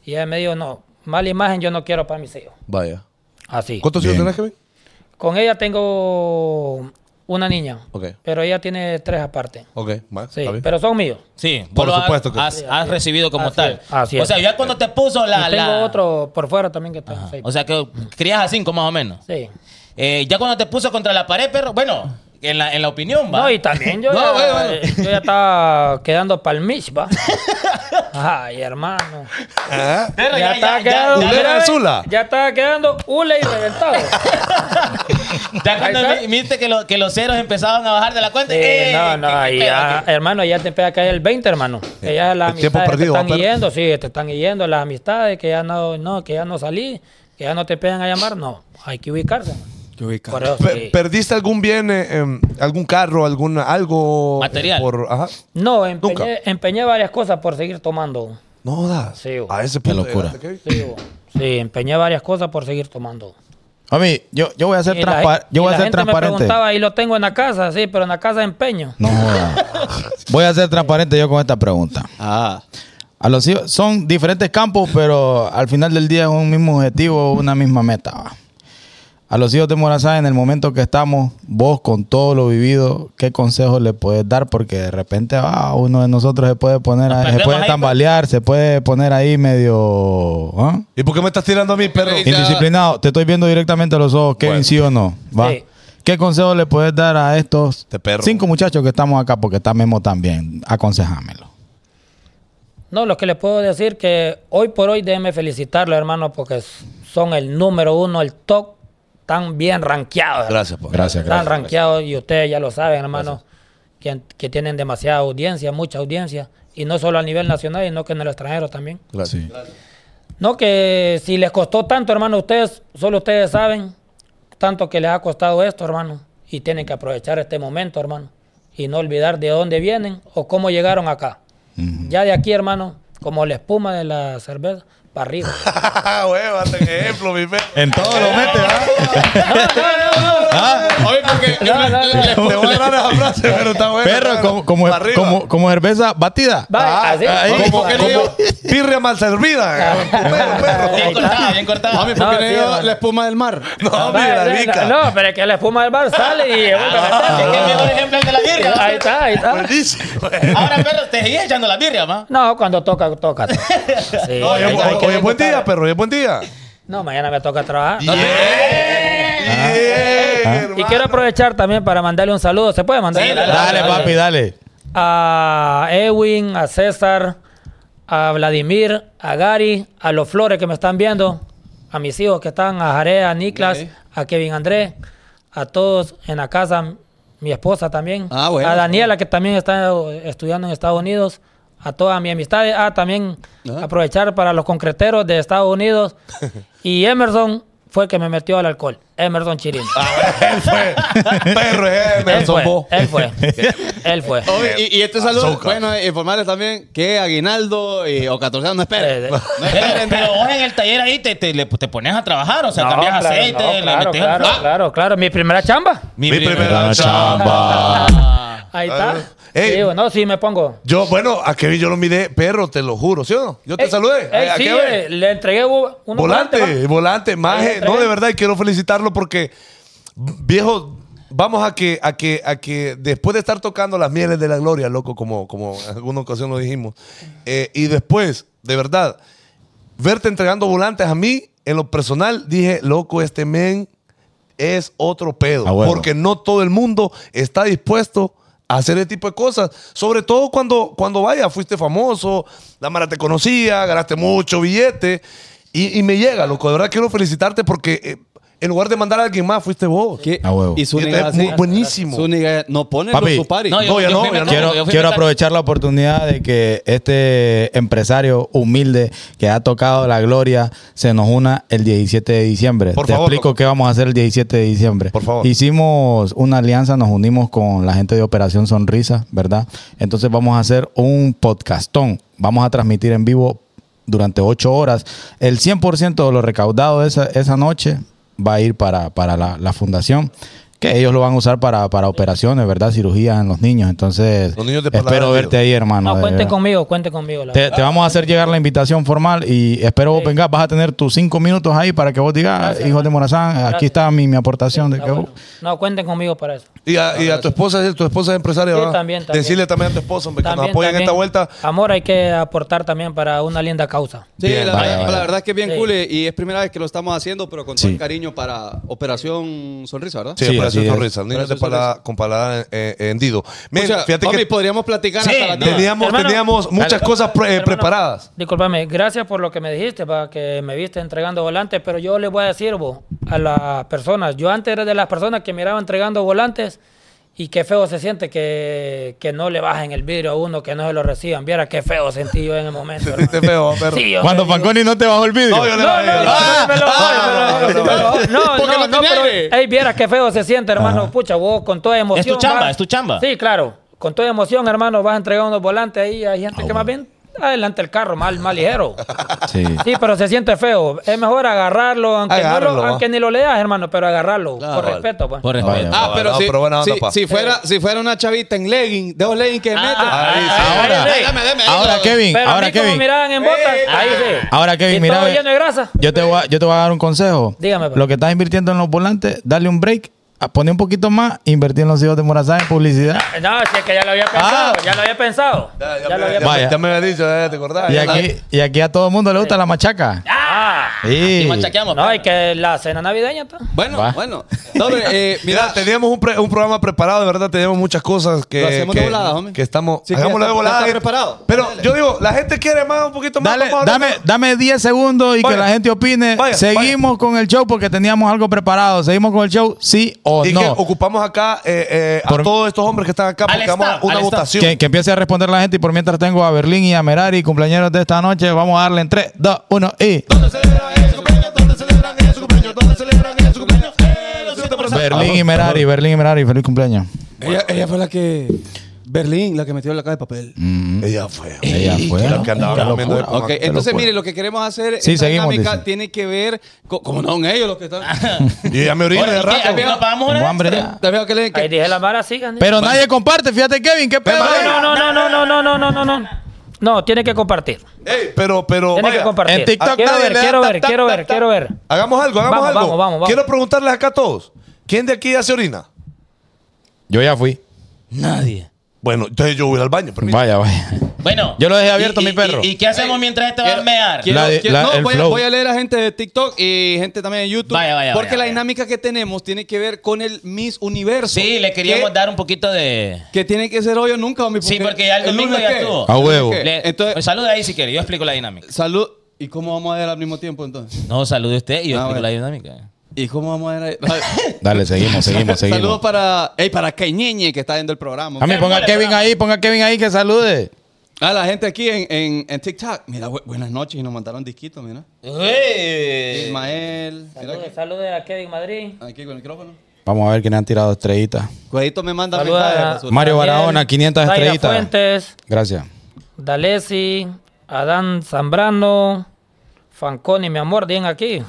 Y ella me dijo, no, mala imagen yo no quiero para mis hijos. Vaya. Así. ¿Cuántos hijos tenés, Kevin? Con ella tengo una niña, Ok. pero ella tiene tres aparte. Ok, más. Sí, está bien. pero son míos. Sí, vos Por lo has- supuesto que has, sí. has recibido como Así tal. es, así O sea, es. ya cuando te puso la... y tengo la- otro por fuera también que está. Ajá. sí. O sea, que crías a cinco más o menos. Sí. Eh, ya cuando te puso contra la pared, perro, bueno, en la, en la opinión, va. No, y también yo, No, ya, bueno, bueno. yo ya estaba quedando para el mishba. Ay, hermano. Ah, Perro, ya, estaba quedando. ya. mira, Ulera ve, Zula. ya estaba quedando hule y reventado. Ya cuando Ahí está. vi- viste que, lo- que los ceros empezaban a bajar de la cuenta. Sí, ¡eh! no, no, ¿Qué- qué ahí pedo ya, aquí? hermano, ya te empieza a caer el 20, hermano. Que ya las El tiempo amistades perdido, te va, están perro. yendo, sí, te están yendo las amistades, que ya no, no, que ya no salí, que ya no te pegan a llamar, no. Hay que ubicarse. hermano. Por eso, Pe- sí. ¿Perdiste algún bien, eh, em, algún carro, algún algo? eh, Material. por- ajá. No, empeñé, Nunca. empeñé varias cosas por seguir tomando. No das. Sí, güey. a ese punto. locura. llegaste, Kevin. Sí, bo. sí, empeñé varias cosas por seguir tomando. Mí, yo, yo voy a ser, Y la transpa- gen- yo y voy a la ser gente Me transparente. preguntaba, y lo tengo en la casa, sí, pero en la casa empeño. No joda. Voy a ser transparente yo con esta pregunta. Ah. A los hijos- son diferentes campos, pero al final del día es un mismo objetivo, una misma meta. va. A los hijos de Morazán, en el momento que estamos, vos con todo lo vivido, ¿qué consejos le puedes dar? Porque de repente ah, uno de nosotros se puede poner, Nos a- se perdemos puede pues. ahí, tambalear, se puede poner ahí medio ¿ah? ¿Y por qué me estás tirando a mí, perro? Sí. indisciplinado. Te estoy viendo directamente a los ojos, Kevin, Bueno. sí o no. ¿va? Sí. ¿Qué consejos le puedes dar a estos Este perro. cinco muchachos que estamos acá? Porque está Memo también. Aconsejámelo. No, lo que les puedo decir que hoy por hoy déjenme felicitarlos, hermano, porque s- son el número uno, el top, tan bien rankeados. Gracias, pues. Gracias, Están gracias. rankeados y ustedes ya lo saben, hermano, que, que tienen demasiada audiencia, mucha audiencia, y no solo a nivel nacional, sino que en el extranjero también. Sí. No, que si les costó tanto, hermano, ustedes, solo ustedes saben tanto que les ha costado esto, hermano. Y tienen que aprovechar este momento, hermano. Y no olvidar de dónde vienen o cómo llegaron acá. Ya de aquí, hermano, como la espuma de la cerveza, para arriba. Huevo, hasta que ejemplo, mi fe. En todo lo mete, ¿verdad? Oye, porque yo No, le- no, no. le- le- Te voy a dar esa frase, pero está bueno. Perro, como, como, Para arriba. como, como cerveza batida. Va, así. ahí. como- Como, como birria mal servida. Perro, perro. Bien cortada, bien cortada. Mami, No, ¿por qué le sí, dio hermano. la espuma del mar? No, Va, mira, no, rica. Ah, Ah. No, pero es que la espuma del bar sale y... Es que el mejor ejemplo es el de la birria. Ahí está, Pues ahí está. Buenísimo. Ahora, perro, te seguís echando la birria, ma. No, cuando toca, toca. Sí, Oye, hay que- hay que oye, buen día, disfrutar. Ah. perro. Oye, buen día. No, mañana me toca trabajar. Eh. Bien, hermano. Y quiero aprovechar también para mandarle un saludo. ¿Se puede mandar? Sí, dale, Dale, papi, dale. A Ewin, a César, a Vladimir, a Gary, a los flores que me están viendo, a mis hijos que están, a Jarea, a Niklas, Ok. a Kevin Andrés, a todos en la casa, mi esposa también, Ah, bueno. a Daniela que también está eh, estudiando en Estados Unidos, a todas mis amistades, ah, también Ajá. aprovechar para los concreteros de Estados Unidos y Emerson fue el que me metió al alcohol, Emerson Chirino. Ah, Él fue. Perro, eh, Él Nelson fue, Bo. él fue, él fue. Oye, y, y este saludo, Azúcar. bueno, informarles también que Aguinaldo y, o 14 no esperen. Eh, No Pero, esperen. pero vos en el taller ahí te, te, le- pues, te pones a trabajar, o sea, No, cambias claro, aceite, no, le claro, metes el- claro, ¡Ah! claro, claro. Mi primera chamba. Mi primera chamba. Ah. Ahí está. Ey. Sí, bueno, sí, me pongo. Yo, bueno, a Kevin yo lo miré, perro, te lo juro, ¿sí o no? Yo te Ey, saludé. ey, ¿A sí, Kevin? eh, le entregué un Volante, volante, maje. está No, de bien. verdad, y quiero felicitarlo porque, viejo, vamos a que, a que, a que después de estar tocando las mieles de la gloria, loco, como, como en alguna ocasión lo dijimos, eh, y después, de verdad, verte entregando volantes a mí, en lo personal, dije, loco, este men es otro pedo. Ah, bueno. Porque no todo el mundo está dispuesto a hacer ese tipo de cosas. Sobre todo cuando, cuando vaya, fuiste famoso, la Mara te conocía, ganaste mucho billete. Y, y me llega, loco. De verdad quiero felicitarte porque eh, en lugar de mandar a alguien más, fuiste vos. ¿Qué? A huevo. Y Zúñiga Está hace- este muy buenísimo. Zúñiga no pone Papi. en su party. No, No, ya no, fui ya no. mecánico, yo Quiero, fui quiero mecánico. aprovechar la oportunidad de que este empresario humilde que ha tocado la gloria se nos una el 17 de diciembre. Por Te favor, explico loco. qué vamos a hacer el 17 de diciembre. Por favor. Hicimos una alianza, nos unimos con la gente de Operación Sonrisa, ¿verdad? Entonces vamos a hacer un podcastón. Vamos a transmitir en vivo durante ocho horas. El 100% de lo recaudado esa, esa noche va a ir para, para la, la fundación. Que ellos lo van a usar para, para operaciones, ¿verdad? Cirugías en los niños. Entonces, Los niños de palabra, espero verte digo. ahí, hermano. No, de cuente verdad. conmigo, cuente conmigo. la Te, verdad. te vamos a hacer llegar la invitación formal y espero vos vengas. Vas a tener tus cinco minutos ahí para que vos digas, Gracias, hijos de Morazán, aquí Gracias. está mi, mi aportación. de Está que bueno. vos- No, cuenten conmigo para eso. Y a, y a tu esposa, tu esposa es empresaria. Sí, ¿verdad? también, también. Decirle también a tu esposa, hombre, que nos También, apoyen en también. esta vuelta. Amor, hay que aportar también para una linda causa. Sí, Bien, la, vale, la vale. verdad es que es bien Sí. cool y- y es primera vez que lo estamos haciendo, pero con Sí. todo el cariño para Operación Sonrisa, ¿verdad? Sí, Sí, Operación así es. Sonrisa. Niños de Operación palada, con palada eh, hendido. Mira, O sea, fíjate homie, pues, que podríamos platicar Sí, hasta las no. 10. teníamos, Hermano, teníamos muchas hermano, cosas pre- eh, hermano, preparadas. Disculpame, gracias por lo que me dijiste, para que me viste entregando volantes, pero yo les voy a decir vos, a las personas, yo antes era de las personas que miraba entregando volantes y qué feo se siente que, que no le bajen el vidrio a uno, que no se lo reciban. Viera qué feo sentí yo en el momento. hermano. Viste feo, perro. Sí, yo Cuando me digo- Fanconi no te bajó el vídeo. No, yo le No, no, bajé, yo le bajé. no, me lo Ah, voy, me lo voy, me lo voy. No, Porque no, lo no, tenía pero, aire. ey, vieras qué feo se siente, hermano. Pucha, vos con toda emoción. Es tu chamba, vas- es tu chamba. Sí, claro. Con toda emoción, hermano, vas a entregar unos volantes ahí. Hay gente que más bien adelante el carro, mal, mal ligero. Sí. Sí, pero se siente feo. Es mejor agarrarlo, aunque, no lo- Agárralo, aunque va. ni lo leas, hermano, pero agarrarlo. Claro. por respeto, pues. Por respeto. Vaya. Ah, No, pero, no, si, pero buena si- onda, pa. si fuera, si fuera una chavita en legging, de esos leggings que mete. Ah, ahí sí. Ahora, Ahí sí. Dame, dame, ahora dame. Kevin, Pero a ahora mí como Kevin, miraban en botas, ahí sí. ahora Kevin, Y mira, todo ve. lleno de grasa. yo te, voy a, yo te voy a dar un consejo. Dígame, pues. Lo que estás invirtiendo en los volantes, dale un break, a- poné un poquito más, invertir en los hijos de Morazán en publicidad. No, si es que ya lo había pensado, ya lo había pensado. Ya, ya Ya lo me- había ya me- Vaya. ya me había dicho, eh, ¿te acordás? Y Ya la- aquí, y aquí a todo el mundo le gusta la machaca. Ah. Sí. Y machaqueamos, No, perro. y que la cena navideña pues. está. Bueno, Va. bueno. No, pero, eh, Mira, mira, teníamos un, pre- un programa preparado, de verdad, teníamos muchas cosas que. Lo hacemos de que- volada, homie. Que estamos. Sí, que ya hagámoslo de está- volada. ya está gente. preparado. Pero Dale. yo digo, la gente quiere más, un poquito más. Dame, vamos a hablar dame, dame 10 segundos y Vaya. que la gente opine. Vaya, Seguimos con el show porque teníamos algo preparado. Seguimos con el show, sí o Y que oh, no. ocupamos acá eh, eh, a Por- todos estos hombres que están acá Al porque vamos a staff, una al staff. votación. Que, que empiece a responder la gente y por mientras tengo a Berlín y a Merari, cumpleaños de esta noche, vamos a darle en 3, 2, 1 y... Eh, Berlín y Merari, Berlín y Merari, feliz cumpleaños. Ah, ella, ella fue la que. Berlín, la que metió la caja de papel. Ella fue. Ella fue, La ¿no? que andaba Qué comiendo locura. de Ok, pan. entonces Te lo mire, lo que queremos hacer, Sí, esta seguimos, dinámica dice. tiene que ver, co- como no son ellos los que están... juro. Y ella me orina de rato. ¿Qué? ¿Nos pagamos Tengo una hambre extra? ya. Te veo que le Ahí que- dije la vara, sigan. Pero nadie comparte, fíjate Kevin, qué pedo. vale. No, no, no, no, no, no, no, no, no, no. No, tiene que compartir. Ey, pero, pero. Tiene que vaya, compartir. en TikTok quiero nadie ver, le da quiero tap, ver, tap, quiero tap, ver, tap. quiero ver. Hagamos algo, hagamos Vamos, algo. vamos, vamos, vamos. Quiero preguntarles acá a todos. ¿Quién de aquí ya se orina? Yo ya fui. Nadie. Bueno, entonces yo voy al baño, permiso. Vaya, vaya. Bueno. Yo lo dejé abierto y- a mi y- perro. ¿Y, y qué hacemos mientras este va a mear? Quiero- La de- quiero- la- no, el voy, a, flow. voy a leer a gente de TikTok y gente también de YouTube. Vaya, vaya, porque vaya, la vaya. dinámica que tenemos tiene que ver con el Miss Universo. Sí, le queríamos que, dar un poquito de... Que tiene que ser hoy o nunca, homie, Sí, porque ya el domingo lunes ya qué? estuvo. A huevo. ¿Qué? Le- Entonces- saluda ahí si quiere, yo explico la dinámica. Salud. ¿Y cómo vamos a ver al mismo tiempo entonces? No, salude usted y yo Ah, explico bueno. la dinámica. ¿Y cómo vamos a ver? Dale, seguimos, seguimos, seguimos. Saludos para, ey, para Cañeñe que está viendo el programa. A mí ponga Hermoso, Kevin hermoso. ahí, ponga Kevin ahí que salude. A Ah, la gente aquí en, en, en TikTok. Mira, bu- buenas noches y nos mandaron disquitos, mira. Eh, Ismael. Mira aquí, Saludos saludos a Kevin Madrid. aquí con el micrófono. Vamos a ver quién han tirado estrellitas. Cuadrito me manda Saluda mensajes, a- Rasul. Mario Daniel, Barahona, 500 Zaira estrellitas. Fuentes, Gracias. Dalesi, Adán Zambrano, Fanconi, mi amor, bien aquí.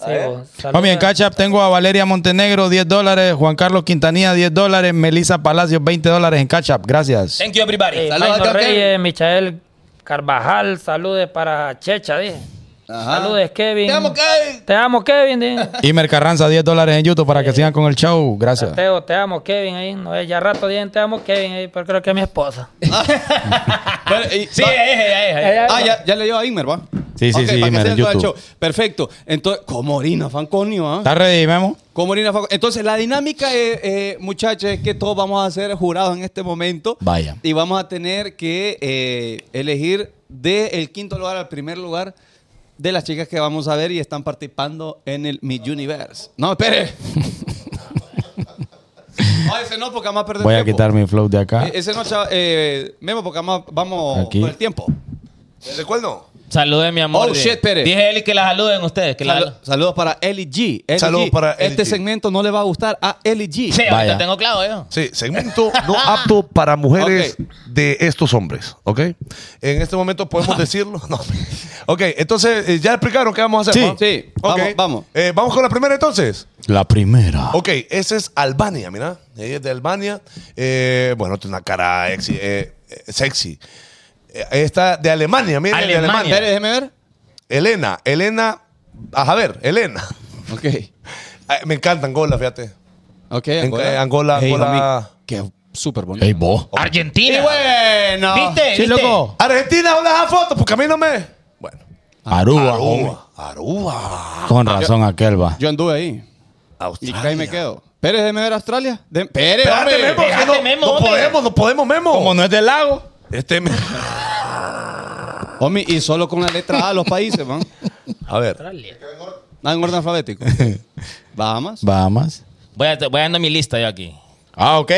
Sí, vos, saluda- Homie, en Catch Up tengo a Valeria Montenegro, 10 dólares. Juan Carlos Quintanilla, 10 dólares. Melissa Palacios, 20 dólares en Catch Up. Gracias. Thank you, everybody. Eh, Saluda a Jaino Teo Kevin. Reyes, Michael Carvajal, saludes para Checha, dije. Ajá. Saludes, Kevin. Te amo, Kevin. Te amo, Kevin, dije. Imer Carranza, 10 dólares en YouTube Eh, para que sigan con el show. Gracias. Teo, te amo, Kevin, ahí. No, eh, ya rato dije, te amo, Kevin, ahí, pero creo que es mi esposa. Bueno, y- Sí, eh. va- ella, ella, ella. Ella- Ah, ya, ya le dio a Imer, ¿va? Sí, sí, Ok, sí, para que Imer, sea en todo el YouTube. show. Perfecto. Entonces, como orina Fanconio, ¿ah? ¿Estás ready, Memo? Como orina Fanconio. Entonces, la dinámica, eh, eh, muchachos, es que todos vamos a ser jurados en este momento. Vaya. Y vamos a tener que eh, elegir del quinto lugar al primer lugar de las chicas que vamos a ver y están participando en el Miss Universe. No, espere. no, ese no, porque vamos a perder Voy a tiempo. quitar mi flow de acá. Eh, Ese no, chava, eh, Memo, porque vamos, vamos Aquí. con el tiempo. ¿De cuál no? Salude, mi amor. Oh, shit, Pérez. Dije Eli que la saluden ustedes. Que Salu- la... saludos para Eli G. Eli Saludos G. para Eli Este G. segmento no le va a gustar a Eli G. Sí, Vaya. ahorita tengo clavo eh. yo. Sí, segmento no apto para mujeres Ok. de estos hombres, ¿ok? En este momento podemos decirlo. No. Ok, entonces, eh, ¿ya explicaron qué vamos a hacer? Sí. no? Sí, Ok. vamos, vamos. Ah. Eh, vamos con la primera entonces. La primera. Ok, esa es Albania, mira. Ella es de Albania. Eh, bueno, tiene una cara exi- eh, eh, sexy. Eh, Esta de Alemania, mira. de Alemania. Espere, déjeme ver. Elena, Elena. A ver, Elena. Ok. Ay, Me encanta Angola, fíjate. Ok, eh, Angola, Ey, Angola. homie, Qué súper bonito. Ey, vos. Argentina. Y bueno. ¿Viste? Sí, ¿Viste? loco. Argentina, hola a fotos, porque a mí no me. Bueno. Ah. Aruba. homie. Aruba. Aruba. Con razón aquel va. Yo anduve ahí. Y Australia. ahí me quedo. Espere, déjeme ver Australia. De- Espere, Espérate, hombre. Memo, que Espérate, no, Memo, no hombre. podemos, no podemos, Memo. Como no es del lago. Este me- Homie, y solo con la letra A los países, man. A ver. Nada en orden alfabético. Bahamas. Bahamas. Voy, a, voy dando mi lista yo aquí. Ah, ok.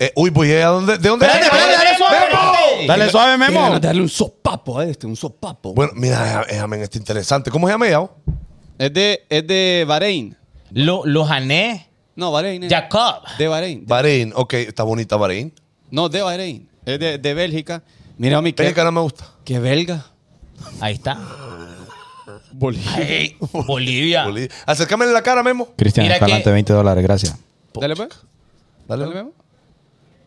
Eh, uy, voy a dónde. ¿De dónde Espérate, eres? espérate, Memo, espérate, Memo. espérate. Dale suave, Tiene Memo. ganas de darle un sopapo a este, un sopapo. Bueno, mira, eh, eh, amén, este interesante. ¿Cómo se llama ella? oh? Es de, es de Bahrein. Lo, Lohané No, Bahrein. es- Jacob. De Bahrein. De- Bahrein. Ok, está bonita Bahrein. no, de Bahrein. Es de, de Bélgica. Mira, mi Bélgica no me gusta. Que belga. Ahí está. Bolivia. Ey, Bolivia. Bolivia. Acércame la cara, Memo. Cristian Mira Escalante, que- 20 dólares, gracias. Dale, pues. Dale, pues. Dale, pues. Memo.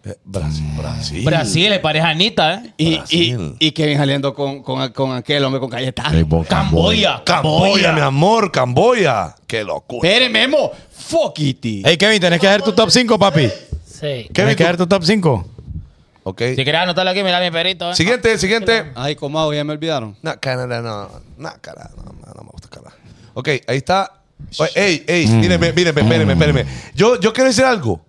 Eh, Brasil. Brasil. Brasil, es pareja Anita, ¿eh? Y, Brasil. y, y que viene saliendo con, con, con aquel hombre con Cayetano. Camboya. Camboya, mi amor, Camboya. Qué locura. Espere, Memo. Fuck it. Hey, Kevin, tenés que hacer tu top 5, papi. Sí. Tenés Kevin, que tú- hacer tu top 5. Ok. Si querés anotarlo aquí, mira mi perrito. ¿eh? Siguiente, siguiente. Ay, comado, ya me olvidaron. No, Canadá, no. No, Canadá, no, no, no me gusta Canadá. Ok, ahí está. Oye, Ey, ey, mírenme, mírenme, espérenme, espérenme. Yo, yo quiero decir algo.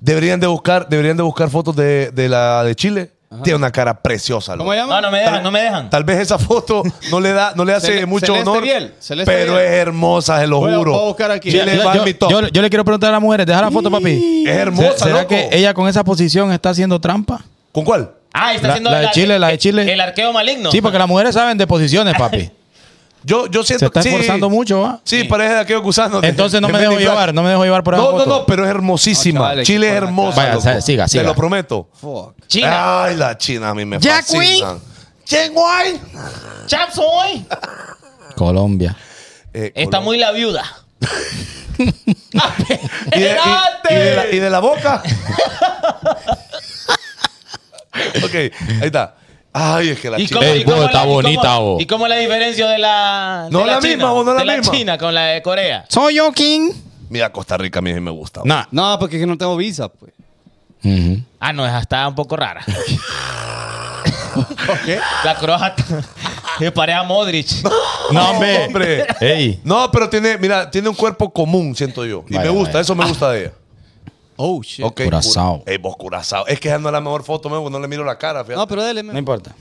Deberían de buscar, deberían de buscar fotos de, de la de Chile. Tiene una cara preciosa. loco. ¿Cómo se llama? No, no me dejan, no me dejan. Tal vez esa foto no le da, no le hace Cele- mucho Celeste honor. Biel, Celeste pero Biel. es hermosa, se lo Voy a- juro. voy a buscar aquí. Chile Yo, va en mi top. yo- yo le quiero preguntar a las mujeres, deja la foto, papi. Es hermosa, ¿Será loco. que ella con esa posición está haciendo trampa? ¿Con cuál? Ah, está La- haciendo la de Chile, la de Chile. El arqueo maligno. Sí, porque las mujeres saben de posiciones, papi. Yo, yo siento Se está sí, esforzando mucho, ¿va? Sí, parece de aquellos gusanos. de- Entonces no de me Men dejo in Black. llevar, no me dejo llevar por esa No, no, foto. no, pero es hermosísima. No, chaval, Chile es equipo de la hermosa. Vaya, loco. sa- siga, siga. Te lo prometo. Fuck. China. Ay, la China a mí me Jack fascina. Wing. Jack Wing. Chapsoy. Colombia. Eh, Está Colombia. muy la viuda. ¿Y de, y- y de la, ¡Espérate! y de la boca? ok, ahí está. Ay, es que la ¿Y chica. cómo- Ey, y cómo vos, está la- y cómo- bonita, vos. ¿Y cómo la diferencia de la. de No la China? misma, vos, no la De la misma. China con la de Corea. Soy yo, King. Mira, Costa Rica a mí sí me gusta. Nah. No, porque es que no tengo visa, pues. Ujú. Ah, no, esa está un poco rara. La croata. Me pareja Modric. No, hombre. hombre. Ey. No, pero tiene, mira, tiene un cuerpo común, siento yo. Y Vaya, me gusta, vaya. eso me gusta de ella. Oh, shit. Okay, Curazao. cur- Ey, vos curazao. Es que esa no es la mejor foto, memo, no le miro la cara, fíjate. No, pero dele, No men. importa.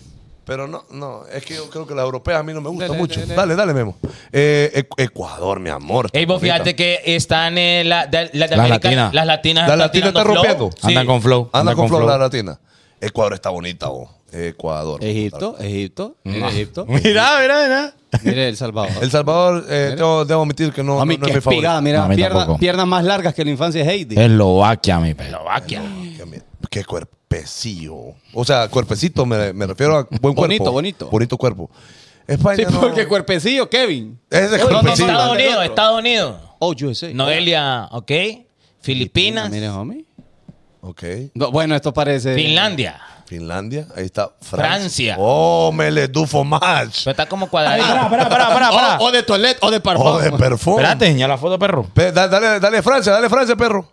Pero no, no, es que yo creo que las europeas a mí no me gusta Dale, mucho. dale. Dale, dale, Memo. Eh, Ec- Ecuador, mi amor. Ey, vos fíjate que están eh, la- de- las de Las América- latinas. Las latinas. Las están latinas tirando están flow. rompiendo. Sí. Anda con flow. Anda con flor la latina. Ecuador está bonita, vos. Ecuador. Egipto, Egipto, Mm. Egipto. Mira, mira, mira. Mire El Salvador. El Salvador, eh, tengo, debo admitir que no, a mí no- no qué es mi favorito. espigada, No, a mira. mí pierna- tampoco. piernas más largas que la infancia de Heidi. Eslovaquia, mi perro. Eslovaquia. Que mi- Qué cuerpecillo. O sea, cuerpecito, me, me refiero a buen cuerpo. Bonito, bonito. Bonito cuerpo. España. Sí, no. porque cuerpecillo, Kevin. No, no, Ese no, cuerpecillo. Estados no, no. Unidos, Estados Unidos. Oh, USA. Noelia, ok. Filipinas. Mire, homie. Ok. No, bueno, esto parece. Finlandia. Finlandia. Ahí está. Francia. Francia. Oh, me le dufo match. Pero está como cuadradito. Pará, pará, pará, pará. O, o de toilet o de parfum. Oh, de perfume. Espérate, señala la foto, perro. Pe- da- dale, dale Francia, dale Francia, perro.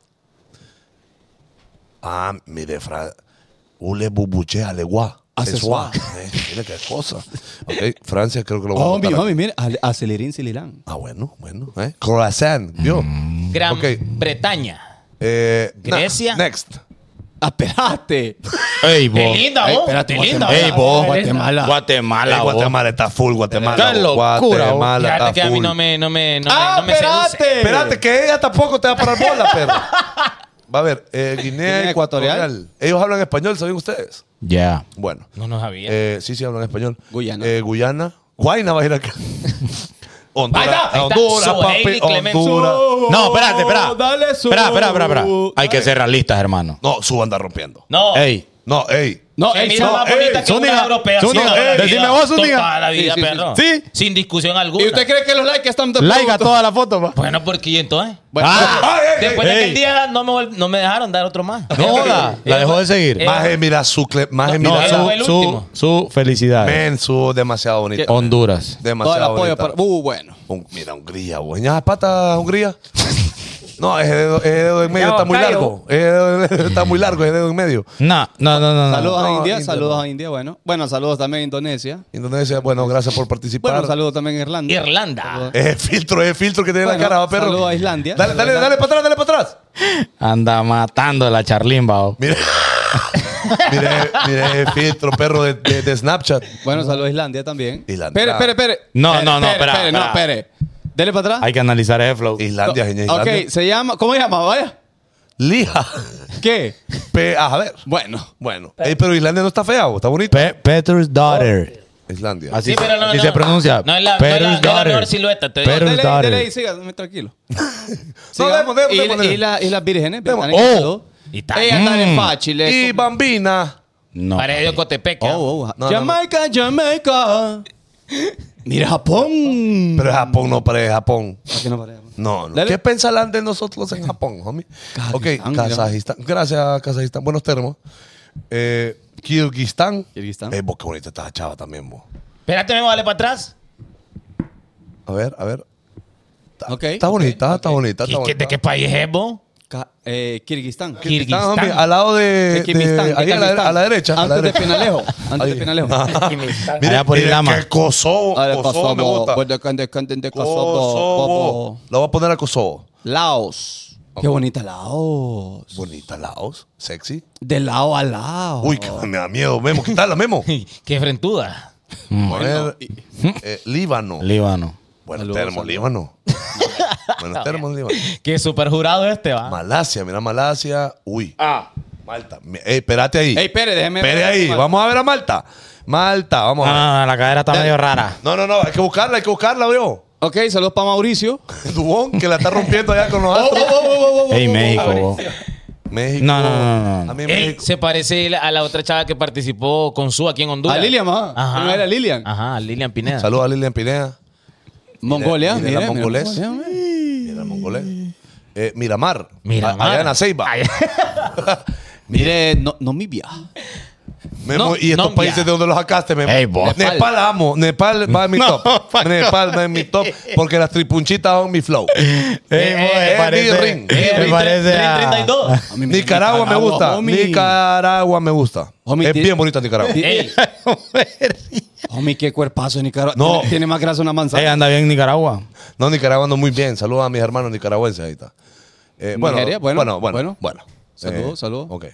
Ah, mire, Francia. Ule bubuche alegua. Ah, c'est Sesua. soi. Eh, Mira qué cosa. Ok, Francia creo que lo voy a Homie, botar. homie, mira. al- Acelerín, Celirán. Ah, bueno, bueno. Eh. Mm. Croissant, vio. Gran Ok. Bretaña. Eh, na- Grecia. Next. Ah, Esperaste. Ey, vos. Qué linda, vos. Qué linda. Ey, vos. Guatemala. Guatemala, Ey, vos. Guatemala está full, Guatemala. Qué vos. locura, vos. Guatemala Fíjate que está a mí full. no me, no me, no me, Ah, no me seduce. espérate. Espérate, que ella tampoco te va a parar bola, perro. Va a ver, eh, Guinea Guinea Ecuatorial. Ecuatorial. Ellos hablan español, ¿saben ustedes? Ya. Bueno. No, no sabía. Eh, sí, sí, hablan español. Guyana. Eh, Guyana. Guayna va a ir acá. Honduras. Ahí está, ahí está. Honduras, Soheili papi. Clemente. Honduras. No, espérate, espera. Oh, Dale su- Espera, espera, espera, espera. Hay que ser realistas, hermano. No, su anda rompiendo. no. Ey. No, ey. No, Qué ey, mira no, más ey, bonita que Zúñiga, una europea. Zúñiga, sin duda, ey, la decime vida. vos, Zúñiga. Toda la vida, Sí, sí, sí. perro. Sí. Sin discusión alguna. ¿Y usted cree que los likes están de Like a producto? toda la foto, va. Bueno, porque ¿y entonces? Bueno, Ah, Ay, ey, ey. Después de Ey. aquel día no me, vol- no me dejaron dar otro más. no joda. La dejó de seguir. Eh, Maje, mira su. cle- Maje, no, mira eh, su. fue el Su, último. su felicidad. Men, su demasiado bonito. Honduras. todo el Demasiado apoyo bonita. para. Uh, bueno. Un- mira, Hungría, güey. Ya, pata, Hungría. No, ese dedo, ese dedo en medio Ya, está muy Octavio. largo. Ese dedo está muy largo, ese dedo en medio. No, no, no, no. no. Saludos a no, India, India, saludos no. a India, bueno. Bueno, saludos también a Indonesia. Indonesia, bueno, gracias por participar. Bueno, saludos también a Irlanda. Irlanda. Es el filtro, es el filtro que tiene Bueno, Eh, la cara, va, perro. saludo a Islandia. Dale, Saludo dale, a dale para atrás, dale para atrás. Anda matando la charlimba, oh. vos. Mira. mira, mira el filtro, perro, de, de- de Snapchat. Bueno, saludos a Islandia también. Islandia. Espere, espere, espere. No, Espere, no, no, espere, espera, espere, No, espera. espere. Dele para atrás. Hay que analizar ese flow. Islandia, No, señor, Islandia. Ok, se llama. ¿Cómo se llama? Vaya. Lija. ¿Qué? Pe- ah, a ver. Bueno. Bueno. Ey, pero Islandia no está fea, vos, está bonito. Pe- Petrus Daughter. Islandia. Oh. Así, Sí, pero no, así no. se pronuncia. No es la- no Petrus es la- no es la Daughter. mejor silueta, te digo. Petrus Dele, Daughter. dele, siga, muy tranquilo. No, Siga. demos, demos, y, demos, y la- y las vírgenes. británicas, Oh. saludos. Y tal. Ella está en Mm. fácil. es Y como- Bambina. No. Pared de Ocotepeque. Oh, oh, No, no, Jamaica, Jamaica. Mira, Japón. Pero Japón no parece Japón. ¿Por qué no paremos? No, no. Dale. ¿Qué pensarán de nosotros en Japón, homie? Kazajistán, ok, Kazajistán. Gracias, Kazajistán. Buenos termos. Eh, Kirguistán. Kirguistán. Eh, vos, qué bonita está la chava también, vos. Espérate, me vale para atrás. A ver, a ver. Está, Ok, está ok, bonita, está ¿Y bonita, está qué- bonita. ¿De qué país es, vos? Ca- eh, Kirguistán. Eh, Kirguistán, Kirguistán. homie, al lado de. de- Kirguistán, ahí a la, Kirguistán. a la derecha. a la Antes de derecha. Penalejo. Antes de Ahí. Penalejo. Ah, Allá pues por Ilama. Que Kosovo. Ahora Kosovo me Ah, Kosovo, gusta. pues, de- de- de- de Kosovo, Kosovo. Kosovo. La voy a poner a Kosovo. Laos. Qué bonita Laos. Bonita, Laos. Sexy. De Lao a Lao. Uy, que me da miedo, Memo. Quítala, Memo. Qué frentuda. Poner, eh, Líbano. Líbano. Buenos Saludos, termos, saludos. Líbano. Buenos termos, Líbano. Qué super jurado este, va. Malasia, mira eh, Malasia. Uy. Ah. Malta. Mi- Ey, espérate ahí. Ey, espere, déjeme Espere ver. ahí. Vamos a ver a Malta. más alta. Vamos No, a ver. no, no, la cadera está medio rara. No, no, no, hay que buscarla, hay que buscarla, vio. Ok, saludos para Mauricio. Dubón, que la está rompiendo allá con los astros. Ey, México, vos. México. No, no, no, no, no. A mí Ey, México. se parece a la otra chava que participó con su aquí en Honduras. A Lilian, ma. Ajá. No era Lilian. Ajá, Lilian Pineda. Saludos a Lilian Pineda. Mongolia. Mira, mira la mongolés. Mira, mongolés. Eh, Miramar. Miramar. A- Allá en la Ceiba. Mire, no, Namibia. Memo, No, y estos no, países ya. de donde los sacaste, Memo. Ey, vos. Nepal amo. Nepal va en mi top. Nepal va en mi top. Porque las tripunchitas son mi flow. Ey, vos, me eh, parece- D-Ring. me D-Ring parece a- 32. A mí me- Nicaragua me gusta. homie. Nicaragua me gusta. Homie, Es ti- bien bonita Nicaragua. Ey, Homie, qué cuerpazo de Nicaragua. No. Tiene, tiene más grasa una manzana. Ey, anda bien en Nicaragua. No, Nicaragua ando muy bien. Saludos a mis hermanos nicaragüenses. Ahí está. Eh, bueno, Nigeria, bueno, bueno, bueno, bueno. bueno. Saludos, Eh, saludos. Ok.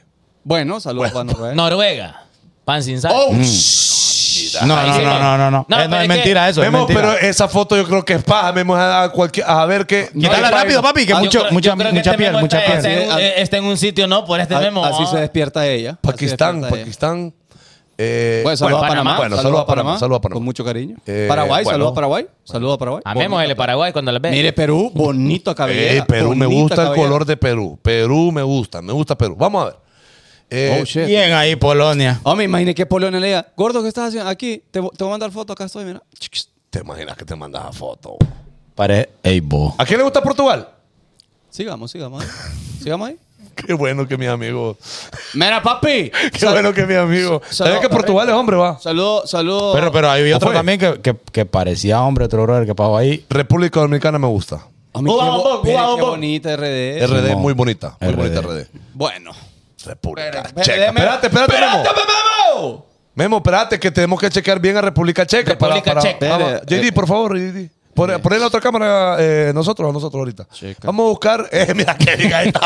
Bueno, saludos para ¿Eh? Noruega. Noruega. Pan sin Oh, sal. No, Ahí no, sí. no, no, no, No, no. Eh, no, pero es es mentira que- eso. Memo, es mentira. pero esa foto yo creo que es paja. Memo, a, cualquier, a ver qué. Quítala Ay, rápido, papi, que Yo mucho, creo- yo mucha, creo que mucha este piel, memo mucha está, piel. Está en, un- Sí, eh, está en un sitio, ¿no? Por este A- memo. Así ah. se despierta ella. Así Pakistán, despierta ella. Pakistán. Eh, Bueno, saludos a Panamá. Bueno, saludos a Panamá. Saludos a Panamá. Con mucho cariño. Eh, Paraguay, bueno. saludos a Paraguay. Saludos a Paraguay. Amemos el de Paraguay cuando la ve. Mire, Perú, bonito cabello. Ey, Eh, Perú, me gusta el color de Perú. Perú me gusta, me gusta Perú. Vamos a ver. Eh, Oh, shit. Bien ahí, Polonia. Oh, me imaginé que Polonia le diga, gordo, ¿qué estás haciendo? Aquí, te, vo- te voy a mandar foto, acá estoy, mira. ¿Te imaginas que te mandas a foto? Parece. Ey, vos. ¿A quién le gusta Portugal? Sigamos, sigamos. ahí. sigamos ahí. Qué bueno que mis amigos. Mira, papi. Qué bueno que mis amigos. sa- ¿Sabes que Portugal es hombre, va? Saludos, saludos. Pero, pero hay ¿O otro fue? también que, que, que parecía hombre, otro brother que pasó ahí. República Dominicana me gusta. Homie, qué, Uba, bo- uba, mire, uba, qué uba. bonita RD. RD, Simón. muy bonita. Muy RD. bonita RD. Bueno. República Pero- Checa. déjeme- Espérate, espérate, Memo. Memo! Memo, espérate, que tenemos que checar bien a República Checa. República Checa. vamos. Espere, JD, por favor, JD. Pon, poner la otra cámara eh, nosotros, a nosotros ahorita. Checa. Vamos a buscar. Eh, mira que diga esta.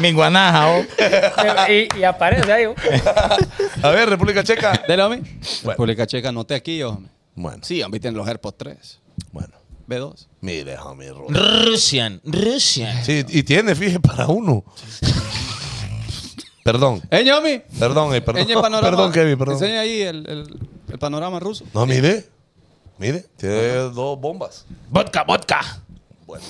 Minguanaja, oh. Y, y aparece ahí. oh. a ver, República Checa. Dele, homie. República Checa, anote aquí, homie. Bueno, Sí, homie, tienen los AirPods 3. bueno. B2. Mire, homie. Ro- Russian. Russian. Sí, y tiene, fíjese, para uno. perdón, ¡Eñe, homie! perdón, eh, perdón. Enseña el panorama. Perdón, Kevin, perdón. Enseña ahí el, el- el panorama ruso. No, mire. Mire, tiene dos bombas. Vodka, vodka. Bueno,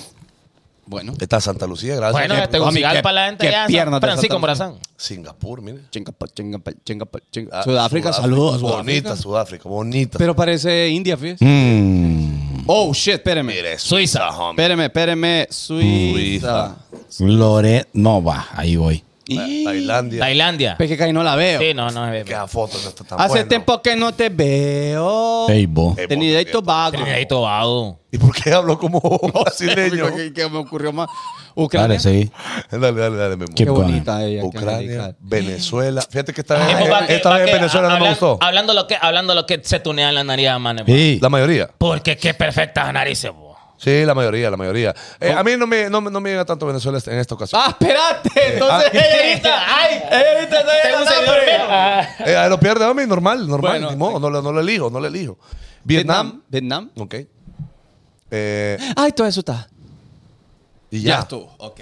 Bueno. está Santa Lucía, gracias. Bueno, Qué- de Tegucigalpa qué- la gente qué ya. piernas de Francisco Santa Lucía. Morazán. Singapur, mire. Chingapa, chingapa, chingapa, chingapa. Ah, Sudáfrica, saludos, Bonita Sudáfrica. Sudáfrica, bonita. Pero parece India, fíjese. Mm. Oh, shit, espéreme. Mire, Suiza, Suiza. homie. Espéreme, espéreme. Suiza. Lore, no va, ahí voy. Tailandia. Tailandia. Es que casi no la veo. Sí, no, no. es- Que a fotos no está tan Hace bueno. tiempo que no te veo. Ey, vos. Ey, Trinidad y vos, Tobago. Trinidad y Tobago. ¿Y por qué hablo como Oh, brasileño? ¿Qué, qué me ocurrió más? Dale, Ucrania. seguí. dale, dale, dale, mi amor. Qué Qué bonita ella. qué Ucrania, angelical. Venezuela. Fíjate que esta Ah, vez, Es eh, pa' que- esta pa' vez que en Venezuela no me hablan- gustó. Hablando lo que, hablando lo que se tunea la nariz, man. Sí. La eh, mayoría. Porque qué perfectas narices, bo. Sí, la mayoría, la mayoría. Eh, a mí no me, no, me- no me llega tanto Venezuela en esta ocasión. Ah, espérate. Entonces, ah. ella ahorita. ¡Ay! Ella ahorita está Tengo un llenando seguidor hambre. menos. Eh, ah, lo pierde a mí, normal, normal. Bueno, ni modo, no, le- no lo elijo, no lo elijo. Vietnam. Vietnam. Ok. Eh, Ay, todo eso está. y Ya, ya. estuvo. Ok.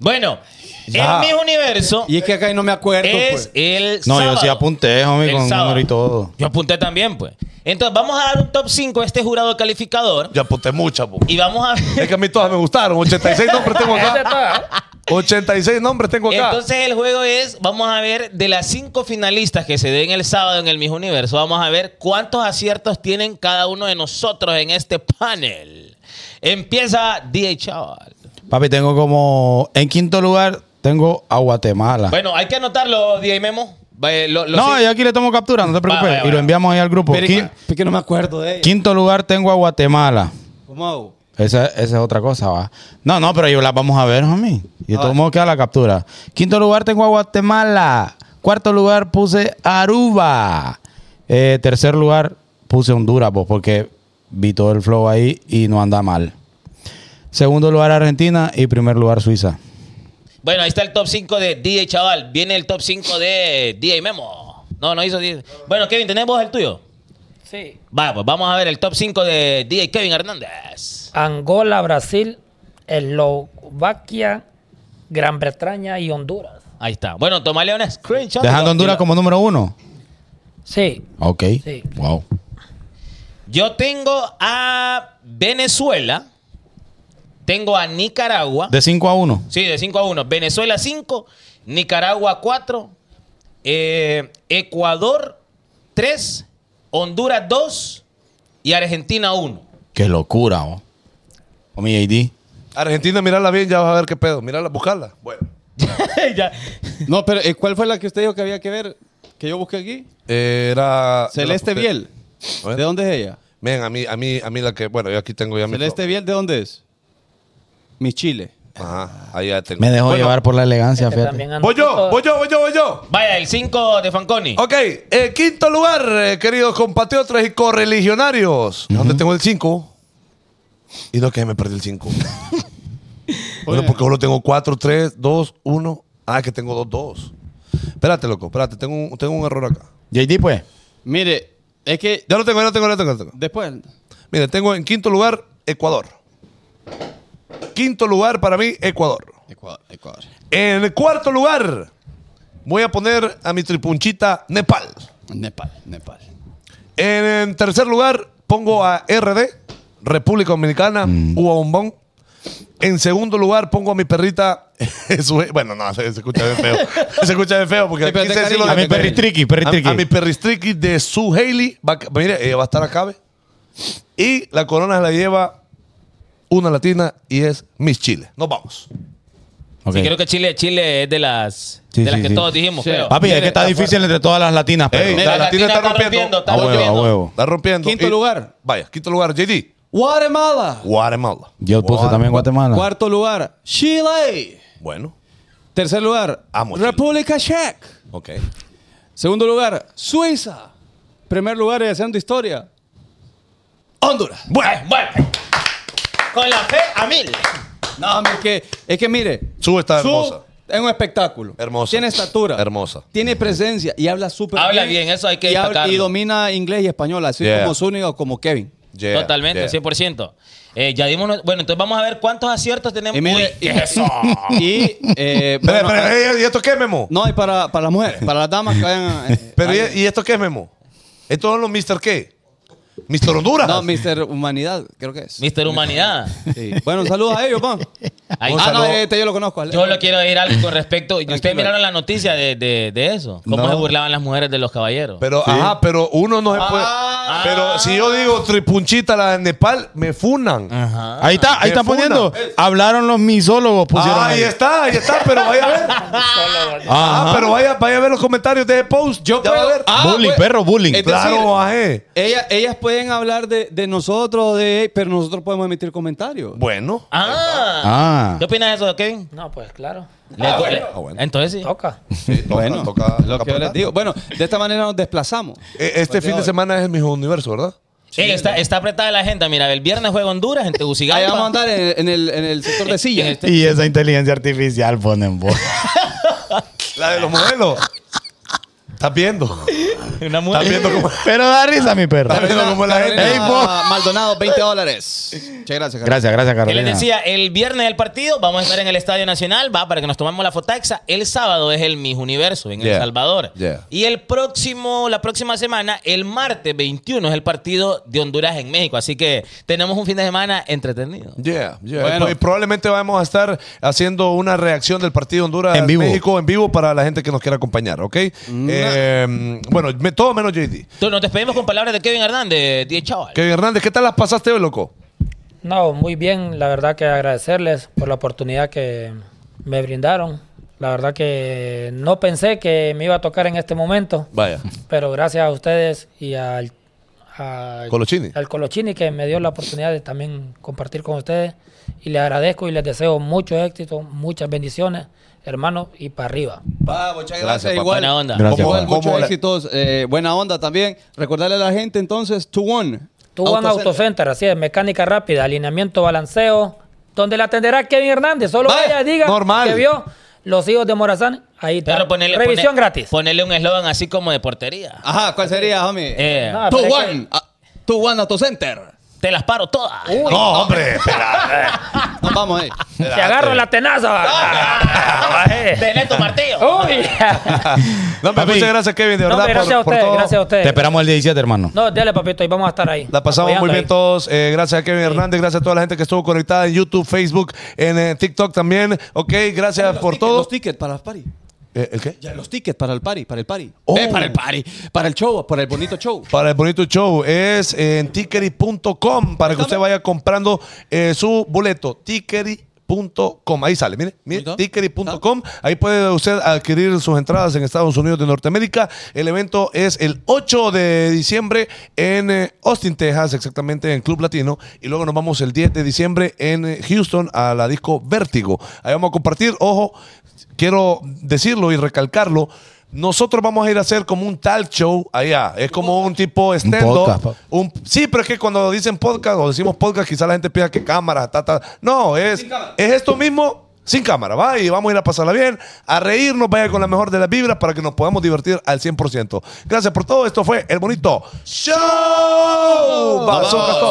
Bueno, Ya. el mismo universo Y es que acá no me acuerdo. es pues. el No, yo sábado. sí apunté, homie, El con sábado. número y todo. Yo apunté también, pues. Entonces, vamos a dar un top 5 a este jurado calificador Ya apunté muchas, po. y vamos a ver. Es que a mí todas me gustaron. eh, 86 nombres tengo Esa es acá. toda. 86 nombres tengo acá. Entonces el juego es, vamos a ver, de las cinco finalistas que se den el sábado en el Miss Universo, vamos a ver cuántos aciertos tienen cada uno de nosotros en este panel. Empieza DJ Chaval. Papi, tengo como. En quinto lugar, tengo a Guatemala. Bueno, hay que anotarlo, DJ Memo. Va, eh, lo- lo Ah. no, sí- yo aquí le tomo captura, no te preocupes. vaya, Y vaya. lo enviamos ahí al grupo. Pero es Quin- que, es que no me acuerdo de ella. Quinto lugar, tengo a Guatemala. ¿Cómo hago? Esa, esa es otra cosa, va. No, no, pero yo la vamos a ver, homie. Y de Ah, todos vale. modos queda la captura. Quinto lugar tengo a Guatemala. Cuarto lugar puse Aruba. Eh, tercer lugar puse Honduras, pues, porque vi todo el flow ahí y no anda mal. Segundo lugar Argentina y primer lugar Suiza. Bueno, ahí está el top 5 de DJ Chaval. Viene el top 5 de DJ Memo. No, no hizo DJ. Bueno, Kevin, ¿tenés vos el tuyo? Sí. Va, pues vamos a ver el top 5 de DJ Kevin Hernández. Angola, Brasil, Eslovaquia, Gran Bretaña y Honduras. Ahí está. Bueno, toma Leones. Screenshot. Dejando Honduras como número uno. Sí. Ok. Sí. Wow. Yo tengo a Venezuela. Tengo a Nicaragua. De 5 a 1. Sí, de 5 a 1. Venezuela 5, Nicaragua 4, Ecuador 3, Honduras 2 y Argentina 1. Qué locura, oh. O mi JD. Argentina, mírala bien, ya vas a ver qué pedo. Mírala, buscarla. Bueno. No, pero eh, ¿cuál fue la que usted dijo que había que ver? Que yo busqué aquí. Ah, Eh, Era. Celeste era- Biel. A ver. ¿De dónde es ella? Men, a mí, a mí, a mí la que. Bueno, yo aquí tengo ya mi. Celeste Biel, ¿de dónde es? Mi Chile. Ajá, ahí ya tengo. Me dejó Bueno, llevar por la elegancia, Este fíjate. también anda Voy yo, todo- voy yo, voy yo, voy yo. Vaya, el 5 de Fanconi. Ok, eh, quinto lugar, eh, queridos compatriotas y correligionarios. ¿Dónde tengo el 5? Y no que me perdí el 5. bueno, porque solo tengo 4, 3, 2, 1. Ah, que tengo 2, 2. Espérate, loco, espérate, tengo un, tengo un error acá. JD, pues. Mire, es que Ya lo tengo, ya lo tengo, ya lo tengo. ya lo tengo. después. Mire, tengo en quinto lugar Ecuador. Quinto lugar para mí, Ecuador. Ecuador, Ecuador. En el cuarto lugar, voy a poner a mi tripunchita Nepal. Nepal, Nepal. En tercer lugar, pongo a RD, República Dominicana, Mm. Cuba Bombón. En segundo lugar, pongo a mi perrita. Jesús- bueno, no, se, se escucha bien feo. se escucha bien feo porque Sí, pero quise te decirlo cariño, de- A mi perristriqui, perristriqui. a, a mi perristriqui de Sue Haley. Va a- mire, ella va a estar acá, ¿ve? Y la corona se la lleva una latina y es Miss Chile. Nos vamos. Ok. Sí, creo que Chile, Chile es de las, Sí, de las sí, que sí. todos dijimos. Sí. creo. Papi, es que está Mire, difícil entre todas las latinas, pero. Ey, Mira, la, la latina, latina está está rompiendo. rompiendo, a está huevo, a volviendo. huevo. Está rompiendo. Quinto Y- lugar. Vaya, quinto lugar, JD. Guatemala. Guatemala. Yo puse también Ah. Guatemala. Cuarto lugar, Chile. Bueno, Tercer lugar, Amo Chile. República Checa. ok. Segundo lugar, Suiza. Primer lugar, y haciendo historia, Honduras. Bueno, bueno. Con la fe a mil. No, hombre, es que, es que mire. Su está Su hermosa. Es un espectáculo. Hermosa. Tiene estatura. Hermosa. Tiene presencia y habla súper Habla bien, eso hay que y, habla- destacarlo. y domina inglés y español, así Yeah. como Zúñiga o como Kevin. Yeah, Totalmente, yeah. 100%. Eh, ya dimos. no- Bueno, entonces vamos a ver cuántos aciertos tenemos. Y mire, Uy, y, Ah. y, eh, Pero, bueno, pero, eh, ey, ¿y esto qué es, Memo? no, y para, para las mujeres, para las damas que vayan. eh, Pero, ahí. ¿y, y esto qué es, Memo? ¿Esto es lo Mr. qué? ¿Mr. Honduras? no, Mister Humanidad, creo que es. Mister Humanidad. Sí. Bueno, saludos a ellos, pa. Ahí- ah, no, saludo. este yo lo conozco. Yo le quiero decir algo con respecto. Tranquilo. Ustedes miraron la noticia de, de- de eso. Cómo No. se burlaban las mujeres de los caballeros. Pero, ajá, pero uno no se puede. Ah. pero si yo digo tripunchita la de Nepal, me funan. Ahí está, ahí Me están funa. poniendo. Hablaron los misólogos, pusieron. Ah, ahí está, ahí está, pero vaya a ver. Ah, pero vaya, vaya a ver los comentarios de ese post. Yo puedo- Ah, bullying, pues, perro, bullying. es claro, decir, bajé. Ellas, ellas pueden hablar de, de nosotros, de, pero nosotros podemos emitir comentarios. Bueno. Ah. Ah. ¿Qué opinas de eso, Kevin? No, pues claro. Le- le- ah, bueno. Entonces sí. Toca. Bueno, toca- lo toca que yo les apretar. digo. Bueno, de esta manera nos desplazamos. Eh, Este fin de semana es mi universo, ¿verdad? Ey, Eh, está, está apretada la agenda. Mira, el viernes juega Honduras en Tegucigalpa. Ahí vamos a andar en, en el, en el sector de En sillas. este- Y esa inteligencia artificial ponen vos. La de los modelos. ¿Estás viendo? Una mujer. ¿Estás viendo cómo, Pero da risa, mi perro. estás viendo cómo la gente? Ey, vos. Ah, Maldonado, 20 dólares. Muchas gracias, Carlos. Gracias, gracias, Que les Carolina. decía, el viernes del partido vamos a estar en el Estadio Nacional, va, para que nos tomamos la fotaxa. El sábado es el Miss Universo en Yeah. El Salvador. Yeah. Y el próximo, la próxima semana, el martes 21, es el partido de Honduras en México. Así que tenemos un fin de semana entretenido. Yeah, yeah. Bueno. Y probablemente vamos a estar haciendo una reacción del partido Honduras En vivo. México en vivo para la gente que nos quiera acompañar, ¿ok? Eh, bueno, me- todo menos JD. Entonces nos despedimos con palabras de Kevin Hernández, 10 chaval. Kevin Hernández, ¿qué tal las pasaste hoy, loco? No, muy bien. La verdad que agradecerles por la oportunidad que me brindaron. La verdad que no pensé que me iba a tocar en este momento, Vaya. pero gracias a ustedes y al, al- Colochini. al Colochini que me dio la oportunidad de también compartir con ustedes. Y les agradezco y les deseo mucho éxito, muchas bendiciones, hermanos, y para arriba. Pa, muchas gracias. Gracias, papá. igual, Buena onda. Gracias, igual, papá. muchos ¿Cómo la- éxitos. eh, buena onda también. Recordarle a la gente entonces, to one. Tu One Auto Center, así es, mecánica rápida, alineamiento, balanceo, donde la atenderá Kevin Hernández. Solo Vaya, ella diga normal. que vio los hijos de Morazán. Ahí está. Pero ponele, Ah, Revisión pone- gratis. Ponele un eslogan así como de portería. Ah, Ajá, ¿cuál sería, homie? Eh, No, to pero es que- one. ah, to one Auto Center. Te las paro todas. No, hombre, espera. Nos vamos ahí. Te agarro la tenaza. va. Tené tu martillo. Uy. No, hombre, Papi. muchas gracias, Kevin, de No, verdad. hombre, gracias a por- por ustedes, todo. gracias a ustedes. Te esperamos el 17, hermano. No, dale, papito, y vamos a estar ahí. La pasamos muy apoyando bien ahí. todos. Eh, gracias a Kevin Hernández, gracias a toda la gente que estuvo conectada en YouTube, Facebook, en eh, TikTok también. Ok, gracias por Los tickets- todo. Los tickets para el party. Eh, ¿El qué? Ya, los tickets para el party, para el party. Oh. Eh, para el party. Para el show, para el bonito show. Para el bonito show es en tickery.com para que usted vaya comprando eh, su boleto. Tickery.com. Ahí sale, mire, mire Ahí está. tickery.com. Ahí puede usted adquirir sus entradas en Estados Unidos de Norteamérica. El evento es el 8 de diciembre en eh, Austin, Texas, exactamente en Club Latino. Y luego nos vamos el 10 de diciembre en eh, Houston a la disco Vértigo. Ahí vamos a compartir, ojo, quiero decirlo y recalcarlo. Nosotros vamos a ir a hacer como un talk show allá. Es como un tipo podcast, stand-up. pa. Un- sí, pero es que cuando dicen podcast o decimos podcast, quizá la gente piensa que cámara, ta, ta. No, es, es esto mismo sin cámara, va. Y vamos a ir a pasarla bien, a reírnos, vaya con la mejor de las vibras para que nos podamos divertir al 100%. Gracias por todo. Esto fue El Bonito Show. Bazookas, todo.